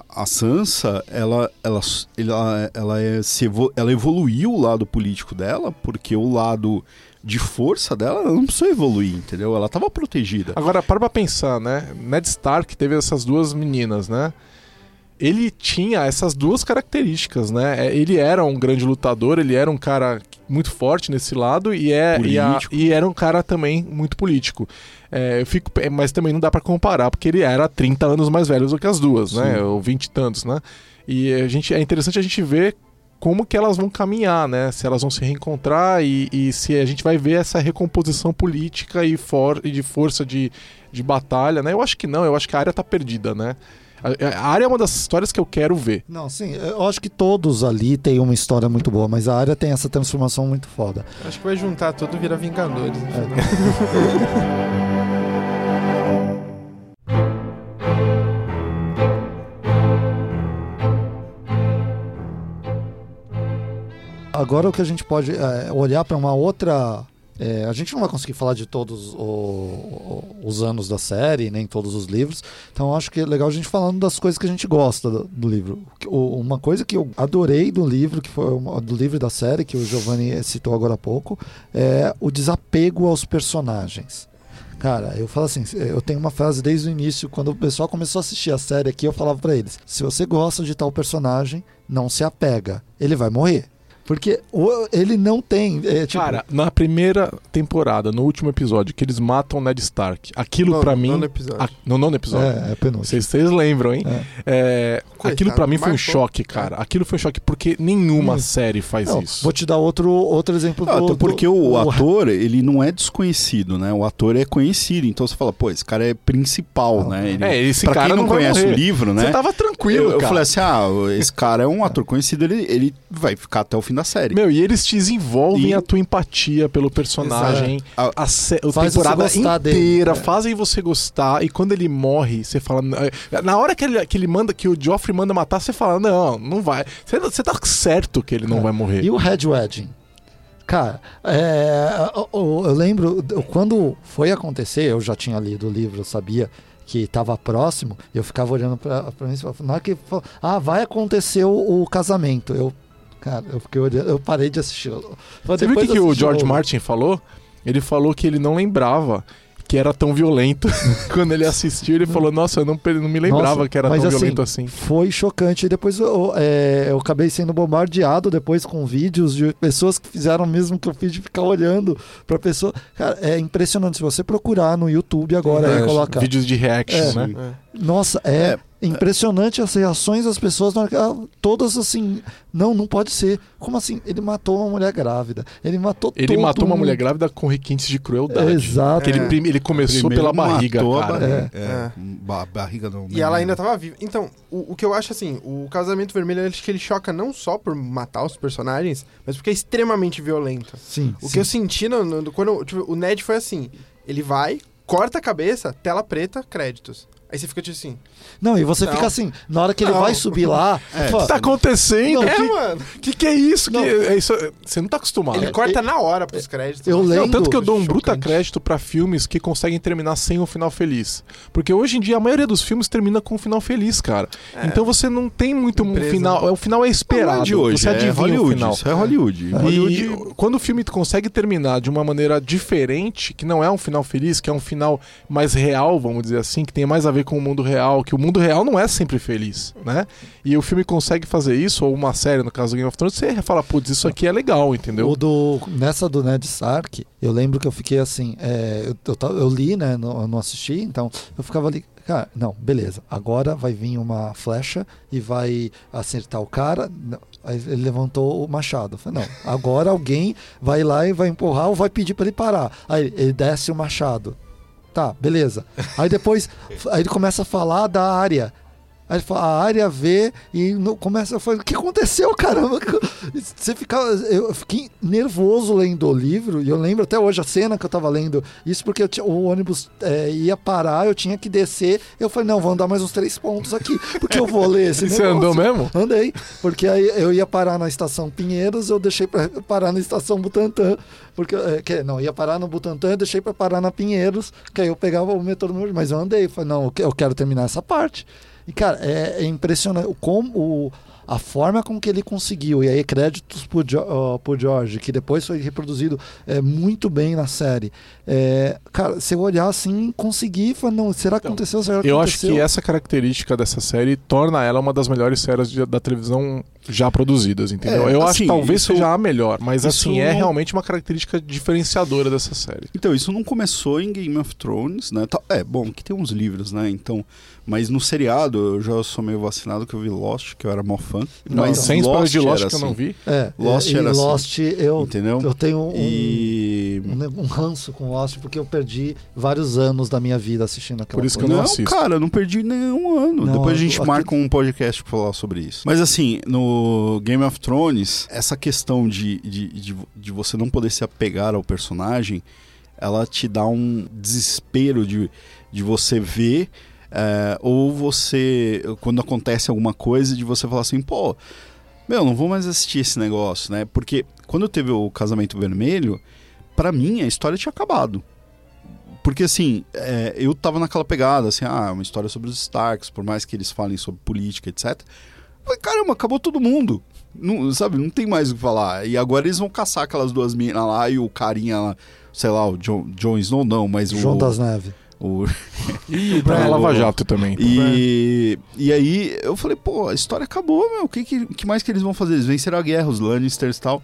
Speaker 1: a Sansa, ela, ela, ela, ela, é- se evo- ela evoluiu o lado político dela, porque o lado de força dela ela não precisou evoluir, entendeu? Ela tava protegida.
Speaker 2: Agora, para pra pensar, né? Ned Stark teve essas duas meninas, né? Ele tinha essas duas características, né? É, Ele era um grande lutador, ele era um cara muito forte nesse lado e, é, e, a-
Speaker 1: Político.
Speaker 2: e era um cara também muito político. É, eu fico, é, mas também não dá pra comparar, porque ele era 30 anos mais velho do que as duas, né? Ou 20 e tantos, né? E a gente, é interessante a gente ver como que elas vão caminhar, né? Se elas vão se reencontrar e, e se a gente vai ver essa recomposição política e, for, e de força de, de batalha, né? Eu acho que não, eu acho que a área tá perdida, né? A, a área é uma das histórias que eu quero ver.
Speaker 3: Não, sim, eu acho que todos ali têm uma história muito boa, mas a área tem essa transformação muito foda.
Speaker 4: Acho que vai juntar tudo e virar Vingadores. no final.
Speaker 3: É. Agora o que a gente pode é, olhar para uma outra. é, a gente não vai conseguir falar de todos o- os anos da série, nem todos os livros. Então eu acho que é legal a gente falando das coisas que a gente gosta do, do livro. O- uma coisa que eu adorei do livro, que foi uma- do livro e da série, que o Giovanni citou agora há pouco, é o desapego aos personagens. Cara, eu falo assim, eu tenho uma frase desde o início, quando o pessoal começou a assistir a série aqui, eu falava pra eles: se você gosta de tal personagem, não se apega, ele vai morrer. Porque o- ele não tem. é, tipo,
Speaker 2: Cara, na primeira temporada, no último episódio, que eles matam o Ned Stark, aquilo
Speaker 4: No-
Speaker 2: pra mim.
Speaker 4: nono episódio.
Speaker 2: a- no nono episódio.
Speaker 3: é, é penúltimo.
Speaker 2: Vocês, vocês lembram, hein? É,
Speaker 4: Coitado,
Speaker 2: aquilo pra mim foi um
Speaker 4: marcou.
Speaker 2: choque, cara. Aquilo foi um choque porque nenhuma
Speaker 3: Hum.
Speaker 2: série faz
Speaker 3: Não,
Speaker 2: isso.
Speaker 3: vou te dar outro, outro exemplo
Speaker 1: Ah,
Speaker 3: do,
Speaker 1: até porque
Speaker 3: do-
Speaker 1: o
Speaker 3: do-
Speaker 1: ator, ele não é desconhecido, né? O ator é conhecido, então você fala, pô, esse cara é principal,
Speaker 3: Ah,
Speaker 1: né? Ele,
Speaker 2: É, esse
Speaker 1: pra
Speaker 2: cara
Speaker 1: quem não,
Speaker 2: vai
Speaker 1: conhece
Speaker 2: morrer.
Speaker 1: o livro, né?
Speaker 2: Você tava tranquilo,
Speaker 1: eu, eu
Speaker 2: cara.
Speaker 1: falei assim, ah, esse cara é um ator conhecido, ele, ele vai ficar até o fim da série.
Speaker 2: Meu, e eles te desenvolvem
Speaker 1: E-
Speaker 2: a tua empatia pelo personagem. A,
Speaker 1: Exato.
Speaker 2: se- a
Speaker 3: Faz você
Speaker 2: temporada
Speaker 3: gostar dele.
Speaker 2: inteira,
Speaker 3: É.
Speaker 2: fazem você gostar. E quando ele morre, você fala. é, Na hora que ele, que ele manda, que o Joffrey manda matar, você fala: Não, não vai. Você, você tá certo que ele não
Speaker 3: É.
Speaker 2: vai morrer.
Speaker 3: E o Red Wedding? Cara, é, eu, eu- eu lembro eu- quando foi acontecer, eu já tinha lido o livro, eu sabia que estava próximo, eu ficava olhando pra, pra mim e falava, na hora que falou, ah, vai acontecer o, o casamento. Eu, cara, eu fiquei olhando, eu parei de assistir.
Speaker 2: Você viu o que, que o George Martin falou? Ele falou que ele não lembrava que era tão violento. Quando ele assistiu, ele falou: Nossa, eu não, pe- não me lembrava
Speaker 3: Nossa,
Speaker 2: que era tão
Speaker 3: mas assim,
Speaker 2: violento assim.
Speaker 3: Foi chocante. E depois eu, é, eu acabei sendo bombardeado depois com vídeos de pessoas que fizeram o mesmo que eu fiz de ficar olhando pra pessoa. Cara, é impressionante. Se você procurar no YouTube agora
Speaker 4: É,
Speaker 3: e colocar.
Speaker 2: Vídeos de reaction,
Speaker 3: né, É.
Speaker 2: né?
Speaker 4: É.
Speaker 3: Nossa, é, impressionante as reações das pessoas, na hora que ela- todas assim, não, não pode ser. Como assim? Ele matou uma mulher grávida. Ele matou
Speaker 2: Ele
Speaker 3: todo
Speaker 2: matou uma
Speaker 3: mundo.
Speaker 2: mulher grávida com requintes de crueldade.
Speaker 3: Exato.
Speaker 2: Ele,
Speaker 4: É.
Speaker 2: prim- ele começou
Speaker 1: Primeiro
Speaker 2: pela barriga,
Speaker 1: matou a
Speaker 2: cara.
Speaker 1: barriga.
Speaker 4: É.
Speaker 1: É, ba- barriga não.
Speaker 4: E
Speaker 1: né?
Speaker 4: ela ainda tava viva. Então, o, o que eu acho assim, o casamento vermelho, eu acho que ele choca não só por matar os personagens, mas porque é extremamente violento.
Speaker 3: Sim.
Speaker 4: O
Speaker 3: sim.
Speaker 4: que eu senti no, no- quando. eu- tipo, o Ned foi assim: ele vai, corta a cabeça, tela preta, créditos. Aí você fica tipo assim.
Speaker 3: Não, e você
Speaker 4: Não.
Speaker 3: fica assim, na hora que ele
Speaker 4: Não.
Speaker 3: vai subir lá,
Speaker 1: É,
Speaker 2: O que
Speaker 3: fala,
Speaker 2: tá acontecendo?
Speaker 3: Não,
Speaker 2: O
Speaker 4: É,
Speaker 2: que,
Speaker 4: mano.
Speaker 2: que que é isso? Que,
Speaker 3: Não.
Speaker 2: é isso? Você não tá acostumado.
Speaker 4: Ele
Speaker 3: é,
Speaker 4: corta
Speaker 3: é-
Speaker 4: na hora pros créditos. né?
Speaker 3: eu
Speaker 4: Nossa,
Speaker 2: Não,
Speaker 3: lembro.
Speaker 2: tanto que eu dou um bruta
Speaker 3: Chocante.
Speaker 2: crédito pra filmes que conseguem terminar sem um final feliz. Porque hoje em dia a maioria dos filmes termina com um final feliz, cara.
Speaker 4: É.
Speaker 2: Então você não tem muito um
Speaker 4: Empresa.
Speaker 2: final. é, O final é
Speaker 1: Não, não
Speaker 2: esperado.
Speaker 1: é de hoje,
Speaker 2: você
Speaker 1: é
Speaker 2: adivinha
Speaker 1: Hollywood.
Speaker 2: o final.
Speaker 1: Isso é Hollywood. Hollywood
Speaker 2: E quando o filme consegue terminar de uma maneira diferente, que não é um final feliz, que é um final mais real, vamos dizer assim, que tem mais a ver ver com o mundo real, que o mundo real não é sempre feliz, né? E o filme consegue fazer isso, ou uma série, no caso do Game of Thrones, você fala, putz, isso aqui é legal, entendeu?
Speaker 3: O do, nessa do Ned Stark, eu lembro que eu fiquei assim, é, eu, eu, tava- eu li, né? Não, eu não assisti, então eu ficava ali. Cara, não, beleza. Agora vai vir uma flecha e vai acertar o cara. Não, Aí ele levantou o machado. Eu falei, não, agora alguém vai lá e vai empurrar ou vai pedir pra ele parar. Aí ele desce o machado. Tá, beleza. Aí depois aí ele começa a falar da área. Aí ele fala, a área vê e não, começa a falar, o que aconteceu, caramba? Você fica, eu fiquei nervoso lendo o livro, e eu lembro até hoje a cena que eu tava lendo, isso porque eu tinha- o ônibus é, ia parar, eu tinha que descer, eu falei, não, vou andar mais uns três pontos aqui, porque eu vou ler esse
Speaker 2: E você
Speaker 3: negócio.
Speaker 2: andou mesmo?
Speaker 3: Andei, porque aí eu ia parar na estação Pinheiros, eu deixei para parar na estação Butantã, porque é, que- não ia parar no Butantã, eu deixei para parar na Pinheiros, que aí eu pegava o metrô número, mas eu andei, falei, não, eu que- eu quero terminar essa parte. E cara, é, é impressionante o como o- a forma com que ele conseguiu, e aí créditos por, Jo- ó, por George, que depois foi reproduzido é, muito bem na série. É, cara, se eu olhar assim, consegui, falei, não, será que
Speaker 2: Então,
Speaker 3: aconteceu? Será que
Speaker 2: Eu acho
Speaker 3: aconteceu?
Speaker 2: que essa característica dessa série torna ela uma das melhores séries de- da televisão já produzidas, entendeu?
Speaker 1: É,
Speaker 2: eu acho
Speaker 1: assim,
Speaker 2: que talvez
Speaker 1: isso-
Speaker 2: seja a melhor, mas
Speaker 1: isso
Speaker 2: assim, é
Speaker 1: não- um-
Speaker 2: realmente uma característica diferenciadora dessa série.
Speaker 1: Então, isso não começou em Game of Thrones, né? Tá- É, bom, que tem uns livros, né? Então, mas no seriado, eu já sou meio vacinado que eu vi Lost, que eu era mó fã.
Speaker 3: Não,
Speaker 1: mas
Speaker 3: então.
Speaker 2: Sem spoiler de Lost
Speaker 1: era
Speaker 2: que eu não
Speaker 1: assim,
Speaker 2: vi.
Speaker 3: É,
Speaker 1: Lost
Speaker 3: e, e
Speaker 1: era assim.
Speaker 3: Lost, eu
Speaker 1: Entendeu?
Speaker 3: Eu tenho um,
Speaker 1: E...
Speaker 2: Hum.
Speaker 3: um, ne- um ranço com Lost porque eu perdi vários anos da minha vida assistindo aquela
Speaker 2: Por isso que eu
Speaker 3: coisa.
Speaker 2: não
Speaker 1: Não,
Speaker 2: assisto.
Speaker 1: cara, eu não perdi nenhum ano.
Speaker 3: Não,
Speaker 1: Depois a
Speaker 3: eu-
Speaker 1: gente
Speaker 3: aqui-
Speaker 1: marca um podcast pra falar sobre isso. Mas assim, no Game of Thrones, essa questão de, de, de, de você não poder se apegar ao personagem, ela te dá um desespero de, de você ver. eh, ou você, quando acontece alguma coisa, de você falar assim, pô, meu, não vou mais assistir esse negócio, né? Porque quando teve o Casamento Vermelho, pra mim a história tinha acabado. Porque assim, é, eu tava naquela pegada, assim, ah, uma história sobre os Starks, por mais que eles falem sobre política, etc. Mas, caramba, acabou todo mundo. Não, sabe, não tem mais o que falar. E agora eles vão caçar aquelas duas meninas lá e o carinha lá, sei lá, o John, John Snow não, mas o,
Speaker 3: João
Speaker 1: Uhum.
Speaker 3: das Neves.
Speaker 1: o
Speaker 2: E tá na
Speaker 1: Brian-
Speaker 2: Lava Jato também. então.
Speaker 1: e, e aí eu falei, pô, a história acabou, meu. O que, que, que mais que eles vão fazer? Eles venceram a guerra, os Lannisters e tal.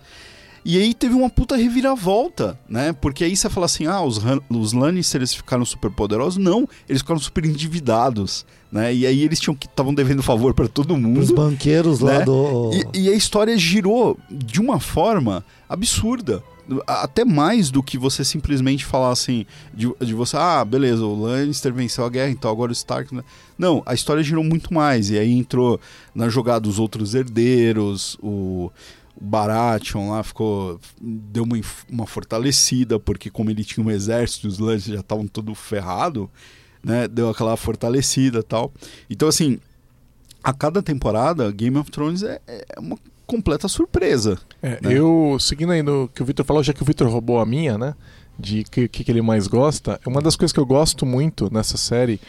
Speaker 1: E aí teve uma puta reviravolta, né? Porque aí você fala assim, ah, os, Han- os Lannisters ficaram super poderosos. Não, eles ficaram super endividados, né? E aí eles tinham que estavam devendo favor pra todo
Speaker 3: Os
Speaker 1: mundo.
Speaker 3: banqueiros lá
Speaker 1: né?
Speaker 3: do.
Speaker 1: E, e a história girou de uma forma absurda. A- Até mais do que você simplesmente falar assim, de, de você, ah, beleza, o Lannister venceu a guerra, então agora o Stark. né? Não, a história girou muito mais. E aí entrou na jogada os outros herdeiros, o. o Baratheon lá ficou. deu uma, enf- uma fortalecida, porque como ele tinha um exército, os Lannisters já estavam todo ferrado, né? Deu aquela fortalecida e tal. Então, assim, a cada temporada, Game of Thrones é, é uma completa surpresa.
Speaker 2: É,
Speaker 1: né?
Speaker 2: Eu, seguindo aí no que o Vitor falou, já que o Vitor roubou a minha, né? De que, que, que ele mais gosta, uma das coisas que eu gosto muito nessa série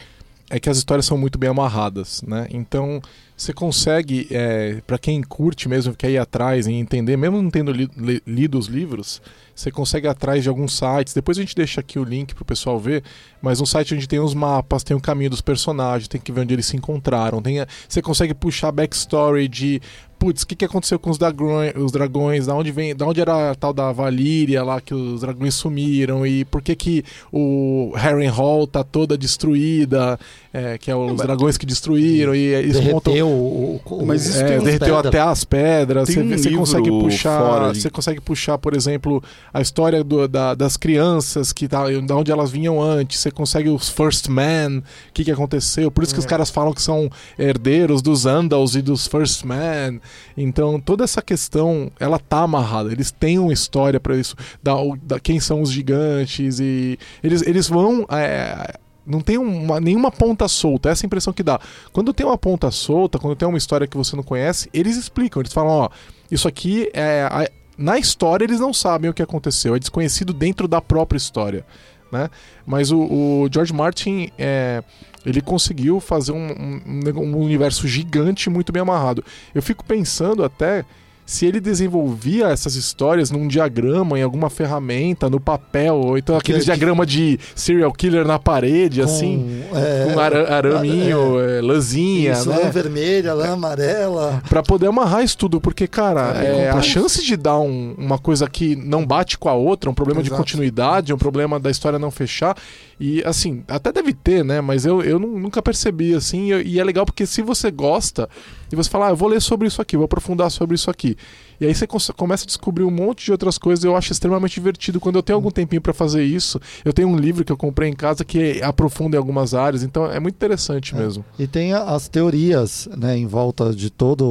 Speaker 2: é que as histórias são muito bem amarradas, né? Então você consegue, é, para quem curte mesmo, quer ir atrás e entender, mesmo não tendo li- le- lido os livros, você consegue ir atrás de alguns sites. Depois a gente deixa aqui o link pro pessoal ver, mas um site onde tem os mapas, tem o caminho dos personagens, tem que ver onde eles se encontraram, tem a- você consegue puxar backstory de putz, o que, que aconteceu com os, dragões, os dragões? Da onde vem, da onde era a tal da Valíria lá que os dragões sumiram e por que que o Harrenhal tá toda destruída, é, que é os
Speaker 1: mas-
Speaker 2: dragões que destruíram e eles
Speaker 3: derreteu
Speaker 2: contam
Speaker 3: o, o, o-
Speaker 1: Mas isso
Speaker 2: é,
Speaker 1: tem uns
Speaker 2: derreteu
Speaker 3: pedras.
Speaker 2: até as pedras.
Speaker 1: Tem
Speaker 2: Você,
Speaker 1: um
Speaker 2: vê- você
Speaker 1: livro
Speaker 2: consegue
Speaker 1: fora
Speaker 2: puxar,
Speaker 1: ali.
Speaker 2: você consegue puxar, por exemplo, a história do- da- das crianças que tá, da onde elas vinham antes. Você consegue os First Men, o que, que aconteceu? Por isso que os
Speaker 4: É.
Speaker 2: caras falam que são herdeiros dos Andals e dos First Men. Então toda essa questão ela tá amarrada. Eles têm uma história para isso. Da, o- da- quem são os gigantes e eles, eles vão é, não tem uma- nenhuma ponta solta, essa é a impressão que dá. Quando tem uma ponta solta, quando tem uma história que você não conhece, eles explicam, eles falam, ó, isso aqui é. a- na história eles não sabem o que aconteceu, é desconhecido dentro da própria história. Né? Mas o, o George Martin é, ele conseguiu fazer um, um- um nego- um universo gigante muito bem amarrado. Eu fico pensando até se ele desenvolvia essas histórias num diagrama, em alguma ferramenta, no papel, ou então aqueles
Speaker 3: que-
Speaker 2: diagrama de serial killer na parede, assim,
Speaker 3: é,
Speaker 2: com ara- araminho, é, lãzinha,
Speaker 3: isso, é. lã
Speaker 2: né?
Speaker 3: vermelha, lã
Speaker 1: É.
Speaker 3: amarela.
Speaker 2: Pra poder amarrar isso tudo, porque, cara,
Speaker 4: É,
Speaker 2: é, a
Speaker 4: complexo.
Speaker 2: chance de dar um- uma coisa que não bate com a outra, um problema de
Speaker 4: Exato.
Speaker 2: continuidade, um problema da história não fechar, e assim, até deve ter, né? Mas eu, eu nu- nunca percebi, assim, e, eu- e é legal porque se você gosta, e você fala, ah, eu vou ler sobre isso aqui, vou aprofundar sobre isso aqui. E aí você cons- começa a descobrir um monte de outras coisas, eu acho extremamente divertido. Quando eu tenho algum tempinho pra fazer isso, eu tenho um livro que eu comprei em casa que aprofunda em algumas áreas, então é muito interessante
Speaker 3: É.
Speaker 2: mesmo.
Speaker 3: E tem a- as teorias né, em volta de toda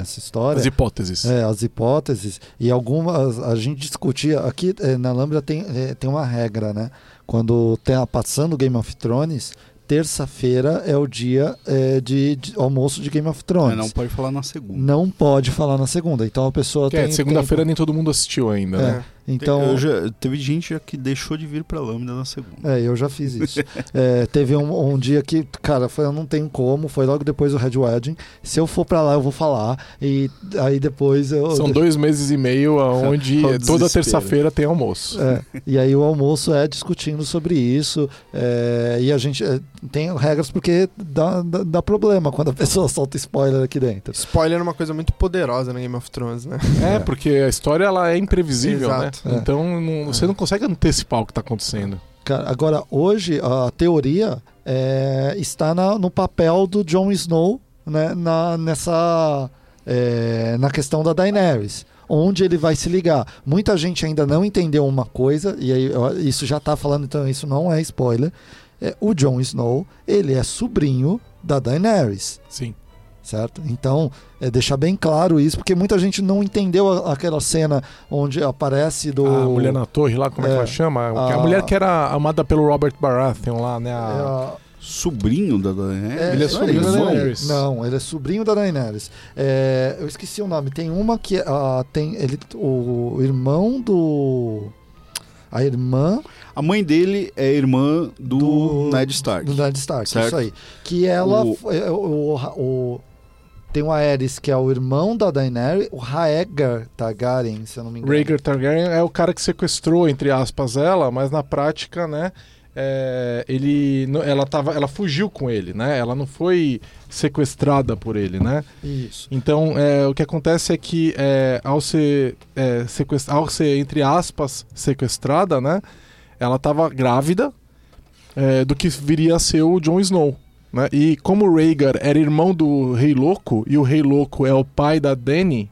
Speaker 3: essa história.
Speaker 2: As hipóteses.
Speaker 3: É, as hipóteses e algumas a gente discutia aqui eh, na Lambda tem, eh, tem uma regra, né? Quando tem a passando Game of Thrones, terça-feira é o dia eh, de, de almoço de Game of
Speaker 1: Mas
Speaker 3: Thrones.
Speaker 1: É, não
Speaker 3: não...
Speaker 1: pode falar na segunda.
Speaker 3: pode falar na segunda, então a pessoa
Speaker 2: Que
Speaker 3: tem
Speaker 2: é, segunda-feira
Speaker 3: tempo.
Speaker 2: nem todo mundo assistiu ainda, né?
Speaker 3: É, então
Speaker 1: Eu já- teve gente já que deixou de vir pra Lambda na segunda.
Speaker 3: É, eu já fiz isso. É, teve um, um dia que, cara, foi, eu não tenho como, foi logo depois do Red Wedding. Se eu for pra lá, eu vou falar. E aí depois eu.
Speaker 2: São dois meses e meio onde
Speaker 1: Ao
Speaker 2: toda
Speaker 1: desespero.
Speaker 2: terça-feira tem almoço.
Speaker 3: É, e aí o almoço é discutindo sobre isso. é, e a gente é, tem regras porque dá, dá, dá problema quando a pessoa solta spoiler aqui dentro.
Speaker 4: Spoiler é uma coisa muito poderosa na Game of Thrones, né?
Speaker 2: É, porque a história ela é imprevisível,
Speaker 4: Exato.
Speaker 2: né?
Speaker 3: É.
Speaker 2: Então não- você não consegue antecipar o que tá acontecendo.
Speaker 3: Cara, agora, hoje, a teoria é, está na- no papel do Jon Snow né, na, nessa, é, na questão da Daenerys. Onde ele vai se ligar. Muita gente ainda não entendeu uma coisa, e aí ó, isso já está falando, então isso não é spoiler. É, o Jon Snow, ele é sobrinho da Daenerys.
Speaker 2: Sim.
Speaker 3: certo? Então, é deixar bem claro isso, porque muita gente não entendeu a- aquela cena onde aparece do
Speaker 2: Ah, A mulher na torre lá, como é, que
Speaker 3: É.
Speaker 2: ela chama? A...
Speaker 3: A-
Speaker 2: mulher que era amada pelo Robert Baratheon lá, né?
Speaker 3: É,
Speaker 2: A...
Speaker 3: a-
Speaker 1: Sobrinho da
Speaker 3: é,
Speaker 1: Daenerys?
Speaker 2: ele é sobrinho da
Speaker 1: irmão?
Speaker 2: Daenerys.
Speaker 3: Não, ele é sobrinho da Daenerys. É, eu esqueci o nome. Tem uma que ah, tem ele o irmão do a irmã
Speaker 1: A mãe dele é irmã do,
Speaker 3: Do-
Speaker 1: Ned Stark.
Speaker 3: do Ned Stark,
Speaker 1: Certo.
Speaker 3: isso aí. Que ela
Speaker 1: O-
Speaker 3: foi- é, o, o- o- tem o Aerys que é o irmão da Daenerys, o Raegar Targaryen, se eu não me engano.
Speaker 2: Rhaegar Targaryen é o cara que sequestrou, entre aspas, ela, mas na prática, né? é, ele, não- ela, tava, ela fugiu com ele, né? Ela não foi sequestrada por ele, né?
Speaker 3: Isso.
Speaker 2: Então, é, o que acontece é que é, ao, ser, é, sequest- ao ser, entre aspas, sequestrada, né? Ela estava grávida é, do que viria a ser o Jon Snow. Né? E como o Rhaegar era irmão do Rei Louco, e o Rei Louco é o pai da Dany,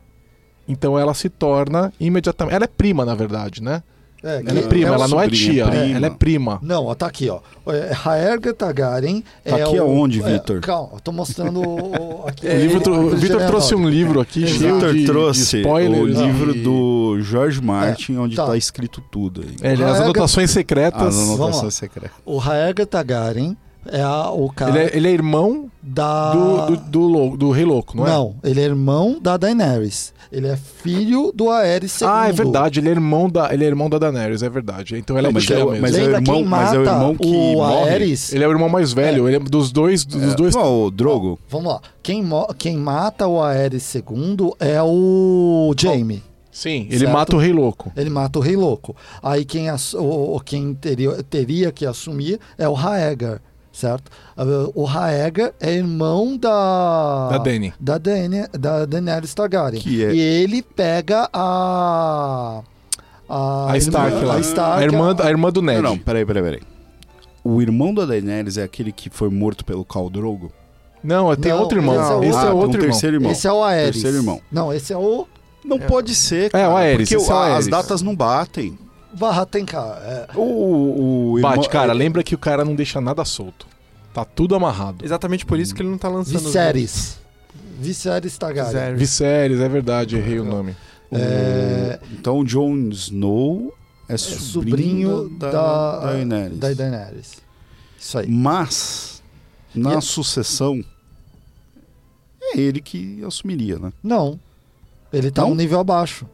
Speaker 2: então ela se torna imediatamente... Ela é prima, na verdade, né?
Speaker 3: É, que-
Speaker 2: Ela é prima,
Speaker 1: é
Speaker 2: ela não é
Speaker 1: sobrinha,
Speaker 2: tia,
Speaker 1: prima.
Speaker 2: ela é prima.
Speaker 3: Não, ó, tá aqui, ó. É, Raerga Targaryen
Speaker 1: Tá
Speaker 3: é
Speaker 1: aqui
Speaker 3: o...
Speaker 1: aonde,
Speaker 3: é,
Speaker 1: Vitor?
Speaker 3: calma, eu tô mostrando o, o- aqui.
Speaker 1: É,
Speaker 2: o livro
Speaker 3: Ele-
Speaker 2: tro- o
Speaker 3: ele
Speaker 2: Vitor
Speaker 3: geral.
Speaker 2: trouxe um livro aqui
Speaker 1: O
Speaker 2: cheio
Speaker 1: é, Victor
Speaker 2: de, de
Speaker 1: trouxe
Speaker 2: spoilers.
Speaker 1: o
Speaker 2: e-
Speaker 1: livro do George Martin, onde
Speaker 3: tá.
Speaker 1: tá. escrito tudo aí.
Speaker 2: É, as
Speaker 3: Raegar-
Speaker 1: Ah,
Speaker 2: anotações secretas.
Speaker 1: As
Speaker 3: vamos lá.
Speaker 1: anotações secretas.
Speaker 3: O Raerga Targaryen é a- o cara
Speaker 2: Ele é, ele é irmão
Speaker 3: da...
Speaker 2: do, do, do, lou- do Rei Louco, não,
Speaker 3: Ah. não,
Speaker 2: é?
Speaker 3: ele é irmão da Daenerys. Ele é filho do Aerys II.
Speaker 2: Ah, é verdade, ele é irmão da, ele é irmão da Daenerys, é verdade. Então ele é
Speaker 1: Não, mas
Speaker 2: tia
Speaker 1: é o-
Speaker 2: mesmo.
Speaker 1: mas é o
Speaker 3: Lembra
Speaker 1: irmão-
Speaker 3: quem
Speaker 1: mas
Speaker 3: mata
Speaker 1: é o irmão que
Speaker 3: o
Speaker 1: morre?
Speaker 3: Aerys?
Speaker 2: Ele é o irmão mais velho, ele é dos dois, dos dois.
Speaker 1: Não, o Drogo.
Speaker 3: Vamos lá. Quem, mo- quem mata o Aerys II é o Jaime.
Speaker 2: Sim, ele
Speaker 3: Certo.
Speaker 2: mata o Rei Louco.
Speaker 3: Ele mata o Rei Louco. Aí quem, ass- o, o- quem teria, teria que assumir é o Raegar, certo? Ah, O Raegar é irmão da.
Speaker 2: Da Dany.
Speaker 3: Da, Dany, da Daenerys Targaryen.
Speaker 1: Que é-
Speaker 3: E ele pega a. A,
Speaker 2: A Stark
Speaker 3: irmã,
Speaker 2: lá.
Speaker 3: Ah, A Stark.
Speaker 2: A irmã, a irmã do Ned.
Speaker 1: Não, não, peraí, peraí, peraí. O irmão da Daenerys é aquele que foi morto pelo Khal Drogo?
Speaker 2: Não, tem
Speaker 3: Não,
Speaker 2: outro irmão.
Speaker 3: esse é o-
Speaker 2: Esse
Speaker 1: ah,
Speaker 2: é
Speaker 1: tem um
Speaker 2: outro irmão.
Speaker 1: terceiro irmão.
Speaker 3: Esse é o Aerys.
Speaker 1: Terceiro irmão.
Speaker 3: Não, esse é o.
Speaker 1: Não pode ser, cara.
Speaker 2: o Aerys,
Speaker 1: Porque
Speaker 2: esse é o
Speaker 1: a-
Speaker 2: Aerys.
Speaker 1: as datas não batem.
Speaker 3: Barratenka. É,
Speaker 1: O, o, o irmão-
Speaker 2: Bate, cara, lembra que o cara não deixa nada solto. Tá tudo amarrado.
Speaker 4: Exatamente por isso que ele não tá lançando. os
Speaker 3: Viserys. Viserys Targaryen.
Speaker 4: Viserys.
Speaker 2: Viserys, é verdade, errei o nome.
Speaker 1: O-
Speaker 3: É-
Speaker 1: Então, Jon Snow é,
Speaker 3: É
Speaker 1: sobrinho,
Speaker 3: sobrinho
Speaker 1: da,
Speaker 3: da,
Speaker 1: Daenerys.
Speaker 3: da Daenerys. Isso aí.
Speaker 1: Mas, na
Speaker 3: E a-
Speaker 1: sucessão, é ele que assumiria, né?
Speaker 3: Não. Ele tá
Speaker 1: Não?
Speaker 3: um nível abaixo.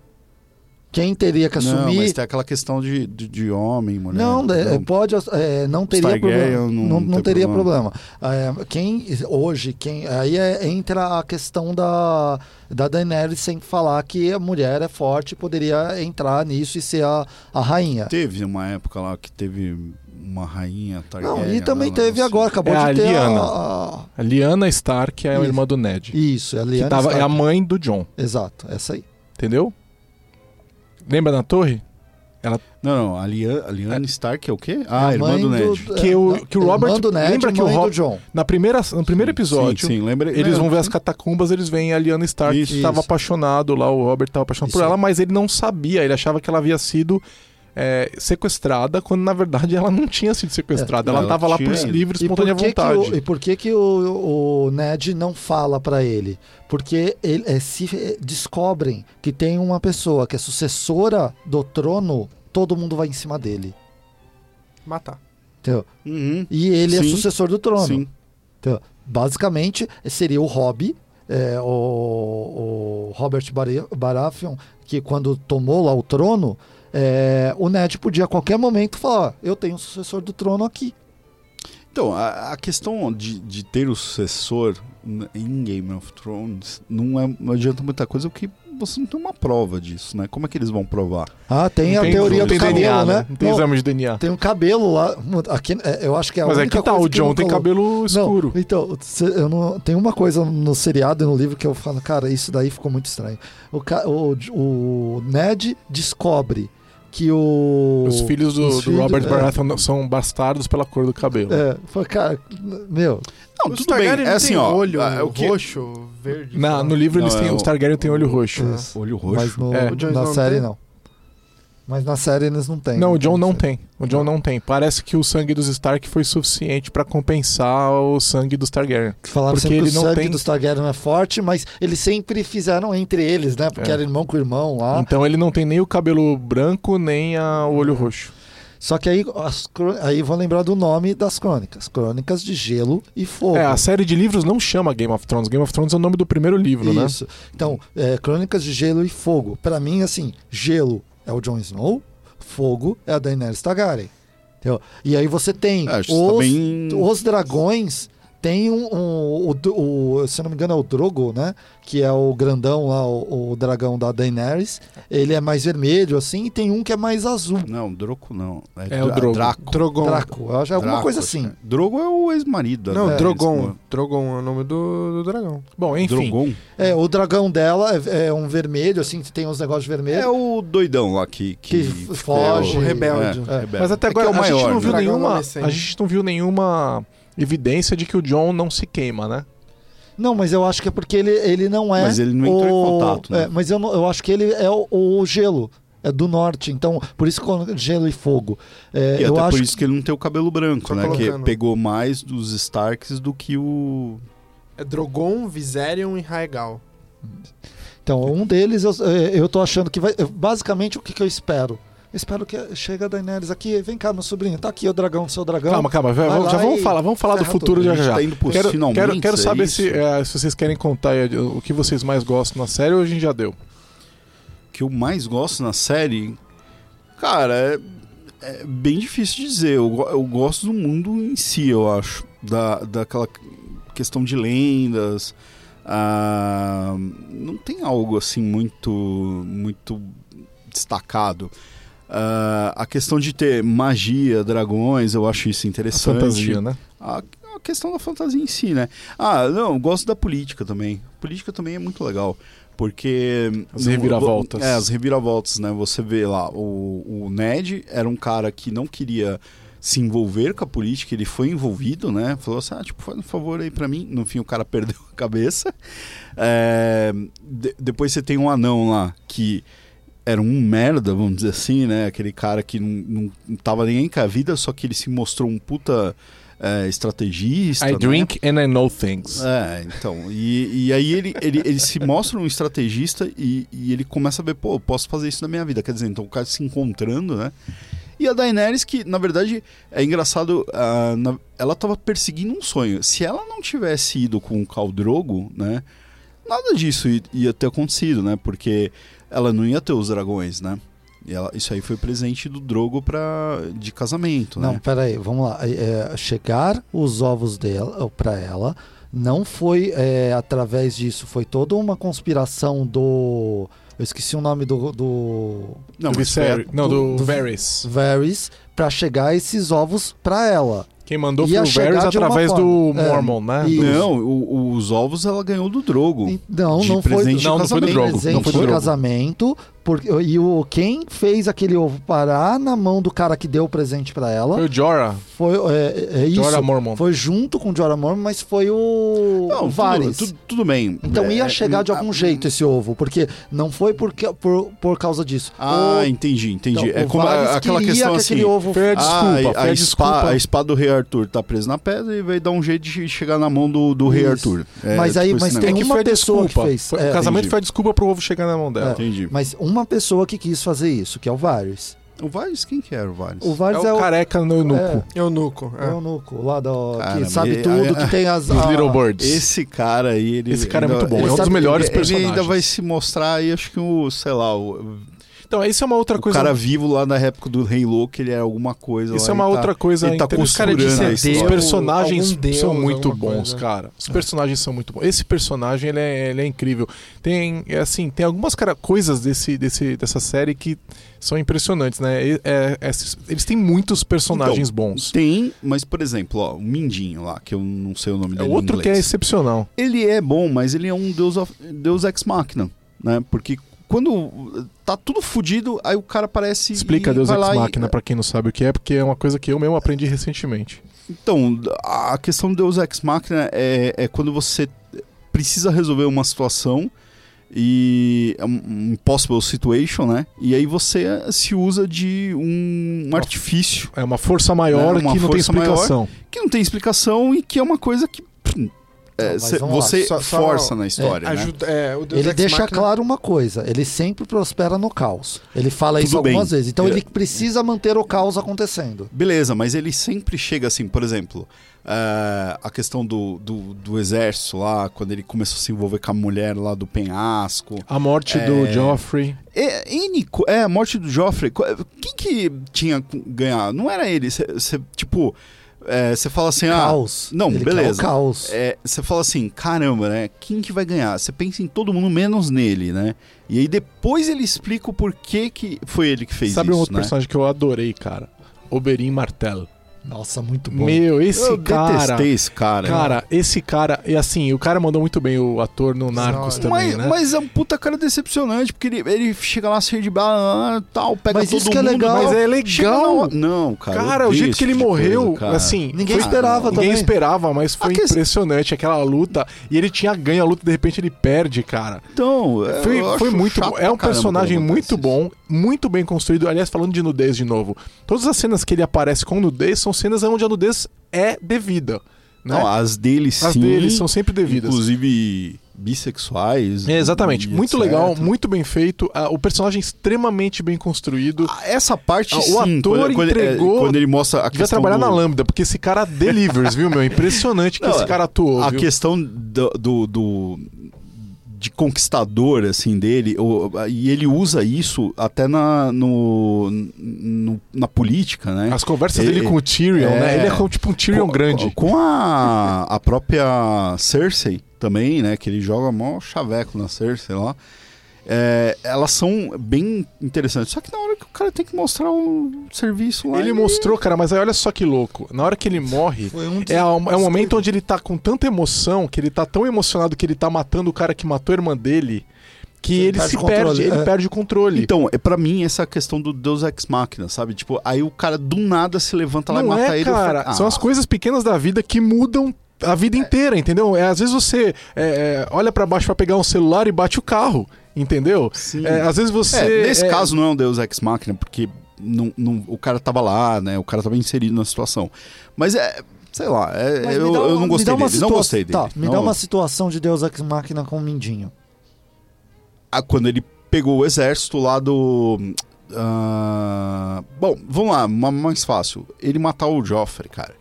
Speaker 3: Quem teria que assumir.
Speaker 1: Não, mas tá, tem aquela questão de, de, de homem, mulher.
Speaker 3: Não, é de-
Speaker 1: então,
Speaker 3: pode, é, não teria
Speaker 1: Stargate,
Speaker 3: problema.
Speaker 1: não
Speaker 3: Não, não
Speaker 1: tem
Speaker 3: teria problema. É, quem hoje, quem aí é- entra a questão da da Daenerys sem falar que a mulher é forte, e poderia entrar nisso e ser a, a rainha.
Speaker 1: Teve uma época lá que teve uma rainha Targaryen. um
Speaker 3: Não, e também
Speaker 1: ela
Speaker 3: teve
Speaker 1: não
Speaker 3: agora, acabou
Speaker 2: É a
Speaker 3: de ter a,
Speaker 2: Lyanna.
Speaker 3: a-
Speaker 2: A Lyanna Stark é a
Speaker 3: Isso.
Speaker 2: irmã do Ned.
Speaker 3: isso, é a
Speaker 2: Que
Speaker 3: Lyanna
Speaker 2: tava, é a
Speaker 3: Stark.
Speaker 2: mãe do John,
Speaker 3: Exato, essa aí.
Speaker 2: entendeu? Lembra na torre?
Speaker 1: sei. Não, não, a Lian- a Lyanna Stark é o quê? Ah,
Speaker 3: a
Speaker 1: irmã
Speaker 3: mãe
Speaker 1: do Ned.
Speaker 3: do-
Speaker 2: Que o-
Speaker 3: é,
Speaker 2: que o
Speaker 3: irmã
Speaker 2: Robert-
Speaker 3: do Ned,
Speaker 2: lembra que o
Speaker 3: mãe
Speaker 2: Ro-
Speaker 3: do John.
Speaker 2: Na primeira, no primeiro episódio, É.
Speaker 1: Sim, sim, lembra?
Speaker 2: eles
Speaker 3: É.
Speaker 1: Não,
Speaker 2: vão ver as catacumbas, eles veem a Lyanna Stark
Speaker 1: Isso.
Speaker 2: que estava
Speaker 3: Isso.
Speaker 2: apaixonado lá, o Robert estava apaixonado por
Speaker 3: Isso.
Speaker 2: ela, mas ele não sabia, ele achava que ela havia sido é, sequestrada, quando na verdade ela não tinha sido
Speaker 1: É,
Speaker 2: sequestrada, ela
Speaker 1: ela
Speaker 2: estava lá
Speaker 1: tinha
Speaker 2: por
Speaker 1: ido.
Speaker 2: livre,
Speaker 3: E por,
Speaker 2: espontânea
Speaker 3: que que
Speaker 2: vontade.
Speaker 3: o, e por que que o, o Ned não fala pra ele? Porque ele, é, se eh, descobrem que tem uma pessoa que é sucessora do trono, todo mundo vai em cima dele.
Speaker 4: Matar.
Speaker 3: Entendeu?
Speaker 1: Uhum,
Speaker 3: E ele é
Speaker 1: Sim.
Speaker 3: sucessor do trono.
Speaker 1: Sim.
Speaker 3: Basicamente, seria o Hobby, é, o, o Robert Bara- Baratheon, que quando tomou lá o trono, é, o Ned podia a qualquer momento falar: "Ó, eu tenho um sucessor do trono aqui.
Speaker 1: Então, a, a questão de, de ter o sucessor n- em Game of Thrones não, é, não adianta muita coisa porque você não tem uma prova disso, né? Como é que eles vão provar?
Speaker 3: Ah, tem
Speaker 2: Não
Speaker 3: a
Speaker 2: tem-
Speaker 3: teoria
Speaker 2: não
Speaker 3: do
Speaker 2: tem
Speaker 3: cabelo,
Speaker 2: DNA,
Speaker 3: né?
Speaker 2: Não tem
Speaker 3: Não,
Speaker 2: exame de DNA.
Speaker 3: Tem um cabelo lá. Aqui, é, eu acho que é a
Speaker 2: Mas
Speaker 3: única
Speaker 2: aqui tá,
Speaker 3: coisa
Speaker 2: o
Speaker 3: que não
Speaker 2: John tem
Speaker 3: colocou.
Speaker 2: cabelo escuro.
Speaker 3: Não, então, cê- eu não, tem uma coisa no seriado e no livro que eu falo, cara, isso daí ficou muito estranho. O, ca- o, o Ned descobre que o.
Speaker 2: Os filhos do,
Speaker 3: os
Speaker 2: do
Speaker 3: filhos-
Speaker 2: Robert
Speaker 3: é.
Speaker 2: Baratheon são bastardos pela cor do cabelo.
Speaker 3: É, fala, cara, meu,
Speaker 1: Não,
Speaker 4: Os
Speaker 1: tudo bem.
Speaker 4: Targaryen
Speaker 1: É
Speaker 4: não
Speaker 1: assim,
Speaker 4: tem
Speaker 1: ó.
Speaker 4: Olho
Speaker 1: ah, o que...
Speaker 4: roxo, verde. sei
Speaker 2: Na-
Speaker 4: lá.
Speaker 2: no livro eles
Speaker 1: Não,
Speaker 2: têm,
Speaker 1: é o-
Speaker 2: os Targaryen têm olho roxo.
Speaker 3: Deus.
Speaker 1: Olho roxo.
Speaker 3: mas no,
Speaker 2: É.
Speaker 4: O Jon
Speaker 3: na
Speaker 4: Snow
Speaker 3: série
Speaker 4: tem?
Speaker 3: não. Mas na série eles não têm. né?
Speaker 2: Não,
Speaker 1: então,
Speaker 2: o John não
Speaker 3: sei.
Speaker 2: tem. O John não tem. Parece que o sangue dos Stark foi suficiente pra compensar o sangue dos Targaryen.
Speaker 3: Falaram
Speaker 2: Porque
Speaker 3: sempre que
Speaker 2: ele
Speaker 3: o
Speaker 2: não
Speaker 3: sangue
Speaker 2: tem-
Speaker 3: dos Targaryen é forte, mas eles sempre fizeram entre eles, né? Porque
Speaker 2: É.
Speaker 3: era irmão com irmão
Speaker 1: Ah.
Speaker 3: lá.
Speaker 2: Então ele não tem nem o cabelo branco, nem a- o olho roxo.
Speaker 3: Só que aí, as crô- aí vou lembrar do nome das crônicas. Crônicas de Gelo e Fogo.
Speaker 2: É, a série de livros não chama Game of Thrones. Game of Thrones é o nome do primeiro livro, né?
Speaker 3: Isso. Então, é, Crônicas de Gelo e Fogo. Pra mim, assim, Gelo é o Jon Snow, Fogo é a Daenerys Targaryen. Entendeu? E aí você tem
Speaker 1: Ah,
Speaker 3: os,
Speaker 1: acho que tá bem-
Speaker 3: os dragões. Tem um, um- o, do- o- se eu não me engano é o Drogo, né? Que é o grandão lá, o, o dragão da Daenerys. Ele é mais vermelho, assim, e tem um que é mais azul.
Speaker 1: Não, Drogo não.
Speaker 2: É o Drogo.
Speaker 1: Draco.
Speaker 4: Drogon.
Speaker 3: Draco, eu acho, é alguma
Speaker 1: Draco,
Speaker 3: coisa
Speaker 1: acho
Speaker 3: assim.
Speaker 1: que é. Drogo é o ex-marido. da
Speaker 4: Não,
Speaker 1: Daenerys,
Speaker 4: Drogon.
Speaker 1: né?
Speaker 4: Drogon é o nome do, do dragão.
Speaker 2: Bom, enfim.
Speaker 1: Drogon.
Speaker 3: É, o dragão dela é, é um vermelho, assim, que tem uns negócios
Speaker 1: É
Speaker 3: vermelhos.
Speaker 1: o doidão lá que... Que,
Speaker 3: Que f-
Speaker 4: É
Speaker 3: foge.
Speaker 4: o rebelde.
Speaker 1: É,
Speaker 3: É.
Speaker 1: rebelde.
Speaker 2: Mas até
Speaker 1: É que
Speaker 2: agora
Speaker 1: é o
Speaker 2: a, gente
Speaker 1: maior,
Speaker 2: não viu
Speaker 1: né?
Speaker 4: Dragão
Speaker 2: nenhuma,
Speaker 4: adolescente.
Speaker 2: a gente não viu nenhuma evidência de que o John não se queima, né?
Speaker 3: Não, mas eu acho que é porque ele, ele não é.
Speaker 1: Mas ele não entrou em contato, né?
Speaker 3: É, mas eu, não- eu acho que ele é o, o gelo. É do norte, então, por isso que quando- gelo e fogo. É,
Speaker 1: E
Speaker 3: eu
Speaker 1: até
Speaker 3: acho
Speaker 1: por isso que ele não tem o cabelo branco,
Speaker 4: Só
Speaker 1: né?
Speaker 4: colocando.
Speaker 1: Que pegou mais dos Starks do que o...
Speaker 4: É Drogon, Viserion e Raegal.
Speaker 3: Então, um deles eu, é, eu tô achando que vai. eu- basicamente, o que, que eu espero? Eu espero que chega a Daenerys aqui, vem cá, meu sobrinho, tá aqui o dragão, seu dragão.
Speaker 2: Calma, calma.
Speaker 3: vai
Speaker 2: vamos- já
Speaker 3: lá
Speaker 2: vamos
Speaker 3: e
Speaker 2: falar. Vamos falar do
Speaker 3: ferra
Speaker 2: futuro
Speaker 3: tudo.
Speaker 2: já
Speaker 1: A gente
Speaker 2: já.
Speaker 1: tá indo pro
Speaker 2: Quero,
Speaker 1: finalmente,
Speaker 2: quero, quero
Speaker 1: é
Speaker 2: saber
Speaker 1: isso?
Speaker 2: se, eh, se vocês querem contar eh, o que vocês mais gostam na série ou a gente já deu.
Speaker 1: que eu mais gosto na série, cara, é, é bem difícil de dizer. Eu, go- eu gosto do mundo em si, eu acho. Da, daquela questão de lendas. Ah, não tem algo assim muito, muito destacado. Ah, a questão de ter magia, dragões, eu acho isso
Speaker 2: A
Speaker 1: interessante.
Speaker 2: fantasia, né?
Speaker 1: A, a questão da fantasia em si, né? Ah, não, eu gosto da política também. Política também é muito legal. Porque.
Speaker 2: As
Speaker 1: não-
Speaker 2: reviravoltas.
Speaker 1: É, as reviravoltas, né? Você vê lá, o, o Ned era um cara que não queria se envolver com a política, ele foi envolvido, né? Falou assim, ah, tipo, faz um favor aí pra mim. No fim, o cara perdeu a cabeça. É, de- depois você tem um anão lá que era um merda, vamos dizer assim, né? Aquele cara que não, não, não tava nem aí com a vida, só que ele se mostrou um puta é, estrategista.
Speaker 2: I
Speaker 1: né?
Speaker 2: drink and I know things.
Speaker 1: É, então. E, e aí ele, ele, ele se mostra um estrategista e, e ele começa a ver, pô, eu posso fazer isso na minha vida. Quer dizer, então o cara se encontrando, né? E a Daenerys, que na verdade é engraçado, ah, na- ela tava perseguindo um sonho. Se ela não tivesse ido com o Khal Drogo, né? Nada disso i- ia ter acontecido, né? Porque ela não ia ter os dragões, né? E ela- isso aí foi presente do Drogo pra, de casamento,
Speaker 3: Não,
Speaker 1: né?
Speaker 3: peraí, vamos lá. É, é, chegar os ovos dela para ela não foi é, através disso, foi toda uma conspiração do. Eu esqueci o nome do, do
Speaker 1: Não,
Speaker 2: do
Speaker 1: mas foi
Speaker 2: Viserys. é- Não, do,
Speaker 3: do- do-
Speaker 2: Varys.
Speaker 3: Varys para chegar esses ovos para ela.
Speaker 2: Quem mandou foi
Speaker 3: Ia
Speaker 2: o
Speaker 3: chegar
Speaker 2: Varys
Speaker 3: de uma
Speaker 2: através do
Speaker 3: forma. É.
Speaker 2: Mormon, né?
Speaker 3: E-
Speaker 2: Do-
Speaker 1: Não, o- os ovos ela ganhou do Drogo.
Speaker 3: E- Não,
Speaker 1: de
Speaker 3: não foi.
Speaker 1: presente
Speaker 2: Não, não foi do
Speaker 1: casamento.
Speaker 2: Drogo, não
Speaker 3: presente
Speaker 2: foi do
Speaker 3: de
Speaker 2: Drogo.
Speaker 3: casamento. Porque, e o, quem fez aquele ovo parar na mão do cara que deu o presente para ela
Speaker 2: Foi o Jorah.
Speaker 3: foi. É, é isso.
Speaker 2: Jorah Mormont.
Speaker 3: Foi junto com o Jorah Mormon, mas foi o.
Speaker 1: Não,
Speaker 3: o
Speaker 1: tudo-
Speaker 3: Varys.
Speaker 1: Tudo, tudo bem.
Speaker 3: Então
Speaker 1: É,
Speaker 3: ia chegar de
Speaker 1: a-
Speaker 3: algum jeito esse ovo, porque não foi porque, por, por causa disso.
Speaker 1: Ah,
Speaker 3: O-
Speaker 1: entendi, entendi.
Speaker 3: então,
Speaker 1: é
Speaker 3: o
Speaker 1: como
Speaker 3: Varys
Speaker 1: a- aquela
Speaker 3: queria
Speaker 1: questão
Speaker 3: que
Speaker 1: assim.
Speaker 3: aquele ovo
Speaker 2: Foi a desculpa,
Speaker 1: ah,
Speaker 2: foi
Speaker 1: a,
Speaker 2: a
Speaker 1: espa- a
Speaker 2: desculpa.
Speaker 1: espada do rei Arthur tá presa na pedra e vai dar um jeito de chegar na mão do, do rei
Speaker 3: Isso.
Speaker 1: Arthur. É,
Speaker 3: Mas aí-
Speaker 1: tipo esse
Speaker 3: mas
Speaker 1: negócio.
Speaker 3: tem
Speaker 2: É que
Speaker 3: uma
Speaker 2: foi a
Speaker 3: pessoa que
Speaker 2: desculpa.
Speaker 3: fez.
Speaker 2: Foi-
Speaker 3: É.
Speaker 2: o casamento
Speaker 1: Entendi. É.
Speaker 2: foi a desculpa pro ovo chegar na mão
Speaker 3: um-
Speaker 2: dela.
Speaker 1: Entendi.
Speaker 3: Mas uma pessoa que quis fazer isso, que é o Varys.
Speaker 1: O Varys, quem que era o Varys?
Speaker 3: O
Speaker 2: É,
Speaker 3: Varys
Speaker 2: o careca no eunuco.
Speaker 4: Eu nuco.
Speaker 3: É, é o Nuco, lá do,
Speaker 1: Caramba,
Speaker 3: que sabe
Speaker 1: e-
Speaker 3: tudo,
Speaker 1: a-
Speaker 3: que tem as.
Speaker 2: Dos
Speaker 3: a-
Speaker 2: Little Birds.
Speaker 1: Esse cara aí, ele.
Speaker 2: Esse cara é
Speaker 1: ainda-
Speaker 2: muito bom,
Speaker 1: ele
Speaker 2: é um dos
Speaker 1: sabe-
Speaker 2: melhores
Speaker 1: ele- Ele ainda
Speaker 2: personagens.
Speaker 1: vai se mostrar aí, acho que o, sei lá, o,
Speaker 2: Então, isso é uma outra
Speaker 1: o
Speaker 2: coisa.
Speaker 1: cara vivo lá na época do Rei Louco, ele era alguma coisa.
Speaker 2: Isso
Speaker 1: lá
Speaker 2: é uma
Speaker 1: e tá-
Speaker 2: outra coisa.
Speaker 1: ele tá
Speaker 2: interessante.
Speaker 1: Os caras de costurando a CD,
Speaker 2: Os
Speaker 1: história.
Speaker 2: personagens
Speaker 4: algum deus,
Speaker 2: são muito
Speaker 4: alguma
Speaker 2: bons,
Speaker 4: coisa.
Speaker 2: cara. Os personagens são muito bons. Esse personagem, ele é, ele é incrível. Tem, é assim, tem algumas cara- coisas desse, desse, dessa série que são impressionantes, né? E- é- é- eles têm muitos personagens
Speaker 1: Então,
Speaker 2: bons.
Speaker 1: Tem, mas por exemplo, ó, o Mindinho lá, que eu não sei o nome
Speaker 2: É
Speaker 1: dele. em
Speaker 2: outro que é
Speaker 1: inglês.
Speaker 2: excepcional.
Speaker 1: Ele é bom, mas ele é um deus, of- deus ex machina, né? Porque quando tá tudo fudido, aí o cara parece.
Speaker 2: Explica
Speaker 1: e
Speaker 2: Deus
Speaker 1: vai
Speaker 2: Ex
Speaker 1: lá e-
Speaker 2: Machina pra quem não sabe o que é, porque é uma coisa que eu mesmo aprendi recentemente.
Speaker 1: Então, a questão do Deus Ex Machina é, é quando você precisa resolver uma situação e é um- um impossible situation, né? E aí você se usa de um artifício
Speaker 2: É uma força maior
Speaker 1: É, uma
Speaker 2: que não tem
Speaker 1: força maior.
Speaker 2: explicação.
Speaker 1: que não tem explicação e que é uma coisa que pff, é,
Speaker 3: mas
Speaker 1: cê-
Speaker 3: vamos lá,
Speaker 1: você
Speaker 4: só- só-
Speaker 1: força na história, né?
Speaker 4: Ajuda, é, o Deus
Speaker 3: Ele
Speaker 4: Ex
Speaker 3: deixa
Speaker 4: Machina-
Speaker 3: claro uma coisa, ele sempre prospera no caos. Ele fala
Speaker 1: Tudo
Speaker 3: isso algumas
Speaker 1: bem.
Speaker 3: vezes. Então
Speaker 1: É.
Speaker 3: ele precisa manter o caos acontecendo.
Speaker 1: Beleza, mas ele sempre chega assim, por exemplo, é, a questão do, do, do exército lá, quando ele começou a se envolver com a mulher lá do penhasco.
Speaker 2: A morte
Speaker 1: É.
Speaker 2: do Joffrey.
Speaker 1: É, N co- é, a morte do Joffrey. co- Quem que tinha ganhado? Não era ele. Você, tipo, você fala assim, ah.
Speaker 3: caos.
Speaker 1: não,
Speaker 3: ele
Speaker 1: beleza.
Speaker 3: Quer o caos.
Speaker 1: Você fala assim, caramba, né? Quem que vai ganhar? Você pensa em todo mundo menos nele, né? E aí depois ele explica o porquê que foi ele que fez
Speaker 2: Sabe
Speaker 1: isso.
Speaker 2: um outro
Speaker 1: né?
Speaker 2: personagem que eu adorei, cara? Oberyn Martell.
Speaker 3: Nossa, muito bom.
Speaker 2: Meu, esse
Speaker 1: Eu
Speaker 2: cara.
Speaker 1: detestei esse cara.
Speaker 2: Cara, esse cara. E assim, o cara mandou muito bem o ator no Narcos
Speaker 4: Mas-
Speaker 2: também,
Speaker 1: mas,
Speaker 2: né?
Speaker 1: mas é um puta cara decepcionante, porque ele, ele chega lá cheio de bala, tal, pega
Speaker 3: Mas
Speaker 1: todo
Speaker 3: isso que é
Speaker 1: mundo,
Speaker 3: legal.
Speaker 1: mas
Speaker 2: Mas é
Speaker 1: chega na
Speaker 2: legal.
Speaker 1: hora- Não, cara. eu
Speaker 2: Cara, o
Speaker 1: odeio
Speaker 2: jeito
Speaker 1: esse
Speaker 2: que ele
Speaker 1: tipo de coisa,
Speaker 2: morreu,
Speaker 1: cara.
Speaker 2: assim.
Speaker 3: Ninguém
Speaker 2: foi-
Speaker 1: tá
Speaker 3: esperava
Speaker 2: Ninguém
Speaker 3: também.
Speaker 2: esperava, mas foi
Speaker 1: A questão-
Speaker 2: impressionante aquela luta. E ele tinha ganho a luta, de repente ele perde, cara.
Speaker 1: Então, é,
Speaker 2: Foi,
Speaker 1: eu acho
Speaker 2: foi muito
Speaker 1: chato
Speaker 2: bom. É um
Speaker 1: pra caramba
Speaker 2: personagem
Speaker 1: quando acontece
Speaker 2: muito
Speaker 1: isso.
Speaker 2: bom, muito bem construído. Aliás, falando de nudez de novo, todas as cenas que ele aparece com nudez são cenas onde a nudez é devida. Né?
Speaker 1: Não, as dele sim.
Speaker 2: As deles são sempre devidas.
Speaker 1: Inclusive bissexuais.
Speaker 2: É, exatamente.
Speaker 1: e
Speaker 2: Muito
Speaker 1: etc.
Speaker 2: legal, muito bem feito. Ah, o personagem extremamente bem construído.
Speaker 1: Ah, Essa parte
Speaker 2: Ah, o
Speaker 1: sim,
Speaker 2: ator
Speaker 1: quando, quando ele- é,
Speaker 2: entregou-
Speaker 1: quando ele mostra a
Speaker 2: Devia
Speaker 1: questão
Speaker 2: trabalhar
Speaker 1: do-
Speaker 2: na Lambda, porque esse cara delivers, viu, meu? É Impressionante que
Speaker 1: Não,
Speaker 2: esse cara atuou.
Speaker 1: a
Speaker 2: viu?
Speaker 1: questão do, do- do- de conquistador assim dele o- e ele usa isso até na no, no- na política né
Speaker 2: As conversas
Speaker 1: Ele-
Speaker 2: dele com o Tyrion,
Speaker 1: é.
Speaker 2: né? Ele é como tipo um Tyrion
Speaker 1: Com-
Speaker 2: grande.
Speaker 1: com a, a própria Cersei também né que ele joga mó chaveco na Cersei lá É, elas são bem interessantes só que na hora que o cara tem que mostrar o serviço lá
Speaker 2: Ele mostrou, cara, mas aí olha só que louco. Na hora que ele morre,
Speaker 3: Foi um
Speaker 2: é, a- é um momento onde ele tá com tanta emoção, que ele tá tão emocionado que ele tá matando o cara que matou a irmã dele, que ele,
Speaker 3: perde
Speaker 2: se
Speaker 3: o controle,
Speaker 2: perde, ele
Speaker 3: é.
Speaker 2: perde o controle.
Speaker 1: Então, é para mim essa questão do Deus Ex Machina, sabe? Tipo, aí o cara do nada se levanta lá e
Speaker 2: Não
Speaker 1: mata
Speaker 2: é,
Speaker 1: ele. eu falo,
Speaker 2: cara.
Speaker 1: "Ah,
Speaker 2: São as coisas pequenas da vida que mudam a vida inteira, entendeu? É, às vezes você é, é, olha pra baixo pra pegar um celular e bate o carro, entendeu?
Speaker 1: sim.
Speaker 2: É, às vezes você.
Speaker 1: É, nesse
Speaker 2: é,
Speaker 1: caso não é um Deus Ex Machina, porque não, não- o cara tava lá, né? O cara tava inserido na situação. Mas é, sei lá, é-
Speaker 3: Mas me
Speaker 1: eu,
Speaker 3: dá uma-
Speaker 1: eu não
Speaker 3: me
Speaker 1: gostei
Speaker 3: dá uma
Speaker 1: dele. Não
Speaker 3: situa-
Speaker 1: gostei dele.
Speaker 3: Tá, me
Speaker 1: Não
Speaker 3: dá uma
Speaker 1: gostei.
Speaker 3: situação de Deus Ex Machina com o Mindinho.
Speaker 1: Ah, Quando ele pegou o exército lá do... ah, bom, vamos lá, ma- mais fácil. Ele matar o Joffrey, cara.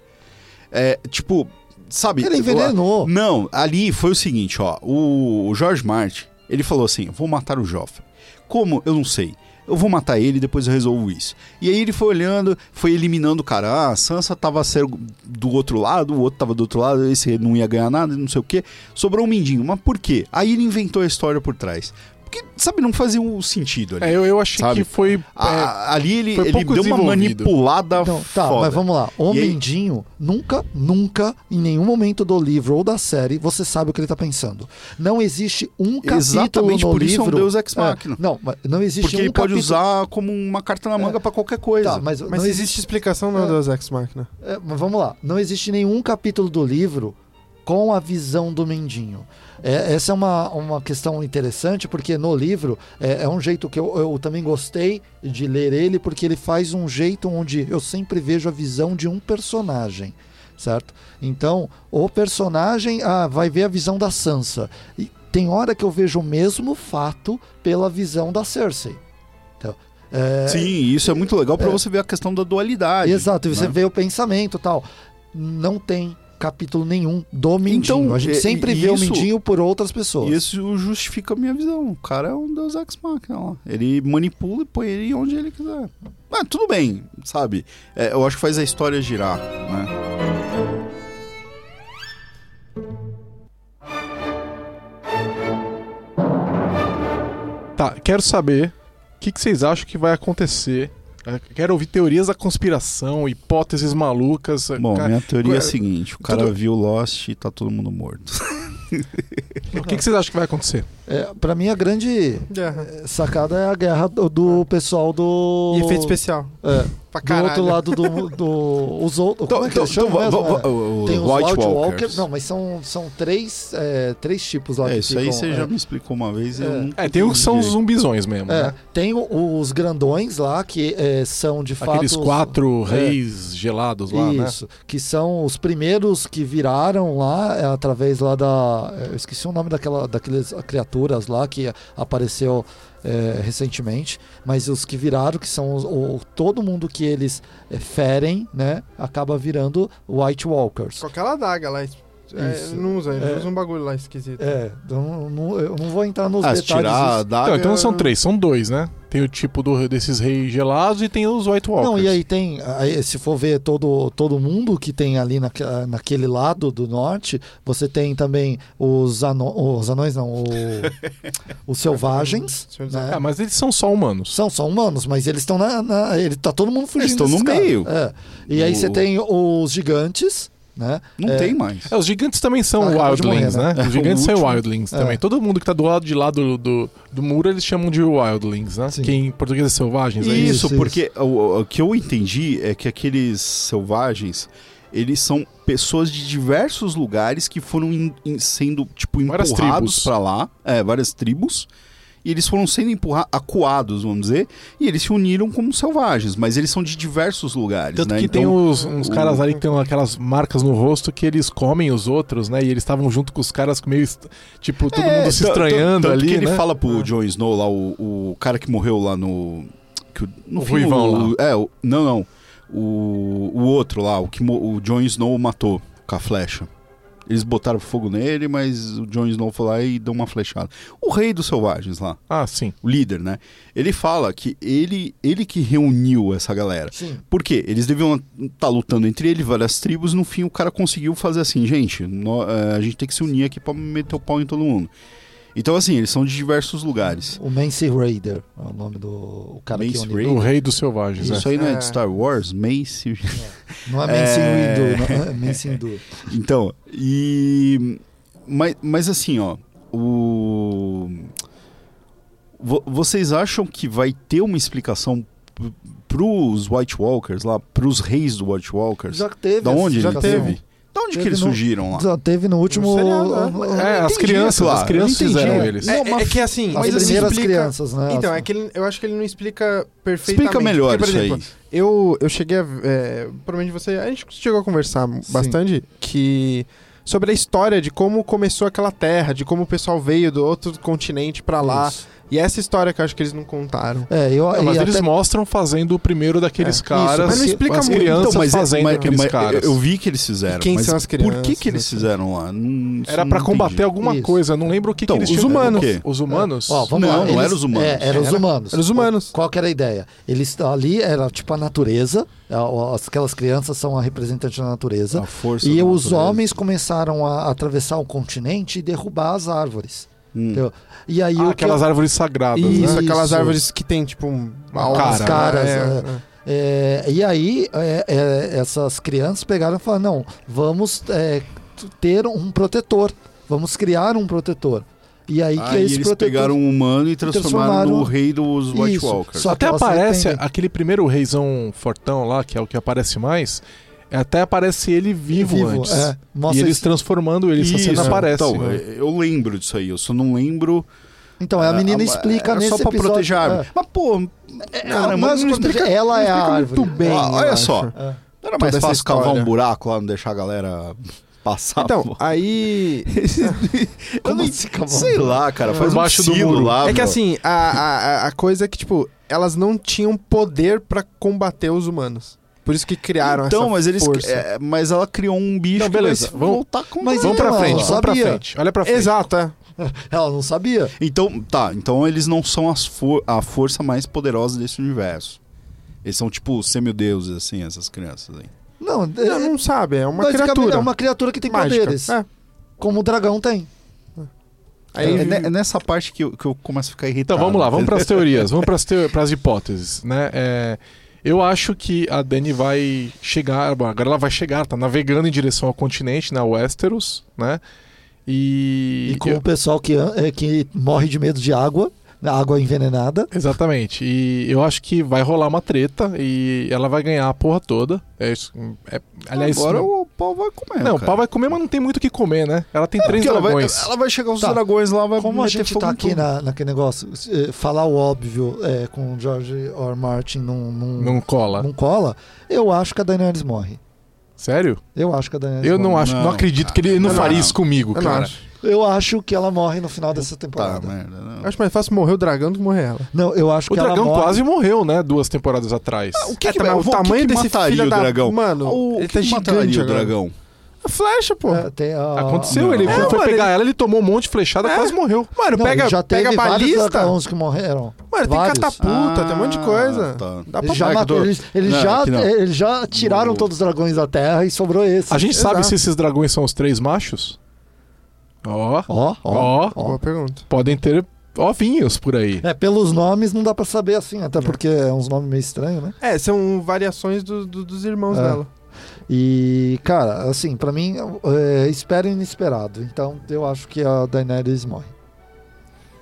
Speaker 1: É, tipo, sabe...
Speaker 3: Ele envenenou.
Speaker 1: Não, ali foi o seguinte, ó. O, o George Martin, ele falou assim: vou matar o Joffrey. Como? Eu não sei. Eu vou matar ele, depois eu resolvo isso. E aí ele foi olhando, foi eliminando o cara. Ah, a Sansa tava cego do outro lado, o outro tava do outro lado, esse não ia ganhar nada, não sei o quê. Sobrou um mindinho. Mas por quê? Aí ele inventou a história por trás. Porque, sabe, não fazia um sentido ali.
Speaker 2: É, eu, eu achei
Speaker 1: Sabe? Ah.
Speaker 2: que foi. é,
Speaker 1: A- ali ele,
Speaker 2: foi
Speaker 1: ele
Speaker 2: pouco
Speaker 1: deu uma
Speaker 2: desenvolvido.
Speaker 1: manipulada
Speaker 3: Então, tá,
Speaker 1: foda.
Speaker 3: mas vamos lá. O
Speaker 1: E aí-
Speaker 3: Mendinho, nunca, nunca, em nenhum momento do livro ou da série, você sabe o que ele tá pensando. Não existe um capítulo
Speaker 1: Exatamente
Speaker 3: no
Speaker 1: por isso é um
Speaker 3: livro...
Speaker 1: Deus ex machina.
Speaker 3: É, não, mas não existe
Speaker 1: Porque
Speaker 3: um
Speaker 1: ele pode
Speaker 3: capítulo-
Speaker 1: usar como uma carta na manga pra qualquer coisa.
Speaker 3: Tá, mas,
Speaker 4: Mas
Speaker 3: não
Speaker 4: existe explicação não
Speaker 3: É.
Speaker 4: Deus Ex Machina.
Speaker 3: É, mas vamos lá. Não existe nenhum capítulo do livro com a visão do Mendinho. É, essa é uma, uma questão interessante, porque no livro é, é um jeito que eu, eu também gostei de ler ele, porque ele faz um jeito onde eu sempre vejo a visão de um personagem. Certo? Então, o personagem ah, vai ver a visão da Sansa. E tem hora que eu vejo o mesmo fato pela visão da Cersei. Então, é,
Speaker 1: Sim, isso é muito legal pra você ver a questão da dualidade.
Speaker 3: Exato, e você
Speaker 1: né?
Speaker 3: vê o pensamento e tal. Não tem capítulo nenhum do Mindinho.
Speaker 1: Então,
Speaker 3: a gente
Speaker 1: é-
Speaker 3: sempre
Speaker 1: e
Speaker 3: vê o
Speaker 1: isso-
Speaker 3: Mindinho por outras pessoas.
Speaker 1: E isso justifica a minha visão. O cara é um deus ex machina lá. Ele manipula e põe ele onde ele quiser. Mas tudo bem, sabe? É, eu acho que faz a história girar, né?
Speaker 2: Tá, quero saber o que, que vocês acham que vai acontecer. Eh, Quero ouvir teorias da conspiração, hipóteses malucas. eh,
Speaker 1: Bom,
Speaker 2: cara,
Speaker 1: minha teoria é a
Speaker 2: cara,
Speaker 1: seguinte. O cara
Speaker 2: tudo-
Speaker 1: viu Lost e tá todo mundo morto.
Speaker 2: o que, que vocês acham que vai acontecer?
Speaker 3: É, pra mim, a grande sacada é a guerra do,
Speaker 1: Ah.
Speaker 3: do pessoal do.
Speaker 4: E efeito especial.
Speaker 3: É,
Speaker 4: Pra
Speaker 3: do
Speaker 4: caralho.
Speaker 3: outro lado do. do os outros.
Speaker 1: Então,
Speaker 3: Como é que eles chamam
Speaker 1: va-
Speaker 3: mesmo?
Speaker 1: va-
Speaker 3: É.
Speaker 1: o- o
Speaker 3: Tem os
Speaker 1: White
Speaker 3: White
Speaker 1: Walkers.
Speaker 3: Walkers. Não, mas são, são três, é, três tipos lá
Speaker 1: É,
Speaker 3: que
Speaker 1: isso aí
Speaker 3: ficam,
Speaker 1: você
Speaker 3: é.
Speaker 1: já me explicou uma vez. e Eu
Speaker 3: É.
Speaker 1: nunca
Speaker 2: É, tem os
Speaker 1: entendi
Speaker 2: que são os
Speaker 1: direito.
Speaker 2: zumbizões mesmo,
Speaker 3: É,
Speaker 2: né?
Speaker 3: tem o- os grandões lá, que é, são de fato.
Speaker 2: Aqueles
Speaker 3: os-
Speaker 2: quatro
Speaker 3: é.
Speaker 2: reis gelados lá, né?
Speaker 3: Isso, que são os primeiros que viraram lá é, através lá da. é, Eu esqueci o nome daquela, daquelas criaturas lá que apareceu é, recentemente, mas os que viraram, que são os- o, todo mundo que eles é, ferem, né? Acaba virando White Walkers.
Speaker 4: Com aquela adaga lá. É,
Speaker 3: Isso.
Speaker 4: não usa, ele
Speaker 3: É.
Speaker 4: usa um bagulho lá esquisito.
Speaker 3: É, eu não, não- eu não vou entrar nos
Speaker 1: Ah, é. se
Speaker 3: detalhes.
Speaker 1: tirar a
Speaker 3: disso.
Speaker 1: daga...
Speaker 2: Então, então não são três, são dois, né? Tem o tipo do- desses reis gelados e tem os White Walkers.
Speaker 3: Não, e aí tem, aí se for ver todo, todo mundo que tem ali naque- naquele lado do norte, você tem também os, ano, os anões, não, o- os selvagens,
Speaker 4: Senhor dos
Speaker 3: né?
Speaker 2: Ah, mas eles são só humanos.
Speaker 3: São só humanos, mas eles estão na, na- ele tá todo mundo fugindo.
Speaker 1: Eles estão
Speaker 3: desses
Speaker 1: no
Speaker 3: caras.
Speaker 1: meio.
Speaker 3: É. E aí
Speaker 1: O-
Speaker 3: você tem os gigantes, né?
Speaker 1: Não
Speaker 3: É,
Speaker 1: tem mais.
Speaker 2: É, os gigantes também
Speaker 1: Ah,
Speaker 2: são
Speaker 3: Acabou de
Speaker 2: Wildlings,
Speaker 3: morrer,
Speaker 2: né?
Speaker 1: né?
Speaker 2: Os gigantes
Speaker 1: O
Speaker 2: são
Speaker 1: último.
Speaker 2: Wildlings
Speaker 3: É.
Speaker 2: também. Todo mundo que tá do lado de lá do, do, do muro, eles chamam de Wildlings, né?
Speaker 3: Sim.
Speaker 2: Que em português é selvagens, é
Speaker 1: Isso,
Speaker 3: Isso, isso.
Speaker 1: porque O, o que eu entendi é que aqueles selvagens, eles são pessoas de diversos lugares que foram em- em- sendo, tipo,
Speaker 2: Várias
Speaker 1: empurrados
Speaker 2: tribos.
Speaker 1: pra lá. É, várias tribos. E eles foram sendo empurrados, acuados, vamos dizer, e eles se uniram como selvagens, mas eles são de diversos lugares,
Speaker 2: Tanto
Speaker 1: né?
Speaker 2: que tem uns, uns
Speaker 1: o-
Speaker 2: caras ali que tem aquelas marcas no rosto que eles comem os outros, né? E eles estavam junto com os caras meio. est- Tipo, todo
Speaker 1: É,
Speaker 2: mundo se
Speaker 1: tan-
Speaker 2: estranhando
Speaker 1: tan- tanto
Speaker 2: ali,
Speaker 1: que ele
Speaker 2: né?
Speaker 1: fala pro
Speaker 4: Ah.
Speaker 1: Jon Snow lá, o, o cara que morreu lá no... Que o, no
Speaker 2: O ruivão
Speaker 1: o- É, o- não, não. O, o outro lá, o que mo- o Jon Snow matou com a flecha. Eles botaram fogo nele, mas o Jon Snow foi lá e deu uma flechada. O rei dos selvagens lá,
Speaker 2: Ah, sim.
Speaker 1: o líder, né? Ele fala que ele, ele que reuniu essa galera.
Speaker 3: Sim.
Speaker 1: Por quê? Eles deviam estar lutando entre eles, várias tribos, no fim o cara conseguiu fazer assim, gente, nó- eh, a gente tem que se unir aqui pra meter o pau em todo mundo. Então, assim, eles são de diversos lugares.
Speaker 3: O Mance Raider, é o nome do o cara
Speaker 1: Mance
Speaker 3: que une-
Speaker 1: Raider?
Speaker 2: O rei dos selvagens, né?
Speaker 1: Isso aí não é
Speaker 4: É.
Speaker 1: de Star Wars, Mace.
Speaker 3: Não é Mance
Speaker 1: É.
Speaker 3: Windu, não é Mance Hindu.
Speaker 1: então, e. Mas, mas assim, ó, o. Vo- Vocês acham que vai ter uma explicação p- pros White Walkers lá, pros reis do White Walkers?
Speaker 3: Já teve.
Speaker 1: da onde
Speaker 3: essa
Speaker 1: ele
Speaker 3: explicação.
Speaker 1: teve? Da onde que
Speaker 3: Teve
Speaker 1: eles
Speaker 3: no-
Speaker 1: surgiram lá?
Speaker 3: Já teve no último.
Speaker 4: seriado, né?
Speaker 2: É,
Speaker 1: entendi
Speaker 2: as
Speaker 1: isso
Speaker 2: crianças,
Speaker 1: lá,
Speaker 2: as
Speaker 1: eu
Speaker 2: crianças
Speaker 1: entendi.
Speaker 2: fizeram
Speaker 3: É.
Speaker 2: eles.
Speaker 4: É,
Speaker 1: Não, mas-
Speaker 4: é que assim,
Speaker 3: As
Speaker 4: mas assim,
Speaker 3: primeiras
Speaker 4: explica-
Speaker 3: crianças, né?
Speaker 4: Então,
Speaker 3: As-
Speaker 4: é que ele- eu acho que ele não explica perfeitamente.
Speaker 1: Explica melhor
Speaker 4: Porque, por
Speaker 1: isso
Speaker 4: exemplo,
Speaker 1: aí.
Speaker 4: Eu, eu cheguei a. É, provavelmente você. A gente chegou a conversar bastante que. Sobre a história de como começou aquela terra, de como o pessoal veio do outro continente pra tá lá.
Speaker 3: Isso.
Speaker 4: E essa história que eu acho que eles não contaram.
Speaker 3: É, eu,
Speaker 2: Não, mas
Speaker 3: e
Speaker 2: eles
Speaker 3: até-
Speaker 2: mostram fazendo o primeiro daqueles
Speaker 3: É,
Speaker 2: caras.
Speaker 3: isso, mas não
Speaker 4: explica
Speaker 2: as
Speaker 4: muito.
Speaker 2: crianças
Speaker 1: Então, mas é-
Speaker 2: fazendo
Speaker 1: mas-
Speaker 2: aqueles
Speaker 1: mas
Speaker 2: caras.
Speaker 1: Eu vi que eles fizeram.
Speaker 4: Quem
Speaker 1: mas
Speaker 4: são as
Speaker 1: Por que,
Speaker 4: crianças,
Speaker 1: que eles
Speaker 4: assim?
Speaker 1: fizeram lá? Não-
Speaker 2: Era
Speaker 1: não
Speaker 2: pra
Speaker 1: entendi.
Speaker 2: combater alguma
Speaker 3: Isso. É.
Speaker 2: coisa, não lembro o que,
Speaker 1: Então,
Speaker 2: que eles
Speaker 1: os
Speaker 2: tinham-
Speaker 1: humanos.
Speaker 2: o quê? Os humanos?
Speaker 3: Ó, vamos
Speaker 1: Não,
Speaker 3: lá.
Speaker 1: não
Speaker 3: eles-
Speaker 1: era os humanos.
Speaker 3: É, eram os
Speaker 4: Era-
Speaker 3: humanos.
Speaker 4: era os humanos.
Speaker 3: Qual que era a ideia? Eles ali era tipo a natureza, a- as- aquelas crianças são a representante da natureza.
Speaker 1: A força
Speaker 3: E
Speaker 1: da
Speaker 3: os
Speaker 1: é natureza.
Speaker 3: homens começaram a atravessar o continente e derrubar as árvores.
Speaker 1: Hum.
Speaker 3: Entendeu? E
Speaker 2: Ah,
Speaker 3: aí o que eu-
Speaker 2: aquelas árvores sagradas,
Speaker 4: Isso,
Speaker 2: né?
Speaker 4: aquelas
Speaker 3: Isso.
Speaker 4: árvores que tem, tipo, um- uma
Speaker 2: Cara,
Speaker 4: alma,
Speaker 2: né?
Speaker 3: caras,
Speaker 4: é,
Speaker 3: né?
Speaker 4: é.
Speaker 3: É, e aí, é, é, essas crianças pegaram e falaram: não, vamos é, t- ter um protetor, vamos criar um protetor. E aí que
Speaker 1: Aí
Speaker 3: esse
Speaker 1: Ah, eles
Speaker 3: protetor.
Speaker 1: pegaram um humano e transformaram,
Speaker 3: transformaram-
Speaker 1: no rei dos White
Speaker 3: Isso.
Speaker 1: Walkers.
Speaker 3: Só
Speaker 2: Até
Speaker 3: que elas
Speaker 2: aparece
Speaker 3: entendem.
Speaker 2: aquele primeiro reizão fortão lá, que é o que aparece mais. Até aparece ele vivo, antes.
Speaker 3: é.
Speaker 2: e
Speaker 3: Mostra
Speaker 2: eles
Speaker 3: isso.
Speaker 2: transformando ele, essa cena
Speaker 1: Isso.
Speaker 2: aparece.
Speaker 1: Então, eu lembro disso aí, eu só não lembro.
Speaker 3: Então, a menina
Speaker 1: ah,
Speaker 3: explica
Speaker 1: era
Speaker 3: nesse
Speaker 1: só pra
Speaker 3: episódio.
Speaker 1: proteger a árvore.
Speaker 3: É.
Speaker 1: Mas, pô, é, cara, mas não
Speaker 3: proteger-
Speaker 1: explica.
Speaker 3: ela é a árvore.
Speaker 4: muito bem.
Speaker 1: Ah, olha
Speaker 4: eu
Speaker 1: só.
Speaker 4: acho.
Speaker 3: É.
Speaker 1: Não era mais
Speaker 4: toda essa
Speaker 1: fácil cavar
Speaker 4: história.
Speaker 1: um buraco lá, não deixar a galera passar.
Speaker 4: Então,
Speaker 1: pô.
Speaker 4: aí.
Speaker 1: eu não
Speaker 3: assim cavar um
Speaker 1: sei lá, cara, faz um
Speaker 2: Embaixo do
Speaker 1: silo
Speaker 2: muro.
Speaker 1: lá.
Speaker 4: É que
Speaker 1: meu.
Speaker 4: assim, a, a, a- a coisa é que, tipo, elas não tinham poder pra combater os humanos. Por isso que criaram
Speaker 1: Então,
Speaker 4: essa
Speaker 1: mas eles,
Speaker 4: força.
Speaker 1: é, mas ela criou um bicho
Speaker 2: Não,
Speaker 1: que vai
Speaker 2: beleza,
Speaker 1: se
Speaker 2: vamos-
Speaker 1: voltar com
Speaker 3: Mas
Speaker 2: vamos
Speaker 3: então,
Speaker 2: pra frente,
Speaker 3: ela
Speaker 2: vamos pra
Speaker 3: sabia.
Speaker 2: frente. Olha pra frente.
Speaker 4: Exato, é.
Speaker 3: Ela não sabia.
Speaker 1: Então, tá, então eles não são as for- a força mais poderosa desse universo. Eles são tipo semideuses, assim, essas crianças aí.
Speaker 3: Não,
Speaker 4: Não,
Speaker 3: é,
Speaker 4: não sabe, é uma
Speaker 3: basicamente,
Speaker 4: criatura.
Speaker 3: É uma criatura que tem
Speaker 4: mágica.
Speaker 3: poderes.
Speaker 4: É.
Speaker 3: Como o dragão tem.
Speaker 4: Aí,
Speaker 1: é, ne- é nessa parte que eu, que eu começo a ficar irritado.
Speaker 2: Então vamos lá, vamos para
Speaker 1: Tá.
Speaker 2: as teorias, vamos para as hipóteses, né? É, eu acho que a Dani vai chegar, bom, agora ela vai chegar, tá navegando em direção ao continente, na Westeros, né? E,
Speaker 3: E, com o pessoal que, an- é, que morre de medo de água, água envenenada.
Speaker 2: Exatamente. E eu acho que vai rolar uma treta e ela vai ganhar a porra toda. É isso. é- aliás,
Speaker 1: Agora o pau vai comer.
Speaker 2: não, o
Speaker 1: cara.
Speaker 2: pau vai comer, mas não tem muito o que comer, né? Ela tem três
Speaker 1: Porque ela vai,
Speaker 2: dragões.
Speaker 1: ela vai chegar os
Speaker 3: Tá.
Speaker 1: dragões lá, vai
Speaker 3: Como a
Speaker 1: meter
Speaker 3: gente
Speaker 1: fogo
Speaker 3: tá
Speaker 1: em
Speaker 3: aqui
Speaker 1: tudo.
Speaker 3: na, naquele negócio, eh, falar o óbvio eh, com o George R. Martin não, não, não.
Speaker 2: Não cola.
Speaker 3: cola, eu acho que a Daenerys morre.
Speaker 2: Sério?
Speaker 3: Eu acho que a Daenerys
Speaker 2: Eu não
Speaker 3: morre.
Speaker 2: acho, não,
Speaker 1: Não,
Speaker 2: acredito
Speaker 1: cara.
Speaker 2: que ele não,
Speaker 1: Não,
Speaker 2: faria
Speaker 1: não.
Speaker 2: isso comigo,
Speaker 4: eu não
Speaker 2: cara.
Speaker 4: acho.
Speaker 3: Eu acho que ela morre no final dessa
Speaker 1: Tá,
Speaker 3: temporada.
Speaker 1: merda. não.
Speaker 4: Eu acho mais fácil morrer o dragão do que morrer ela.
Speaker 3: Não, eu acho
Speaker 2: O
Speaker 3: que
Speaker 2: dragão
Speaker 3: ela morre.
Speaker 2: quase morreu, né? Duas temporadas atrás.
Speaker 1: O que,
Speaker 4: É,
Speaker 1: que
Speaker 4: também,
Speaker 1: o
Speaker 4: o tamanho
Speaker 1: que que
Speaker 4: desse
Speaker 1: mataria
Speaker 4: filho
Speaker 1: o
Speaker 4: da-
Speaker 1: dragão?
Speaker 4: Mano,
Speaker 1: Ah, o,
Speaker 4: ele
Speaker 1: que
Speaker 4: tá
Speaker 1: que
Speaker 4: gigante
Speaker 1: mataria o
Speaker 4: agora.
Speaker 1: dragão?
Speaker 4: A flecha, pô.
Speaker 3: É, tem a-
Speaker 2: Aconteceu,
Speaker 1: Não.
Speaker 2: ele
Speaker 1: É,
Speaker 2: foi
Speaker 4: mano,
Speaker 2: pegar ela, ele tomou um monte de flechada
Speaker 4: É.
Speaker 2: quase morreu.
Speaker 4: Mano,
Speaker 3: Não,
Speaker 4: pega,
Speaker 3: já teve
Speaker 4: pega
Speaker 3: vários
Speaker 4: balista. Mano,
Speaker 3: dragões que morreram.
Speaker 4: tem
Speaker 3: vários.
Speaker 4: catapulta, tem um monte de coisa.
Speaker 1: Ah, tá.
Speaker 4: Dá pra
Speaker 3: Eles já,
Speaker 1: É que
Speaker 3: matou-
Speaker 1: tô-
Speaker 3: eles, eles
Speaker 1: Não,
Speaker 3: já,
Speaker 1: é que não.
Speaker 3: eles já tiraram
Speaker 1: No-
Speaker 3: todos os dragões da terra e sobrou esse.
Speaker 2: A gente sabe
Speaker 4: Exato.
Speaker 2: se esses dragões são os três machos? Ó,
Speaker 3: Ó,
Speaker 2: ó,
Speaker 3: ó,
Speaker 4: Boa
Speaker 3: ó.
Speaker 4: pergunta.
Speaker 2: podem ter ovinhos por aí.
Speaker 3: É, pelos nomes não dá pra saber assim, até porque é uns nomes meio estranhos, né?
Speaker 4: É, são variações do- do- dos irmãos
Speaker 3: É.
Speaker 4: dela.
Speaker 3: E, cara, assim, pra mim, é, espero inesperado. Então, eu acho que a Daenerys morre.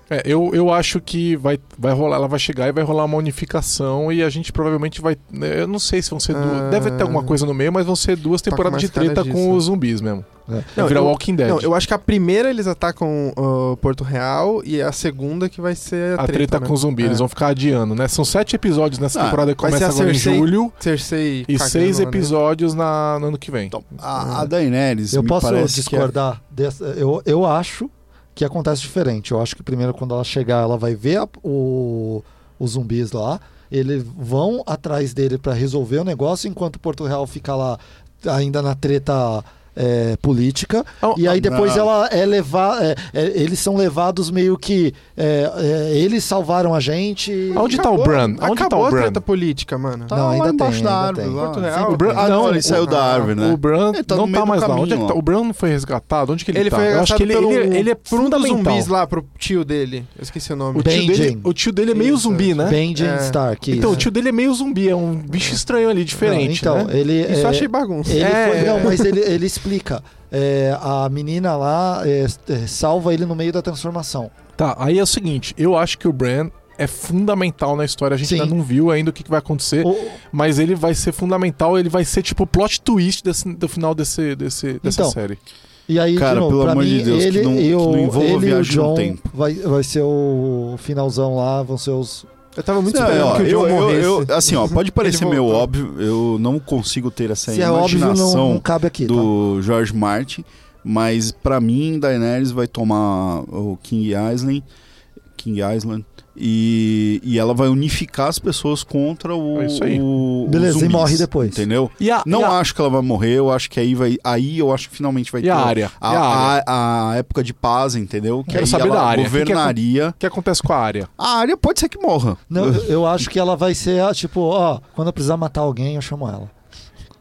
Speaker 2: É, eu, eu acho que vai, vai rolar, ela vai chegar e vai rolar uma unificação e a gente provavelmente vai. né, Eu não sei se vão ser duas.
Speaker 4: Ah.
Speaker 2: Deve ter alguma coisa no meio, mas vão ser duas
Speaker 4: Tá com
Speaker 2: temporadas
Speaker 4: mais
Speaker 2: de
Speaker 4: cara
Speaker 2: treta
Speaker 4: disso,
Speaker 2: com
Speaker 4: né?
Speaker 2: os zumbis mesmo. Vai
Speaker 4: Não,
Speaker 2: É virar
Speaker 4: eu-
Speaker 2: Walking Dead.
Speaker 4: Não, eu acho que a primeira eles atacam ah, Porto Real e a segunda que vai ser a,
Speaker 2: a treta
Speaker 4: né?
Speaker 2: com os zumbis,
Speaker 4: É.
Speaker 2: eles vão ficar adiando, né? São sete episódios nessa
Speaker 1: Ah,
Speaker 2: temporada que
Speaker 4: vai ser
Speaker 2: começa
Speaker 4: a
Speaker 2: agora em
Speaker 4: Cersei
Speaker 2: julho
Speaker 4: Cersei
Speaker 2: e
Speaker 4: cagando
Speaker 2: seis
Speaker 4: lá dentro.
Speaker 2: episódios na, no ano que vem.
Speaker 1: Então, a, a Daenerys
Speaker 3: Eu
Speaker 1: me
Speaker 3: posso
Speaker 1: parece que é-
Speaker 3: discordar dessa. Eu, eu acho que acontece diferente. Eu acho que primeiro, quando ela chegar, ela vai ver a- o- os zumbis lá. Eles vão atrás dele pra resolver o negócio, enquanto Porto Real fica lá ainda na treta. é, política
Speaker 2: Ah,
Speaker 3: e aí depois
Speaker 1: não.
Speaker 3: ela é levar é, é, eles são levados meio que é, é, eles salvaram a gente
Speaker 2: Onde tá o
Speaker 4: Acabou-
Speaker 2: Bran? Onde tá
Speaker 4: Acabou
Speaker 2: o
Speaker 4: a
Speaker 2: Bran?
Speaker 4: treta política, mano.
Speaker 1: Tá
Speaker 3: Não,
Speaker 1: lá
Speaker 3: ainda tem,
Speaker 1: embaixo da
Speaker 3: ainda
Speaker 1: árvore
Speaker 3: tem.
Speaker 1: lá.
Speaker 4: Porto Real.
Speaker 1: Sempre-
Speaker 2: O Bran-
Speaker 1: Ah,
Speaker 2: não,
Speaker 1: não, ele saiu da árvore, né?
Speaker 2: O Bran
Speaker 1: Ele tá no
Speaker 2: não
Speaker 1: meio
Speaker 2: tá
Speaker 1: do
Speaker 2: mais lá.
Speaker 1: caminho,
Speaker 2: Onde é que tá?
Speaker 1: ó.
Speaker 2: O Bran não foi resgatado? Onde que ele,
Speaker 4: Ele
Speaker 2: tá?
Speaker 4: foi
Speaker 2: Eu acho que ele,
Speaker 4: pelo
Speaker 2: ele, ele é
Speaker 4: um dos
Speaker 2: fundamental.
Speaker 4: zumbis lá pro tio dele. Eu esqueci o
Speaker 3: O
Speaker 4: nome.
Speaker 2: O tio, dele,
Speaker 3: Benjen.
Speaker 2: o tio dele é meio
Speaker 4: Isso,
Speaker 2: zumbi, né?
Speaker 3: Benjen
Speaker 4: É.
Speaker 3: Stark
Speaker 2: Então, o
Speaker 3: isso.
Speaker 2: tio dele é meio zumbi, é um bicho estranho ali, diferente.
Speaker 3: então
Speaker 2: né?
Speaker 3: ele
Speaker 4: Isso eu
Speaker 3: é,
Speaker 4: achei bagunça.
Speaker 3: Ele
Speaker 2: É.
Speaker 3: foi- não, mas ele, ele explica. É, a menina lá é, é, salva ele no meio da transformação.
Speaker 2: Tá, aí é o seguinte: eu acho que o Bran é fundamental na história. A gente
Speaker 3: Sim.
Speaker 2: ainda não viu ainda o que, que vai acontecer,
Speaker 3: O-
Speaker 2: mas ele vai ser fundamental, ele vai ser tipo o plot twist desse- do final desse, desse- dessa
Speaker 3: Então,
Speaker 2: série.
Speaker 3: e aí,
Speaker 1: Cara,
Speaker 3: de novo,
Speaker 1: pelo
Speaker 3: pra
Speaker 1: amor
Speaker 3: mim,
Speaker 1: de Deus, que
Speaker 3: ele,
Speaker 1: não- que
Speaker 3: eu,
Speaker 1: não envolva
Speaker 3: ele e o
Speaker 1: viagem no
Speaker 3: John
Speaker 1: tempo.
Speaker 3: Vai, vai ser o finalzão lá, vão ser os.
Speaker 4: Eu tava muito
Speaker 1: Não,
Speaker 4: esperando
Speaker 1: ó,
Speaker 4: que o John
Speaker 1: eu, eu-
Speaker 4: morresse.
Speaker 1: eu- assim, ó, pode parecer
Speaker 4: Ele
Speaker 1: meio
Speaker 4: voltou.
Speaker 1: óbvio, eu não consigo ter essa
Speaker 3: Se é óbvio, não,
Speaker 1: imaginação
Speaker 3: não cabe aqui. tá?
Speaker 1: do George Martin, mas pra mim Daenerys vai tomar o King Island, King Island. E, e ela vai unificar as pessoas contra o.
Speaker 2: É isso aí.
Speaker 1: o- os
Speaker 3: Beleza, e
Speaker 1: zumbis,
Speaker 3: morre depois. Ah,
Speaker 1: Entendeu?
Speaker 2: E a,
Speaker 1: Não
Speaker 2: e a,
Speaker 1: acho que ela vai morrer, eu acho que aí vai. Aí eu acho que finalmente vai
Speaker 2: e
Speaker 1: ter
Speaker 2: a área?
Speaker 1: a,
Speaker 2: E a área?
Speaker 1: a- a época de paz, entendeu? Que
Speaker 2: Quero
Speaker 1: aí
Speaker 2: saber
Speaker 1: ela
Speaker 2: da área. O que que é-
Speaker 1: governaria.
Speaker 2: O que acontece com a área?
Speaker 1: A área pode ser que morra.
Speaker 3: Não, eu- eu acho que ela vai ser, ah, tipo, ó, quando eu precisar matar alguém, eu chamo ela.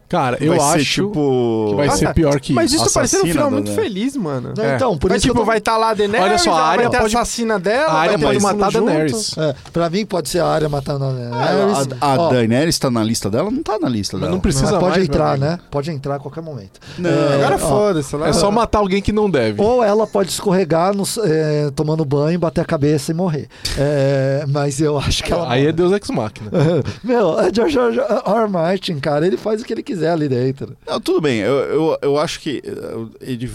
Speaker 2: Cara,
Speaker 1: vai
Speaker 2: eu
Speaker 1: ser,
Speaker 2: acho
Speaker 1: tipo.
Speaker 2: que vai
Speaker 4: Ah,
Speaker 2: ser
Speaker 4: tá.
Speaker 2: pior que
Speaker 4: Mas
Speaker 2: isso.
Speaker 4: isso tá parecendo um
Speaker 1: Assassina
Speaker 4: final
Speaker 1: da-
Speaker 4: muito
Speaker 1: da-
Speaker 4: feliz, mano.
Speaker 3: Não,
Speaker 2: É.
Speaker 3: Então, por
Speaker 4: Mas,
Speaker 3: isso que
Speaker 4: tipo,
Speaker 3: eu tô-
Speaker 4: vai estar lá a Daenerys,
Speaker 2: Olha só, a
Speaker 4: ela
Speaker 2: área
Speaker 4: vai ter
Speaker 2: pode-
Speaker 4: a assassina dela,
Speaker 2: a área
Speaker 4: vai ter
Speaker 2: pode
Speaker 4: todo mundo
Speaker 2: matar a
Speaker 4: junto.
Speaker 2: Daenerys.
Speaker 3: É, pra mim pode ser a área matando a Daenerys.
Speaker 1: Ah, A, a
Speaker 3: Ó,
Speaker 1: Daenerys tá na lista dela? Não tá na lista
Speaker 2: Mas
Speaker 1: dela.
Speaker 2: não precisa
Speaker 3: mas pode
Speaker 2: mais,
Speaker 3: entrar,
Speaker 2: meu
Speaker 3: né? Pode entrar a qualquer momento.
Speaker 1: Não,
Speaker 3: É,
Speaker 4: Agora
Speaker 3: ó,
Speaker 4: foda-se. lá-
Speaker 2: É só matar alguém que não deve.
Speaker 3: Ou ela pode escorregar nos- é, tomando banho, bater a cabeça e morrer. É, mas eu acho que ela.
Speaker 2: Aí é Deus Ex Machina.
Speaker 3: Meu, é George R. R. Martin, cara, ele faz o que ele quiser ali dentro.
Speaker 1: Não, tudo bem, eu, eu, eu acho que eh, ele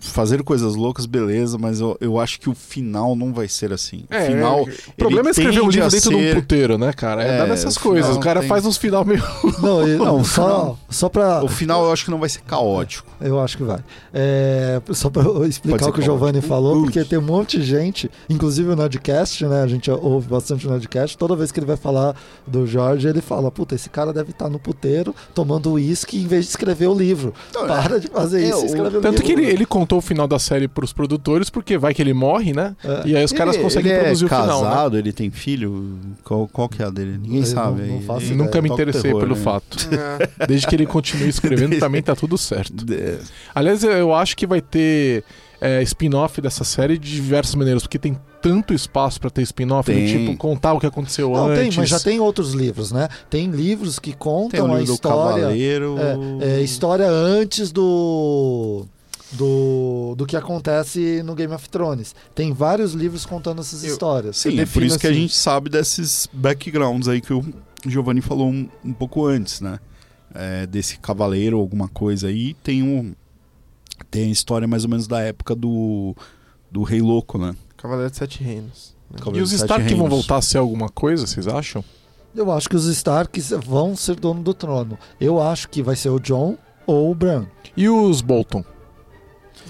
Speaker 1: fazer coisas loucas, beleza, mas eu, eu acho que o final não vai ser assim. O final.
Speaker 2: o É, problema é escrever um
Speaker 1: tende
Speaker 2: livro
Speaker 1: a
Speaker 2: dentro de
Speaker 1: ser-
Speaker 2: um puteiro, né, cara? É,
Speaker 1: É,
Speaker 2: dar nessas
Speaker 1: o
Speaker 2: coisas.
Speaker 1: final
Speaker 2: O cara
Speaker 1: tem-
Speaker 2: faz uns final meio.
Speaker 3: Não, ele- não só, só pra.
Speaker 1: O final eu acho que não vai ser caótico.
Speaker 3: Eu acho que vai. É, só pra eu
Speaker 1: Pode
Speaker 3: explicar
Speaker 1: ser
Speaker 3: o que o Giovanni
Speaker 1: caótico.
Speaker 3: falou,
Speaker 1: Ui.
Speaker 3: porque tem um monte de gente, inclusive o Nerdcast, né? A gente ouve bastante o Nerdcast. Toda vez que ele vai falar do Jorge, ele fala: Puta, esse cara deve estar no puteiro tomando uísque em vez de escrever o livro. Para de fazer
Speaker 1: É,
Speaker 3: isso
Speaker 1: o-
Speaker 3: e escrever o livro.
Speaker 2: Tanto que ele, ele contou o final da série pros produtores, porque vai que ele morre, né?
Speaker 3: É.
Speaker 2: E aí os caras
Speaker 1: Ele-
Speaker 2: conseguem
Speaker 1: ele
Speaker 2: produzir
Speaker 1: é
Speaker 2: o final. né?
Speaker 1: casado, ele tem filho? Qual, qual que é a dele? Ninguém
Speaker 3: Eu
Speaker 1: sabe.
Speaker 3: não- não
Speaker 1: aí.
Speaker 3: faço
Speaker 1: Ele
Speaker 2: Nunca me
Speaker 1: toca o
Speaker 2: interessei
Speaker 1: terror,
Speaker 2: pelo
Speaker 1: né?
Speaker 2: fato.
Speaker 4: É.
Speaker 2: Desde que ele continue escrevendo, pra mim tá tudo certo.
Speaker 1: De-
Speaker 2: Aliás, eu acho que vai ter é, spin-off dessa série de diversas maneiras, porque tem tanto espaço pra ter spin-off, do
Speaker 1: Tem.
Speaker 2: tipo contar o que aconteceu
Speaker 3: Não,
Speaker 2: antes.
Speaker 3: tem, mas já tem outros livros, né? Tem livros que
Speaker 2: um
Speaker 1: Tem o
Speaker 3: contam a
Speaker 1: livro do
Speaker 3: história.
Speaker 1: Cavaleiro.
Speaker 3: É, é, história antes do, do. do que acontece no Game of Thrones. Tem vários livros contando essas
Speaker 4: Eu-
Speaker 3: histórias.
Speaker 1: Sim, é por
Speaker 4: defino
Speaker 1: isso que a
Speaker 4: assim.
Speaker 1: gente sabe desses backgrounds aí que o Giovanni falou um, um pouco antes, né? É, desse cavaleiro, alguma coisa aí. Tem um. Tem a história mais ou menos da época do. Do Rei Louco, né?
Speaker 4: Cavaleiro dos Sete Reinos.
Speaker 2: E
Speaker 1: Cavaleiro
Speaker 2: os
Speaker 1: dos Sete
Speaker 2: Stark que vão
Speaker 1: Reinos.
Speaker 2: voltar a ser alguma coisa, vocês acham?
Speaker 3: Eu acho que os Starks vão ser dono do trono. Eu acho que vai ser o John ou o Bran.
Speaker 2: E os Bolton?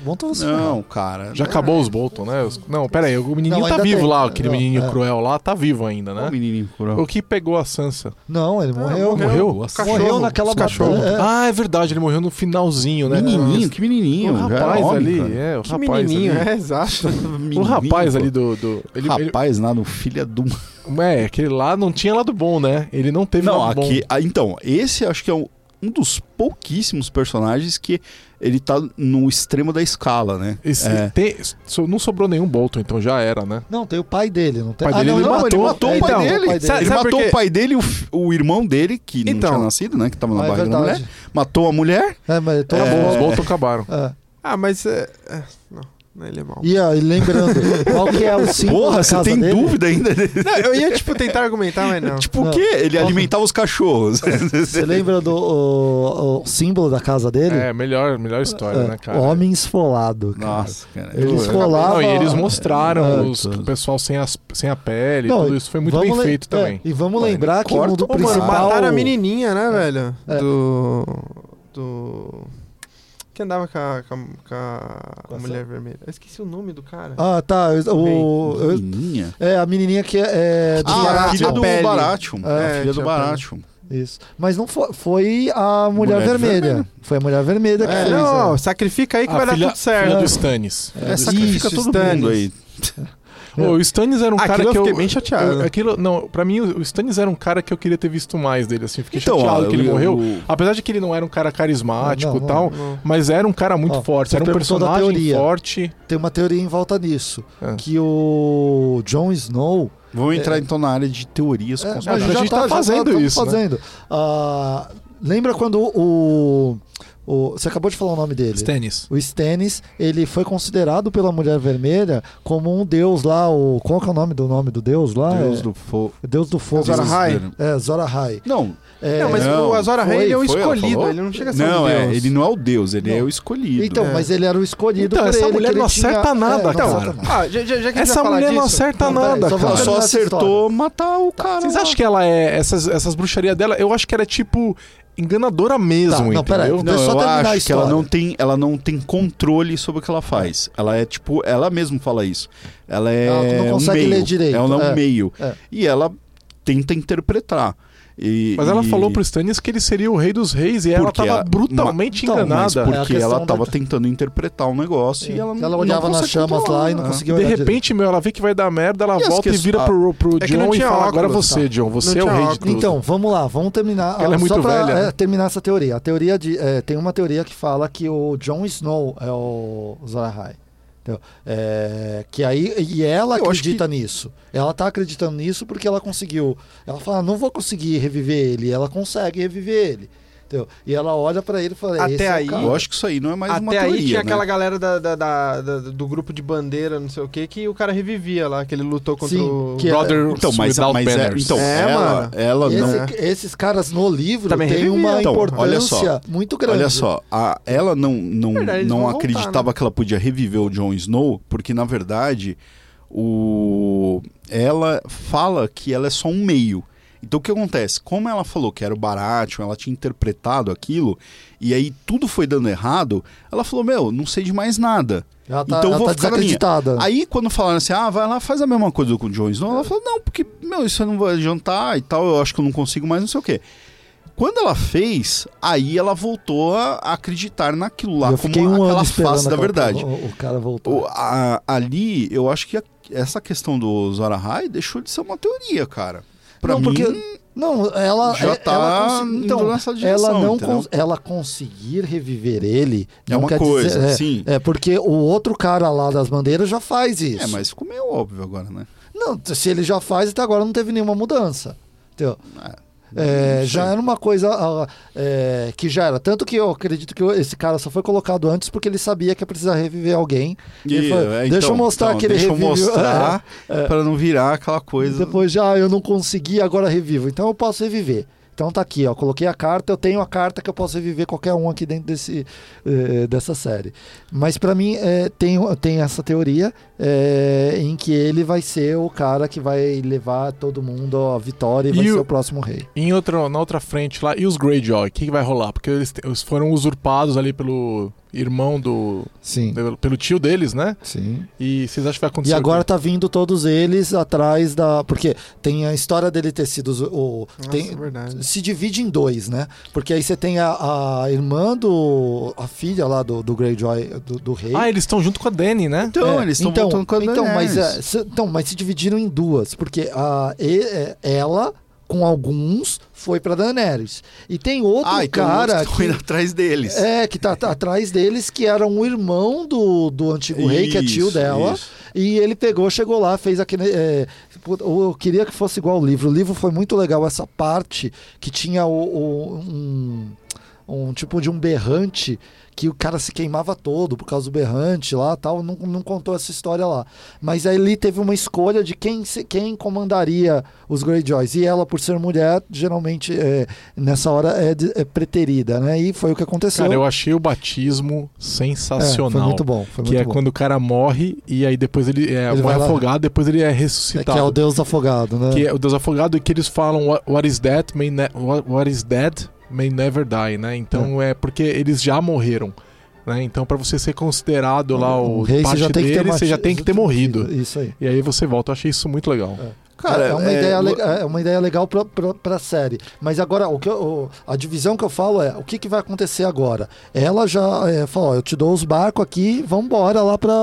Speaker 3: Vão todos
Speaker 1: Não, cara.
Speaker 2: Já
Speaker 1: não. é?
Speaker 2: acabou os Bolton, né? Os- Não, pera aí, o menininho
Speaker 3: Não,
Speaker 2: tá
Speaker 3: ainda
Speaker 2: vivo
Speaker 3: tem.
Speaker 2: lá, aquele
Speaker 3: Não,
Speaker 2: menininho
Speaker 3: é.
Speaker 2: cruel lá, tá vivo ainda,
Speaker 1: Olha O
Speaker 2: né?
Speaker 1: menininho cruel.
Speaker 2: O que pegou a Sansa?
Speaker 3: Não, ele morreu.
Speaker 4: morreu.
Speaker 2: Morreu?
Speaker 1: Nossa.
Speaker 4: Cachorro.
Speaker 3: Morreu naquela
Speaker 4: Os cachorro.
Speaker 3: batalha. É.
Speaker 2: Ah, é verdade, ele morreu no finalzinho, né?
Speaker 1: Menininho, que menininho.
Speaker 2: O
Speaker 1: já era
Speaker 2: rapaz
Speaker 1: homem,
Speaker 2: ali,
Speaker 1: cara.
Speaker 2: é, o
Speaker 4: Que
Speaker 2: rapaz
Speaker 4: menininho,
Speaker 2: ali.
Speaker 4: é, exato.
Speaker 2: O
Speaker 1: Menininho,
Speaker 2: rapaz
Speaker 1: pô.
Speaker 2: ali do... do ele, ele-
Speaker 1: rapaz, nada, o filho é do.
Speaker 2: é, aquele lá não tinha lado bom, né? Ele não teve
Speaker 1: Não,
Speaker 2: lado bom.
Speaker 1: aqui. ah, Então, esse acho que é um, um dos pouquíssimos personagens que ele tá no extremo da escala, né?
Speaker 2: Esse-
Speaker 1: É.
Speaker 2: tem- so- não sobrou nenhum Bolton, então já era, né?
Speaker 3: Não, tem o pai dele, não tem. Ah,
Speaker 2: Pai dele,
Speaker 3: não,
Speaker 2: ele
Speaker 3: não,
Speaker 2: matou-
Speaker 3: matou
Speaker 2: é,
Speaker 3: o pai
Speaker 2: então,
Speaker 3: dele.
Speaker 4: o pai dele.
Speaker 1: Ele
Speaker 4: Sabe por
Speaker 1: matou
Speaker 4: quê?
Speaker 1: o pai dele, e o, fi- o irmão dele, que não
Speaker 4: Então.
Speaker 1: tinha nascido, né? Que tava na
Speaker 3: Ah, é
Speaker 1: barriga da mulher,
Speaker 3: verdade.
Speaker 1: matou a mulher.
Speaker 3: É, mas tô
Speaker 2: Tá
Speaker 1: É.
Speaker 2: bom, os Bolton acabaram.
Speaker 3: É.
Speaker 4: Ah, mas... é, é, Não, não, ele é mau.
Speaker 3: E ó, e lembrando, qual que é o símbolo
Speaker 1: Porra,
Speaker 3: da
Speaker 1: você
Speaker 3: casa
Speaker 1: tem
Speaker 3: dele?
Speaker 1: dúvida ainda? dele?
Speaker 4: Não, eu ia, tipo, tentar argumentar, mas não.
Speaker 1: tipo, o
Speaker 3: Não.
Speaker 1: quê? Ele alimentava os cachorros.
Speaker 3: Você lembra do o- o símbolo da casa dele?
Speaker 2: É, melhor, melhor história,
Speaker 3: É,
Speaker 2: né, cara?
Speaker 3: Homem esfolado. cara.
Speaker 1: Nossa, cara.
Speaker 3: Ele
Speaker 1: Eu-
Speaker 3: esfolava-
Speaker 2: Não,
Speaker 3: rolava-
Speaker 2: e eles mostraram
Speaker 1: É,
Speaker 2: os,
Speaker 1: tudo.
Speaker 2: o pessoal sem, as, sem a pele,
Speaker 3: Não,
Speaker 2: tudo isso foi muito
Speaker 3: Vamos
Speaker 2: bem
Speaker 3: le-
Speaker 2: feito
Speaker 3: é,
Speaker 2: também.
Speaker 3: E vamos
Speaker 1: Pô, ele
Speaker 3: lembrar que
Speaker 1: corta
Speaker 3: o do
Speaker 1: o
Speaker 4: Pô, mano,
Speaker 3: principal...
Speaker 4: mataram a menininha, né, velho?
Speaker 3: É.
Speaker 4: Do... Do... Que andava com a, com a- com a
Speaker 3: Com a
Speaker 4: mulher vermelha. Eu esqueci o nome do cara.
Speaker 3: Ah, tá. eu- O, eu-
Speaker 1: Menininha?
Speaker 3: é, a menininha que é... é do
Speaker 1: Ah, a
Speaker 3: Baratheon.
Speaker 1: filha do
Speaker 4: Pele.
Speaker 1: Baratium.
Speaker 4: É,
Speaker 1: a filha do
Speaker 4: tinha
Speaker 1: Baratium.
Speaker 3: Isso. Mas não foi, foi a Mulher,
Speaker 1: Mulher
Speaker 3: Vermelha.
Speaker 1: Vermelha.
Speaker 3: Foi a Mulher Vermelha que
Speaker 4: É,
Speaker 3: fez.
Speaker 4: não,
Speaker 3: é.
Speaker 4: sacrifica aí que
Speaker 2: a
Speaker 4: vai
Speaker 2: filha,
Speaker 4: dar tudo certo.
Speaker 2: filha do Stannis.
Speaker 3: É,
Speaker 1: Essa que fica
Speaker 4: Isso,
Speaker 1: todo
Speaker 4: Stannis.
Speaker 1: mundo aí.
Speaker 2: Ô, o Stannis era um
Speaker 4: Aquilo
Speaker 2: cara
Speaker 4: eu
Speaker 2: que eu...
Speaker 4: fiquei bem chateado.
Speaker 2: eu- aquilo, não, pra mim, o o Stannis era um cara que eu queria ter visto mais dele, assim. Fiquei chateado
Speaker 1: ó,
Speaker 2: que ele
Speaker 1: o-
Speaker 2: morreu.
Speaker 1: o-
Speaker 2: Apesar de que ele não era um cara carismático
Speaker 3: Não,
Speaker 2: e
Speaker 3: não,
Speaker 2: tal,
Speaker 4: Não.
Speaker 2: mas era um cara muito
Speaker 3: Ó,
Speaker 2: forte.
Speaker 3: você
Speaker 2: Era um
Speaker 3: perguntou da
Speaker 2: personagem
Speaker 3: teoria.
Speaker 2: forte.
Speaker 3: Tem uma teoria em volta disso.
Speaker 2: É.
Speaker 3: Que o Jon Snow...
Speaker 1: Vamos entrar então na área de teorias
Speaker 3: É,
Speaker 2: a
Speaker 1: conspiratórias.
Speaker 2: gente tá fazendo
Speaker 3: tamo
Speaker 2: isso, né?
Speaker 3: fazendo. Ah, lembra quando o, o... Você acabou de falar o nome dele.
Speaker 2: Stannis.
Speaker 3: O Stannis, ele foi considerado pela Mulher Vermelha como um deus lá, o... Qual que é o nome do nome do deus lá?
Speaker 1: Deus
Speaker 3: É-
Speaker 1: do fogo.
Speaker 3: Deus do Fogo.
Speaker 4: Zora High?
Speaker 3: É, Zora High.
Speaker 1: Não,
Speaker 3: É,
Speaker 4: Não, mas
Speaker 1: Não,
Speaker 4: o Azor Ahai,
Speaker 3: foi-
Speaker 4: ele é o
Speaker 1: foi, ela
Speaker 4: escolhido.
Speaker 1: falou?
Speaker 4: Ele não chega a ser
Speaker 1: não
Speaker 4: um
Speaker 1: é,
Speaker 4: deus.
Speaker 1: ele não é o Deus, ele
Speaker 4: Não.
Speaker 1: é o escolhido.
Speaker 3: Então,
Speaker 4: É.
Speaker 3: mas ele era o escolhido
Speaker 2: Então,
Speaker 3: por
Speaker 2: essa
Speaker 3: ele,
Speaker 2: mulher
Speaker 3: que ele
Speaker 2: não
Speaker 3: tinha- É,
Speaker 2: acerta nada, então.
Speaker 3: não
Speaker 2: cara.
Speaker 3: acerta nada.
Speaker 4: Ah, já, já, já que a gente
Speaker 2: Essa
Speaker 4: vai falar
Speaker 2: mulher não
Speaker 4: disso-
Speaker 2: acerta
Speaker 3: Não, peraí,
Speaker 2: nada,
Speaker 3: só
Speaker 2: cara.
Speaker 1: ela
Speaker 3: falando-
Speaker 1: só
Speaker 3: essa
Speaker 1: acertou matar o cara.
Speaker 3: Tá,
Speaker 2: Vocês
Speaker 1: lá.
Speaker 2: acham que ela é. Essas, essas bruxarias dela, eu acho que era tipo enganadora mesmo,
Speaker 3: Tá, não, peraí.
Speaker 2: entendeu?
Speaker 1: Não,
Speaker 3: Deixa eu só
Speaker 1: eu
Speaker 3: terminar a
Speaker 1: acho que ela
Speaker 3: história.
Speaker 1: não, tem, ela não tem controle sobre o que ela faz. Ela é tipo, ela mesma fala isso. Ela é
Speaker 3: Ela não consegue
Speaker 1: um meio.
Speaker 3: ler direito,
Speaker 1: Ela é um
Speaker 3: é,
Speaker 1: meio.
Speaker 3: é.
Speaker 1: E ela tenta interpretar. E-
Speaker 2: Mas ela
Speaker 1: e-
Speaker 2: falou pro Stannis que ele seria o rei dos reis e ela
Speaker 1: Porque
Speaker 2: tava
Speaker 1: a-
Speaker 2: brutalmente
Speaker 3: Então,
Speaker 1: mas
Speaker 2: enganada.
Speaker 1: porque
Speaker 3: É a
Speaker 1: ela
Speaker 3: questão
Speaker 1: tava
Speaker 3: da-
Speaker 1: tentando interpretar um negócio e ela não
Speaker 3: é. Ela olhava
Speaker 1: não
Speaker 3: nas
Speaker 1: consegue
Speaker 3: chamas lá e não
Speaker 1: controlar. né?
Speaker 3: conseguia
Speaker 2: de
Speaker 3: olhar direito.
Speaker 2: repente, meu, ela vê que vai dar merda, ela
Speaker 1: E as
Speaker 2: volta e
Speaker 1: questões-
Speaker 2: vira
Speaker 1: ah,
Speaker 2: pro, pro
Speaker 4: é que não
Speaker 2: John e
Speaker 4: tinha
Speaker 2: fala: agora é
Speaker 4: óculos,
Speaker 2: você,
Speaker 4: tá?
Speaker 2: John, você é
Speaker 4: Não
Speaker 2: o
Speaker 4: tinha
Speaker 2: rei de
Speaker 4: óculos.
Speaker 2: tudo.
Speaker 3: Então, vamos lá, vamos terminar.
Speaker 2: Ela é
Speaker 3: Ah,
Speaker 2: muito
Speaker 3: só pra,
Speaker 2: velha, né?
Speaker 3: é, terminar essa teoria. A teoria de. é, tem uma teoria que fala que o Jon Snow é o Zorahai. Entendeu? É, que aí. E ela
Speaker 1: Eu acho
Speaker 3: acredita nisso. Ela tá acreditando nisso porque ela conseguiu. Ela fala, "Ah, não vou conseguir reviver ele. Ela consegue reviver ele. Entendeu? E ela olha pra ele e fala,
Speaker 4: Até
Speaker 3: "Esse é o
Speaker 4: aí,
Speaker 3: cara."
Speaker 1: Eu acho que isso aí não é mais uma
Speaker 4: Até
Speaker 1: teoria,
Speaker 4: aí tinha
Speaker 1: né?
Speaker 4: aquela galera da- da- da- da- do grupo de bandeira, não sei o que, que o cara revivia lá, que ele lutou contra
Speaker 3: Sim,
Speaker 4: o.
Speaker 3: que-
Speaker 2: Brother,
Speaker 1: Então, mas,
Speaker 2: without
Speaker 1: mas é,
Speaker 2: banners.
Speaker 1: então
Speaker 4: É,
Speaker 1: ela,
Speaker 4: mano.
Speaker 1: ela
Speaker 3: Esse-
Speaker 1: não é.
Speaker 3: Esses caras no livro
Speaker 4: Também
Speaker 3: têm
Speaker 4: reviviam.
Speaker 3: uma
Speaker 1: Então, olha só.
Speaker 3: importância muito grande.
Speaker 1: Olha só, a- ela não, não,
Speaker 4: Verdade, eles
Speaker 1: não
Speaker 4: vão voltar,
Speaker 1: acreditava
Speaker 4: né?
Speaker 1: que ela podia reviver o Jon Snow, porque na verdade o ela fala que ela é só um meio. Então o que acontece? Como ela falou que era o Baratheon, ela tinha interpretado aquilo, e aí tudo foi dando errado, ela falou, meu, não sei de mais nada.
Speaker 3: Ela tá,
Speaker 1: Então
Speaker 3: ela
Speaker 1: vou
Speaker 3: tá
Speaker 1: ficar na minha.
Speaker 3: desacreditada.
Speaker 1: Aí quando falaram assim, ah, vai lá, faz a mesma coisa com o Jon Snow, ela falou, não, porque, meu, isso eu não vai adiantar e tal, eu acho que eu não consigo mais, não sei o quê. Quando ela fez, aí ela voltou a acreditar naquilo lá,
Speaker 3: eu
Speaker 1: como
Speaker 3: fiquei um ano
Speaker 1: aquela
Speaker 3: esperando
Speaker 1: face da
Speaker 3: aquela-
Speaker 1: verdade.
Speaker 3: O, o cara voltar.
Speaker 1: O- a- ali, eu acho que a- essa questão do Zora High deixou de ser uma teoria, cara. Pra
Speaker 3: não,
Speaker 1: mim,
Speaker 3: porque não, ela
Speaker 1: já
Speaker 3: é-
Speaker 1: tá
Speaker 3: ela consegui-
Speaker 1: indo
Speaker 3: então,
Speaker 1: nessa direção,
Speaker 3: ela não
Speaker 1: entendeu?
Speaker 3: cons- ela conseguir reviver ele
Speaker 1: É
Speaker 3: não
Speaker 1: uma
Speaker 3: quer
Speaker 1: coisa,
Speaker 3: dizer- é,
Speaker 1: sim.
Speaker 3: É porque o outro cara lá das bandeiras já faz isso.
Speaker 1: É, mas ficou meio óbvio agora, né?
Speaker 3: Não, se ele já faz até agora não teve nenhuma mudança. Entendeu? É,
Speaker 1: sei.
Speaker 3: já era uma coisa ah, é, que já era. Tanto que eu acredito que esse cara só foi colocado antes porque ele sabia que ia precisar reviver alguém. E ele
Speaker 1: E,
Speaker 3: falou,
Speaker 1: é,
Speaker 3: deixa
Speaker 1: então,
Speaker 3: eu mostrar É.
Speaker 1: então,
Speaker 3: que ele
Speaker 1: Deixa eu
Speaker 3: reviveu."
Speaker 1: mostrar pra não virar aquela
Speaker 3: E
Speaker 1: coisa.
Speaker 3: Depois já, ah, eu não consegui, agora revivo. Então eu posso reviver. Então tá aqui, ó. Coloquei a carta, eu tenho a carta que eu posso reviver qualquer um aqui dentro desse, eh, dessa série. Mas pra mim eh, tem, tem essa teoria eh, em que ele vai ser o cara que vai levar todo mundo à vitória e,
Speaker 2: E
Speaker 3: vai
Speaker 2: o-
Speaker 3: ser o próximo rei.
Speaker 2: Em outra, na outra frente lá, e os Greyjoy? O que, que vai rolar? Porque eles, te- eles foram usurpados ali pelo irmão do.
Speaker 3: Sim,
Speaker 2: pelo- pelo tio deles, né?
Speaker 3: sim.
Speaker 2: E vocês acham que vai acontecer?
Speaker 3: E
Speaker 2: o
Speaker 3: agora
Speaker 2: quê?
Speaker 3: tá vindo todos eles atrás da. Porque tem a história dele ter sido. O,
Speaker 4: Nossa,
Speaker 3: tem,
Speaker 4: é verdade.
Speaker 3: se divide em dois, né? Porque aí você tem a, a irmã do. a filha lá do, do Greyjoy, do, do rei.
Speaker 2: Ah, eles estão junto com a Dany, né?
Speaker 1: Então,
Speaker 3: É,
Speaker 1: eles estão
Speaker 3: então,
Speaker 1: voltando com a
Speaker 3: então, mas,
Speaker 1: Daenerys.
Speaker 3: é, se, então, mas se dividiram em duas, porque a, e- é, ela, com alguns, foi pra Daenerys. E tem outro
Speaker 1: ah, então
Speaker 3: cara
Speaker 1: eles tão
Speaker 3: que,
Speaker 1: indo atrás deles.
Speaker 3: é, que tá, tá atrás deles, que era um irmão do, do antigo rei, que é tio
Speaker 1: Isso,
Speaker 3: dela.
Speaker 1: isso.
Speaker 3: E ele pegou, chegou lá, fez aquele. é, pô, eu queria que fosse igual o livro. O livro foi muito legal, essa parte que tinha o, o- um, um tipo de um berrante que o cara se queimava todo por causa do berrante lá tal. Não, não contou essa história lá. Mas aí ele teve uma escolha de quem, se- quem comandaria os Greyjoys. E ela, por ser mulher, geralmente é, nessa hora é, de- é preterida, né? E foi o que aconteceu.
Speaker 2: Cara, eu achei o batismo
Speaker 3: É,
Speaker 2: sensacional.
Speaker 3: foi muito bom. Foi
Speaker 2: Que
Speaker 3: muito
Speaker 2: é
Speaker 3: bom.
Speaker 2: quando o cara morre e aí depois ele é,
Speaker 3: Ele
Speaker 2: morre
Speaker 3: vai lá.
Speaker 2: afogado, depois ele é
Speaker 3: É que é o
Speaker 2: ressuscitado.
Speaker 3: Deus afogado, né?
Speaker 2: que é o Deus afogado e que eles falam "What- what is dead may ne- what, what is dead may never die, né? Então é, porque eles já morreram, né? Então pra você ser considerado
Speaker 3: Então,
Speaker 2: lá o parte dele, você já tem que ter morrido.
Speaker 3: Isso aí.
Speaker 2: E aí você volta. Eu achei isso muito legal.
Speaker 3: É.
Speaker 1: Cara,
Speaker 3: é, uma
Speaker 1: é,
Speaker 3: ideia,
Speaker 1: o-
Speaker 3: le- é uma ideia legal pra, pra, pra série. Mas agora, o que eu- o- a divisão que eu falo é: o que, que vai acontecer agora? Ela já é, falou: ó, eu te dou os barcos aqui, vambora lá pra.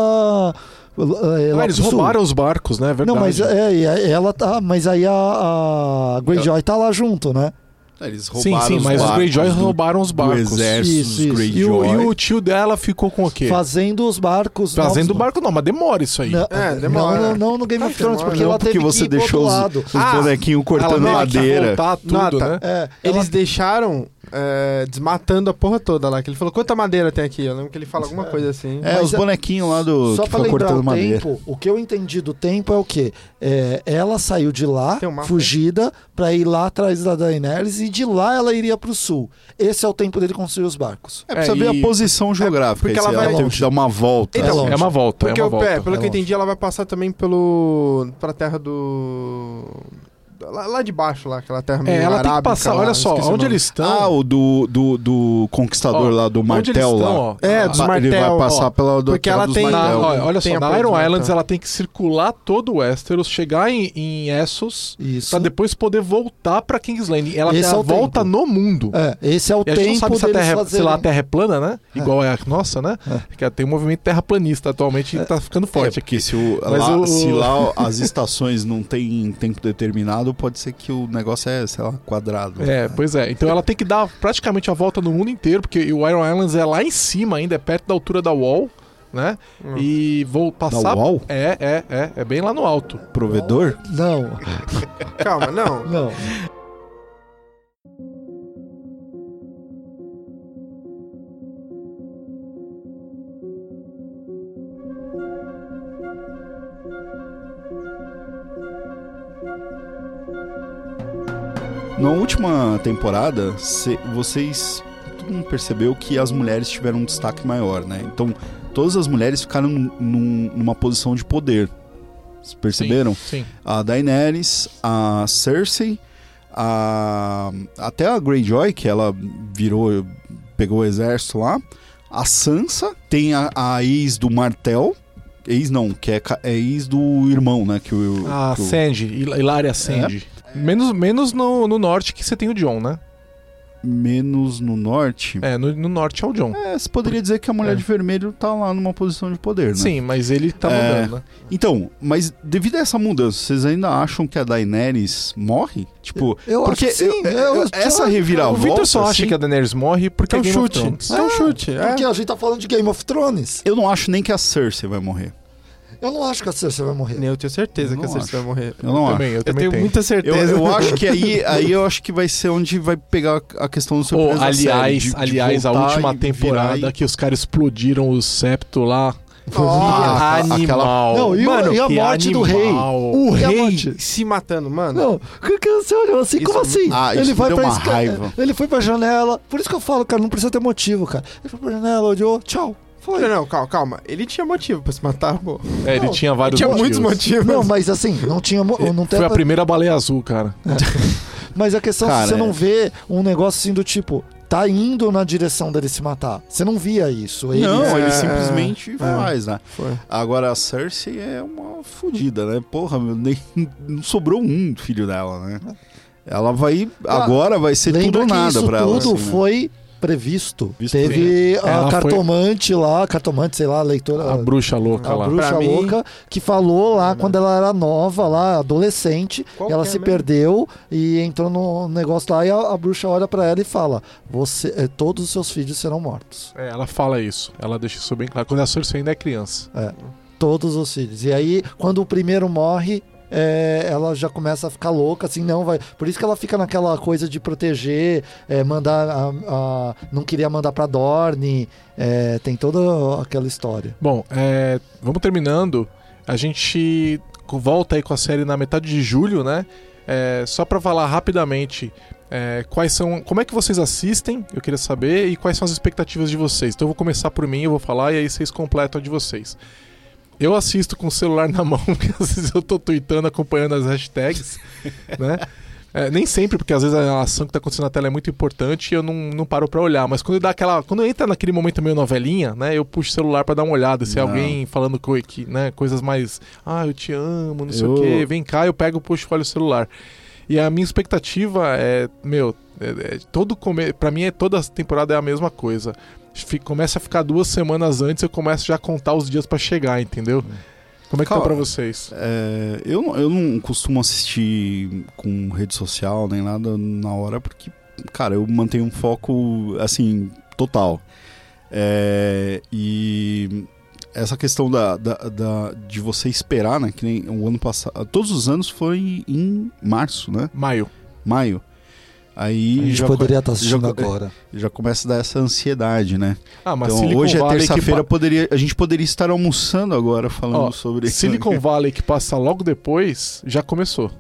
Speaker 3: é, lá
Speaker 2: Ah, eles
Speaker 3: pro sul.
Speaker 2: roubaram os barcos, né? É Verdade.
Speaker 3: Não, mas é, e aí ela tá. Mas aí a, a Greyjoy tá lá junto, né?
Speaker 1: Ah, Eles
Speaker 2: sim,
Speaker 1: roubaram
Speaker 2: sim,
Speaker 1: os
Speaker 2: mas os
Speaker 1: barcos
Speaker 2: Greyjoy
Speaker 1: do-
Speaker 2: roubaram os
Speaker 1: do
Speaker 2: barcos.
Speaker 1: exército
Speaker 3: Isso,
Speaker 1: dos
Speaker 3: isso.
Speaker 1: Greyjoy.
Speaker 2: E o, e o tio dela ficou com o quê?
Speaker 3: Fazendo os barcos.
Speaker 2: Fazendo
Speaker 3: novos-
Speaker 2: barco, não, mas demora isso aí.
Speaker 3: Não,
Speaker 4: É,
Speaker 3: não,
Speaker 4: demora.
Speaker 3: não, não no Game
Speaker 4: Ah,
Speaker 3: of Thrones,
Speaker 4: demora.
Speaker 3: porque ela
Speaker 1: não
Speaker 3: teve
Speaker 1: porque você
Speaker 3: que ir pro
Speaker 1: deixou
Speaker 3: outro
Speaker 1: os,
Speaker 3: lado.
Speaker 1: os
Speaker 4: Ah,
Speaker 1: bonequinhos cortando
Speaker 2: teve que
Speaker 1: madeira.
Speaker 2: voltar tudo,
Speaker 4: Nata.
Speaker 2: né?
Speaker 3: É, ela-
Speaker 4: Eles deixaram é, desmatando a porra toda lá. Que ele falou, quanta madeira tem aqui? Eu lembro que ele fala alguma coisa assim.
Speaker 1: É,
Speaker 3: Mas
Speaker 1: os
Speaker 3: é-
Speaker 1: bonequinhos lá do
Speaker 3: Só
Speaker 1: que
Speaker 3: pra
Speaker 1: ficou
Speaker 3: lembrar
Speaker 1: cortando
Speaker 3: o
Speaker 1: madeira.
Speaker 3: tempo, o que eu entendi do tempo é o quê? É, ela saiu de lá,
Speaker 4: Tem um mapa
Speaker 3: fugida, pra ir lá atrás da Daenerys e de lá ela iria pro sul. Esse é o tempo dele construir os barcos.
Speaker 1: É, precisa
Speaker 2: É,
Speaker 1: ver
Speaker 2: e-
Speaker 1: a posição geográfica.
Speaker 4: porque
Speaker 1: Ela,
Speaker 4: ela
Speaker 1: ela
Speaker 4: vai-
Speaker 1: teve que dar uma volta.
Speaker 3: Então,
Speaker 2: É uma volta,
Speaker 4: Porque
Speaker 2: é uma
Speaker 4: o pé,
Speaker 2: volta.
Speaker 4: pelo que eu
Speaker 3: É
Speaker 4: entendi, ela vai passar também pelo. pra terra do. Lá, lá de baixo, lá, aquela terra meio
Speaker 2: É, ela tem que
Speaker 4: arábica
Speaker 2: passar,
Speaker 4: lá,
Speaker 2: olha só,
Speaker 4: esqueci o
Speaker 2: onde
Speaker 4: nome.
Speaker 2: eles estão.
Speaker 3: então.
Speaker 1: ah, o do, do, do conquistador
Speaker 2: Ó,
Speaker 1: lá, do
Speaker 2: onde eles
Speaker 1: martel
Speaker 2: estão,
Speaker 1: lá.
Speaker 2: ó.
Speaker 4: É,
Speaker 2: Ah,
Speaker 4: dos
Speaker 1: Pa- Ele vai
Speaker 4: martel,
Speaker 1: passar
Speaker 4: ó.
Speaker 1: pela do,
Speaker 4: porque
Speaker 1: pela
Speaker 4: ela
Speaker 1: dos
Speaker 4: tem-
Speaker 2: Na-
Speaker 1: martel.
Speaker 2: olha, olha
Speaker 4: Tem
Speaker 2: só,
Speaker 4: a
Speaker 2: na Iron
Speaker 4: ponte,
Speaker 2: Islands
Speaker 4: tá.
Speaker 2: ela tem que circular todo o Westeros, chegar em, em Essos,
Speaker 3: Isso.
Speaker 2: pra depois poder voltar pra Kingsland. Ela
Speaker 3: Esse
Speaker 2: tem
Speaker 3: é
Speaker 2: a
Speaker 3: o
Speaker 2: volta
Speaker 3: tempo.
Speaker 2: no mundo.
Speaker 3: É, esse é o
Speaker 2: E a
Speaker 3: tempo
Speaker 2: gente não sabe se a,
Speaker 3: deles
Speaker 2: terra, se
Speaker 3: fazerem-
Speaker 2: lá a terra é plana, né? Igual é a nossa, né? Que tem um movimento terra planista atualmente e tá ficando
Speaker 1: É,
Speaker 2: forte.
Speaker 1: porque se, o-
Speaker 2: Mas
Speaker 1: lá,
Speaker 2: o-
Speaker 1: se lá as estações não tem tempo determinado, pode ser que o negócio é, sei lá, quadrado.
Speaker 2: É, pois é. Então ela tem que dar praticamente a volta no mundo inteiro, porque o Iron Islands é lá em cima ainda, é perto da altura da Wall, né?
Speaker 4: Hum.
Speaker 2: E vou
Speaker 1: Da
Speaker 2: passar...
Speaker 1: UOL?
Speaker 2: É, é, é. É bem lá no alto.
Speaker 1: Provedor?
Speaker 3: Não,
Speaker 4: Calma, não.
Speaker 3: não.
Speaker 1: Na última temporada, se- vocês. Todo mundo percebeu que as mulheres tiveram um destaque maior, né? Então, todas as mulheres ficaram num- numa posição de poder. Vocês perceberam?
Speaker 2: Sim.
Speaker 1: a Daenerys, a Cersei, a até a Greyjoy, que ela virou, pegou o exército lá, a Sansa, tem a, a ex do Martel, ex não, que é, ca- é ex do irmão, né, que o
Speaker 3: Ah,
Speaker 2: A
Speaker 1: que o-
Speaker 2: Sandy, Hil- Hilária Sandy. Menos, menos no, no norte que você tem o John, né?
Speaker 1: menos no norte.
Speaker 2: É, no, no norte é o John.
Speaker 1: É, você poderia dizer que a mulher
Speaker 2: É.
Speaker 1: de vermelho tá lá numa posição de poder, né?
Speaker 2: Sim, mas ele tá
Speaker 1: É.
Speaker 2: mudando, né?
Speaker 1: Então, mas devido a essa mudança, vocês ainda acham que a Daenerys morre? Tipo,
Speaker 3: Eu acho
Speaker 1: porque
Speaker 3: que sim,
Speaker 1: eu-
Speaker 3: eu-
Speaker 1: eu- essa
Speaker 2: o
Speaker 1: reviravolta.
Speaker 2: Victor só acha
Speaker 1: assim,
Speaker 2: que a Daenerys morre porque
Speaker 4: É um
Speaker 2: Game of
Speaker 4: chute.
Speaker 2: Thrones.
Speaker 4: É um chute. É.
Speaker 3: Porque a gente tá falando de Game of Thrones.
Speaker 1: Eu não acho nem que a Cersei vai morrer.
Speaker 3: Eu não acho que a Cersei vai morrer.
Speaker 4: Eu tenho certeza
Speaker 1: Eu
Speaker 4: que a
Speaker 1: não
Speaker 4: Cersei vai morrer.
Speaker 1: Eu não
Speaker 2: Também, eu
Speaker 4: Eu
Speaker 2: também
Speaker 4: tenho muita
Speaker 1: acho. Eu,
Speaker 4: certeza.
Speaker 1: eu acho que aí, aí eu acho que vai ser onde vai pegar a questão do
Speaker 2: Ou,
Speaker 1: surpresa. da série,
Speaker 2: aliás,
Speaker 1: de- de
Speaker 2: aliás, a
Speaker 1: voltar
Speaker 2: última
Speaker 1: e
Speaker 2: temporada
Speaker 1: virar e-
Speaker 2: que os caras explodiram o septo lá.
Speaker 1: Ah,
Speaker 2: Que
Speaker 1: aquela-
Speaker 2: animal.
Speaker 3: Não, e o-
Speaker 2: Mano,
Speaker 3: e a
Speaker 2: que
Speaker 3: morte do rei?
Speaker 2: animal.
Speaker 3: O
Speaker 4: E a
Speaker 3: rei-
Speaker 4: morte? se matando, mano.
Speaker 3: Não, que, que você olhou assim?
Speaker 4: Isso-
Speaker 3: como assim?
Speaker 1: Ah, isso
Speaker 3: ele vai
Speaker 1: deu
Speaker 3: pra
Speaker 1: uma
Speaker 3: esca-
Speaker 1: raiva.
Speaker 3: Ele foi pra janela. Por isso que eu falo, cara, não precisa ter motivo, cara. Ele foi pra janela, olhou, tchau. Foi.
Speaker 4: Não, não, calma, calma. Ele tinha motivo pra se matar, pô.
Speaker 2: É, ele
Speaker 3: Não,
Speaker 2: tinha
Speaker 4: Ele
Speaker 2: vários
Speaker 4: tinha
Speaker 2: motivos.
Speaker 4: muitos motivos.
Speaker 3: Não, mas assim, não tinha. mo- Não tem
Speaker 2: Foi a primeira baleia azul, cara.
Speaker 3: Mas a questão é
Speaker 1: Cara,
Speaker 3: que você
Speaker 1: é.
Speaker 3: não vê um negócio assim do tipo, tá indo na direção dele se matar. Você não via isso. Ele,
Speaker 1: Não, ele
Speaker 4: É,
Speaker 1: simplesmente faz, né?
Speaker 4: Foi.
Speaker 1: Agora a Cersei é uma fodida, né? Porra, meu, nem, não sobrou um filho dela, né? Ela vai. Agora vai ser
Speaker 3: lembra
Speaker 1: tudo ou
Speaker 3: que
Speaker 1: nada
Speaker 3: isso
Speaker 1: pra ela.
Speaker 3: tudo
Speaker 1: assim, né?
Speaker 3: foi previsto.
Speaker 1: Visto
Speaker 3: Teve a
Speaker 2: Ela foi-
Speaker 3: cartomante lá, cartomante, sei lá, a leitora.
Speaker 2: A bruxa louca
Speaker 3: Ah. a
Speaker 2: lá.
Speaker 3: bruxa
Speaker 4: Pra mim-
Speaker 3: louca que falou
Speaker 1: né?
Speaker 3: lá quando ela era nova, lá, adolescente,
Speaker 4: Qual
Speaker 3: ela
Speaker 4: que é
Speaker 3: se
Speaker 4: mesmo?
Speaker 3: perdeu e entrou no negócio lá e a, a bruxa olha pra ela e fala: "Você, eh, todos os seus filhos serão mortos,
Speaker 2: É, ela fala isso. Ela deixa isso bem claro. Quando a Cersei ainda é criança.
Speaker 3: todos os filhos". E aí, quando o primeiro morre, eh, ela já começa a ficar louca, assim, não vai. Por isso que ela fica naquela coisa de proteger, eh, mandar, a, a- não queria mandar pra Dorne, eh, tem toda aquela história.
Speaker 2: Bom, é, vamos terminando. A gente volta aí com a série na metade de julho, né? É, só pra falar rapidamente é, quais são, como é que vocês assistem? Eu queria saber e quais são as expectativas de vocês. Então eu vou começar por mim, eu vou falar e aí vocês completam a de vocês. Eu assisto com o celular na mão, porque às vezes eu tô tweetando, acompanhando as hashtags, né? É, nem sempre, porque às vezes a ação que tá acontecendo na tela é muito importante e eu não, não paro pra olhar. Mas quando dá aquela. Quando entra naquele momento meio novelinha, né? Eu puxo o celular pra dar uma olhada. Se é
Speaker 1: Não.
Speaker 2: alguém falando coi- que, né, coisas mais. Ah, eu te amo, não sei
Speaker 1: Eu-
Speaker 2: o quê. Vem cá, eu pego, puxo, olho o celular. E a minha expectativa é, meu, é, é todo come... para mim é toda temporada é a mesma coisa. Fi- Começa a ficar duas semanas antes, eu começo já a contar os dias pra chegar, entendeu?
Speaker 1: Hum.
Speaker 2: Como é que
Speaker 1: Calma.
Speaker 2: tá pra vocês?
Speaker 1: É, eu, não- eu não costumo assistir com rede social nem nada na hora, porque, cara, eu mantenho um foco, assim, total. É, e essa questão da, da- da- de você esperar, né? Que nem o ano passado. Todos os anos foi em março, né?
Speaker 2: Maio.
Speaker 1: Maio.
Speaker 3: A
Speaker 1: Aí
Speaker 3: gente
Speaker 1: já,
Speaker 3: poderia estar assistindo
Speaker 1: já-
Speaker 3: agora.
Speaker 1: co- já começa a dar essa ansiedade, né?
Speaker 2: Ah, mas
Speaker 1: então,
Speaker 2: Silicon
Speaker 1: hoje é
Speaker 2: Valley que
Speaker 1: terça-feira,
Speaker 2: pa-
Speaker 1: poderia, a gente poderia estar almoçando agora falando
Speaker 2: Ó,
Speaker 1: sobre
Speaker 2: Silicon Valley que passa logo depois, já começou.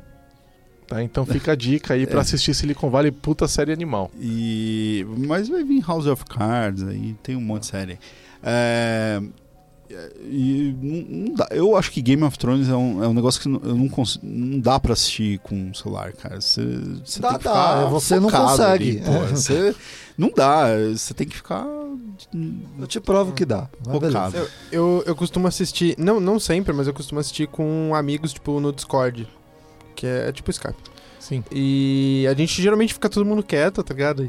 Speaker 2: Tá? Então fica a dica aí pra
Speaker 1: É.
Speaker 2: assistir Silicon Valley, puta série animal.
Speaker 1: E... Mas vai vir House of Cards aí, tem um monte de série. É, E não, não dá. Eu acho que Game of Thrones é um, é um negócio que não- eu não, cons- não dá pra assistir com um celular, cara. Você você
Speaker 3: Dá,
Speaker 1: tem que
Speaker 3: dá. É,
Speaker 1: ficar
Speaker 3: Você não
Speaker 1: focado
Speaker 3: consegue. É.
Speaker 1: ali, pô. Você- não dá. Você tem que ficar.
Speaker 3: Eu te provo que dá. é Mas
Speaker 1: Hum. Focado.
Speaker 3: beleza.
Speaker 4: Eu, eu, eu costumo assistir, não, não sempre, mas eu costumo assistir com amigos, tipo, no Discord. Que é, é tipo Skype.
Speaker 2: Sim.
Speaker 4: E a gente geralmente fica todo mundo quieto, tá ligado?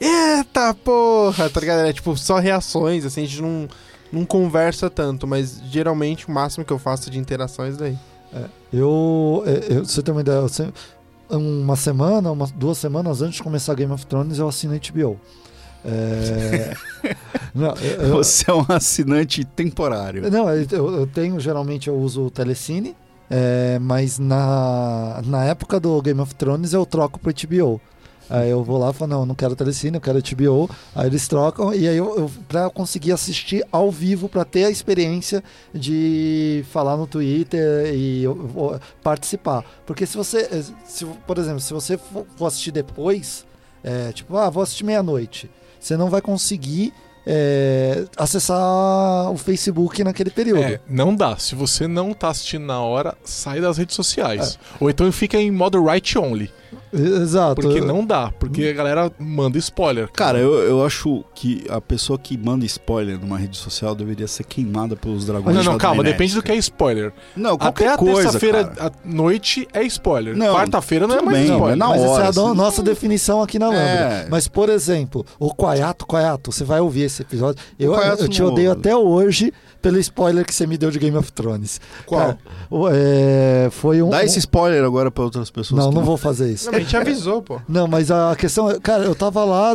Speaker 4: E, Eita porra, tá ligado? É tipo só reações, assim, a gente não, não conversa tanto, mas geralmente o máximo que eu faço de interação é isso daí.
Speaker 3: Eu, é, eu- você tem uma ideia, eu sempre- uma semana, uma, duas semanas antes de começar Game of Thrones, eu assino HBO. É... não, eu,
Speaker 1: Você é um assinante temporário.
Speaker 3: eu- não, eu- eu, eu tenho, geralmente eu uso o Telecine, é, mas na, na época do Game of Thrones eu troco pro HBO. Aí eu vou lá e falo, não, eu não quero Telecine, eu quero HBO. Aí eles trocam, e aí eu, eu pra eu conseguir assistir ao vivo, pra ter a experiência de falar no Twitter e eu vou participar. Porque se você, eh, se, por exemplo, se você for for assistir depois, eh, tipo, ah, vou assistir meia-noite, você não vai conseguir eh, acessar o Facebook naquele período.
Speaker 2: É, não dá. Se você não tá assistindo na hora, sai das redes sociais. Ou então fica em modo right only.
Speaker 3: Exato.
Speaker 2: Porque não dá. Porque a galera manda spoiler.
Speaker 1: Cara, eu, eu acho que a pessoa que manda spoiler numa rede social deveria ser queimada pelos dragões.
Speaker 2: Não,
Speaker 1: da
Speaker 2: não, calma,
Speaker 1: Daenerys,
Speaker 2: depende do que é spoiler.
Speaker 1: cara. Não, qualquer
Speaker 2: Até a
Speaker 1: coisa,
Speaker 2: terça-feira
Speaker 1: cara.
Speaker 2: à noite é spoiler.
Speaker 1: Não,
Speaker 2: Quarta-feira não é
Speaker 1: tudo
Speaker 2: mais
Speaker 1: bem,
Speaker 2: spoiler.
Speaker 1: mas na
Speaker 3: Mas
Speaker 1: hora,
Speaker 3: essa é a
Speaker 1: assim,
Speaker 3: do- nossa definição aqui na Lambda.
Speaker 1: É.
Speaker 3: Mas, por exemplo, o Quaiato, Quaiato, você vai ouvir esse episódio. Eu,
Speaker 1: Quaiato
Speaker 3: eu te
Speaker 1: não-
Speaker 3: odeio até hoje pelo spoiler que você me deu de Game of Thrones.
Speaker 4: Qual?
Speaker 3: Cara, o- é, foi um.
Speaker 1: Dá esse spoiler agora pra outras
Speaker 3: um...
Speaker 1: pessoas.
Speaker 3: Não,
Speaker 1: que
Speaker 3: não vou fazer isso.
Speaker 4: Não, mas a gente avisou, pô.
Speaker 3: Não, mas a questão é, cara, eu tava lá,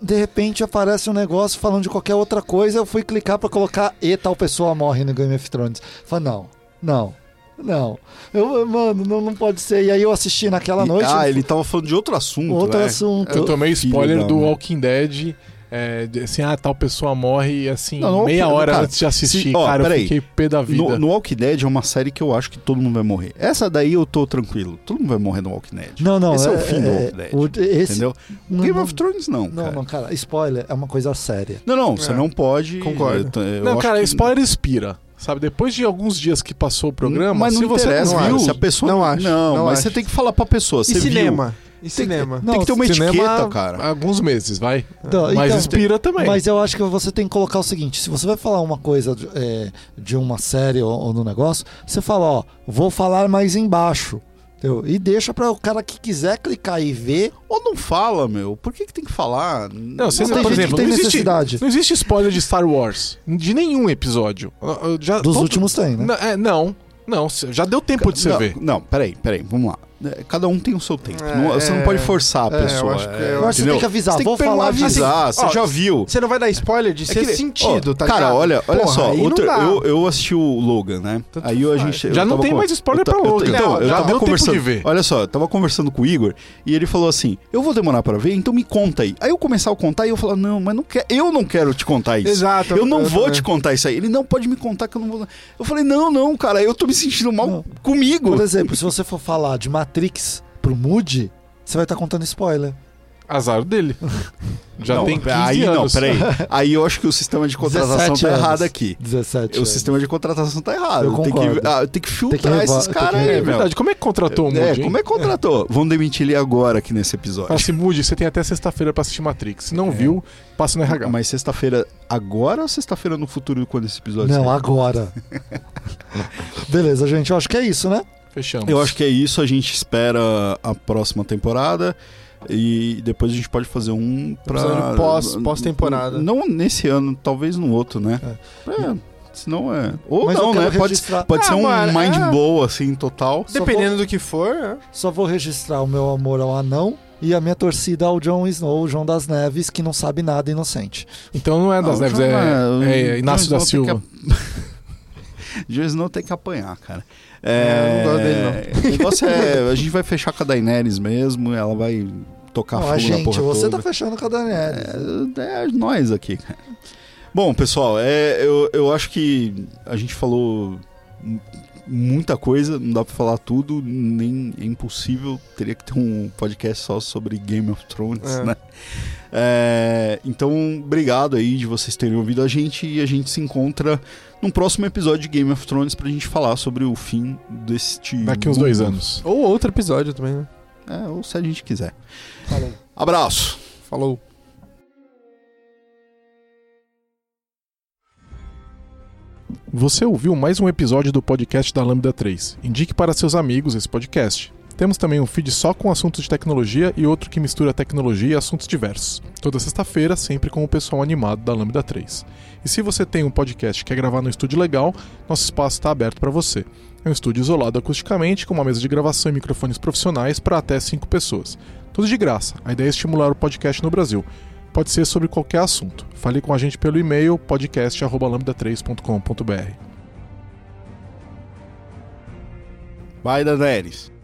Speaker 3: de repente aparece um negócio falando de qualquer outra coisa, eu fui clicar pra colocar e tal pessoa morre no Game of Thrones. Falei, não, não, não. Eu, mano, não, não pode ser. E aí eu assisti naquela
Speaker 1: E-
Speaker 3: noite. um
Speaker 1: Ah, ele tava falando de outro assunto.
Speaker 3: Outro
Speaker 1: né?
Speaker 3: assunto.
Speaker 2: Eu tomei
Speaker 1: Filho
Speaker 2: spoiler
Speaker 1: da
Speaker 2: do
Speaker 1: mãe.
Speaker 2: Walking Dead. é, de- assim, ah, tal pessoa morre, assim,
Speaker 1: Não, não,
Speaker 2: meia
Speaker 1: cara,
Speaker 2: hora
Speaker 1: cara,
Speaker 2: antes de assistir.
Speaker 1: se- ó,
Speaker 2: cara, eu
Speaker 1: peraí.
Speaker 2: fiquei pé da vida.
Speaker 1: No, no Walking Dead é uma série que eu acho que todo mundo vai morrer. Essa daí eu tô tranquilo. Todo mundo vai morrer no Walking Dead.
Speaker 3: Não, não.
Speaker 1: Esse é o fim do Walking Dead,
Speaker 3: o- esse-
Speaker 1: Entendeu?
Speaker 3: Não,
Speaker 1: Game
Speaker 3: não,
Speaker 1: of Thrones não,
Speaker 3: não,
Speaker 1: cara.
Speaker 3: não,
Speaker 1: Não,
Speaker 3: cara. Spoiler é uma coisa séria.
Speaker 1: não, você
Speaker 4: É.
Speaker 1: não pode.
Speaker 4: Concordo.
Speaker 1: Eu t- eu
Speaker 2: não,
Speaker 1: acho
Speaker 2: cara,
Speaker 1: que-
Speaker 2: spoiler expira. Sabe, depois de alguns dias que passou o programa,
Speaker 1: mas não
Speaker 2: se você
Speaker 1: interessa,
Speaker 2: não
Speaker 1: viu?
Speaker 2: viu,
Speaker 1: Se a pessoa
Speaker 4: Não acho,
Speaker 1: Não,
Speaker 4: não
Speaker 1: mas
Speaker 4: acho.
Speaker 1: você tem que falar pra pessoa.
Speaker 4: E
Speaker 1: você
Speaker 4: cinema? E
Speaker 1: Tem que-
Speaker 4: cinema?
Speaker 1: Viu? Tem que ter uma
Speaker 2: cinema-
Speaker 1: etiqueta, cara.
Speaker 2: alguns meses, vai.
Speaker 3: Então,
Speaker 2: mas
Speaker 3: então-
Speaker 2: expira também.
Speaker 3: Mas eu acho que você tem que colocar o seguinte: se você vai falar uma coisa de, é, de uma série ou, ou no negócio, você fala, ó, vou falar mais embaixo. entendeu? E deixa para o cara que quiser clicar e ver.
Speaker 1: Ou não fala, meu. Por que, que tem que falar?
Speaker 2: Não, você
Speaker 3: Não,
Speaker 2: não,
Speaker 3: tem
Speaker 2: por
Speaker 3: gente que
Speaker 2: exemplo,
Speaker 3: tem
Speaker 2: não existe,
Speaker 3: necessidade.
Speaker 2: não existe spoiler de Star Wars. De nenhum episódio. Eu- eu já-
Speaker 3: Dos
Speaker 2: todo-
Speaker 3: últimos tem, né?
Speaker 2: Não, é, não, não, já deu tempo de você
Speaker 1: não,
Speaker 2: ver.
Speaker 1: Não, peraí, peraí, vamos lá. É, Cada um tem o seu tempo.
Speaker 4: É,
Speaker 1: Não- você não pode forçar a
Speaker 4: é, eu
Speaker 1: pessoa.
Speaker 4: acho que-
Speaker 1: é,
Speaker 4: eu
Speaker 3: Eu acho que você
Speaker 1: entendeu?
Speaker 3: tem que avisar,
Speaker 1: Você tem
Speaker 3: vou
Speaker 1: que
Speaker 3: falar de-
Speaker 1: avisar, você
Speaker 4: ó,
Speaker 1: já viu.
Speaker 4: Você não vai dar spoiler de ser
Speaker 1: É que-
Speaker 4: sentido,
Speaker 1: ó,
Speaker 4: tá
Speaker 1: Cara,
Speaker 4: ligado?
Speaker 1: olha, olha
Speaker 4: Porra,
Speaker 1: só.
Speaker 4: aí
Speaker 1: outra-
Speaker 4: não dá.
Speaker 1: eu, eu assisti o Logan, né?
Speaker 4: Tanto
Speaker 1: aí eu, a
Speaker 4: faz.
Speaker 1: gente. eu
Speaker 2: Já não
Speaker 1: tava
Speaker 2: tem
Speaker 1: com-
Speaker 2: mais spoiler
Speaker 1: eu ta-
Speaker 2: pra
Speaker 1: eu ta-
Speaker 2: Logan.
Speaker 1: Então,
Speaker 4: Não,
Speaker 1: eu
Speaker 4: já
Speaker 1: tava
Speaker 2: deu tempo
Speaker 1: conversando.
Speaker 2: de ver.
Speaker 1: Olha só, eu tava conversando com o Igor e ele falou assim: Eu vou demorar pra ver, então me conta aí. Aí eu começava a contar e eu falava: Não, mas não quer, eu não quero te contar isso.
Speaker 4: Exato.
Speaker 1: Eu não vou
Speaker 4: também.
Speaker 1: te contar isso aí. Ele não pode me contar que eu não vou. Eu falei, não, não, cara, eu tô me sentindo mal
Speaker 3: Não.
Speaker 1: comigo.
Speaker 3: Por exemplo, se você for falar de Matrix pro Moody, você vai estar contando spoiler.
Speaker 2: Azar dele. Já
Speaker 1: não,
Speaker 2: tem 15
Speaker 1: aí
Speaker 2: anos.
Speaker 1: não, peraí. Aí eu acho que o sistema de contratação
Speaker 3: 17
Speaker 1: tá
Speaker 3: anos.
Speaker 1: errado aqui.
Speaker 3: 17.
Speaker 1: O
Speaker 3: anos.
Speaker 1: sistema de contratação tá errado.
Speaker 3: Eu
Speaker 1: tem que,
Speaker 3: concordo.
Speaker 1: ah, tem que filtrar
Speaker 3: revo-
Speaker 1: esses
Speaker 3: tem
Speaker 1: caras
Speaker 3: que um
Speaker 1: aí,
Speaker 2: É
Speaker 3: revo-
Speaker 1: meu.
Speaker 2: verdade, como é que contratou o
Speaker 1: É,
Speaker 2: Moody?
Speaker 1: como é que contratou? Vão demitir ele agora aqui nesse episódio.
Speaker 2: Fala assim, Moody, você tem até sexta-feira pra assistir Matrix. Se não
Speaker 3: É.
Speaker 2: viu, passa no RH.
Speaker 1: Mas sexta-feira agora ou sexta-feira no futuro quando esse episódio
Speaker 3: Não,
Speaker 1: sair?
Speaker 3: agora. Beleza, gente, eu acho que é isso, né?
Speaker 2: Fechamos.
Speaker 1: Eu acho que é isso, a gente espera a próxima temporada e depois a gente pode fazer um pra
Speaker 4: Episódio pós- pós-temporada.
Speaker 1: Não nesse ano, talvez no outro, né? É. senão é. Ou
Speaker 3: Mas eu
Speaker 1: não,
Speaker 3: quero
Speaker 1: né? Pode,
Speaker 3: registrar-
Speaker 1: pode
Speaker 4: Ah,
Speaker 1: ser um
Speaker 4: mano,
Speaker 1: mind
Speaker 4: é.
Speaker 1: blow assim total.
Speaker 3: Só
Speaker 4: Dependendo do que for, é.
Speaker 3: Só vou registrar o meu amor ao anão e a minha torcida ao John Snow, o João das Neves, que não sabe nada inocente.
Speaker 2: Então não é das
Speaker 1: Não,
Speaker 2: Neves,
Speaker 1: já
Speaker 2: é,
Speaker 1: Ah, não
Speaker 2: é,
Speaker 1: O
Speaker 2: Inácio
Speaker 1: Jon
Speaker 2: da
Speaker 1: Snow
Speaker 2: Silva.
Speaker 1: tem que ap- Jon Snow tem que apanhar, cara.
Speaker 4: É, eu não gosto
Speaker 1: dele, não. O negócio é. A gente vai fechar com a Daenerys mesmo, ela vai tocar
Speaker 3: Ó,
Speaker 1: fogo na Tá
Speaker 3: gente,
Speaker 1: porra
Speaker 3: você
Speaker 1: toda.
Speaker 3: tá fechando com a Daniela.
Speaker 1: É, é nós aqui, cara. Bom, pessoal, é, eu, eu acho que a gente falou muita coisa, não dá pra falar tudo, nem é impossível. Teria que ter um podcast só sobre Game of Thrones,
Speaker 4: É.
Speaker 1: né? É, então, obrigado aí de vocês terem ouvido a gente e a gente se encontra num próximo episódio de Game of Thrones pra gente falar sobre o fim deste.
Speaker 2: Daqui uns dois
Speaker 1: mundo.
Speaker 2: anos.
Speaker 4: Ou outro episódio também, né?
Speaker 1: É, ou se a gente quiser.
Speaker 4: Falou.
Speaker 1: Abraço!
Speaker 4: Falou.
Speaker 2: Você ouviu mais um episódio do podcast da Lambda 3. Indique para seus amigos esse podcast. Temos também um feed só com assuntos de tecnologia e outro que mistura tecnologia e assuntos diversos. Toda sexta-feira, sempre com o pessoal animado da Lambda 3. E se você tem um podcast que quer gravar num estúdio legal, nosso espaço está aberto para você. É um estúdio isolado acusticamente, com uma mesa de gravação e microfones profissionais para até 5 pessoas. Tudo de graça. A ideia é estimular o podcast no Brasil. Pode ser sobre qualquer assunto. Fale com a gente pelo e-mail podcast@lambda3.com.br.
Speaker 1: Vai, Daenerys!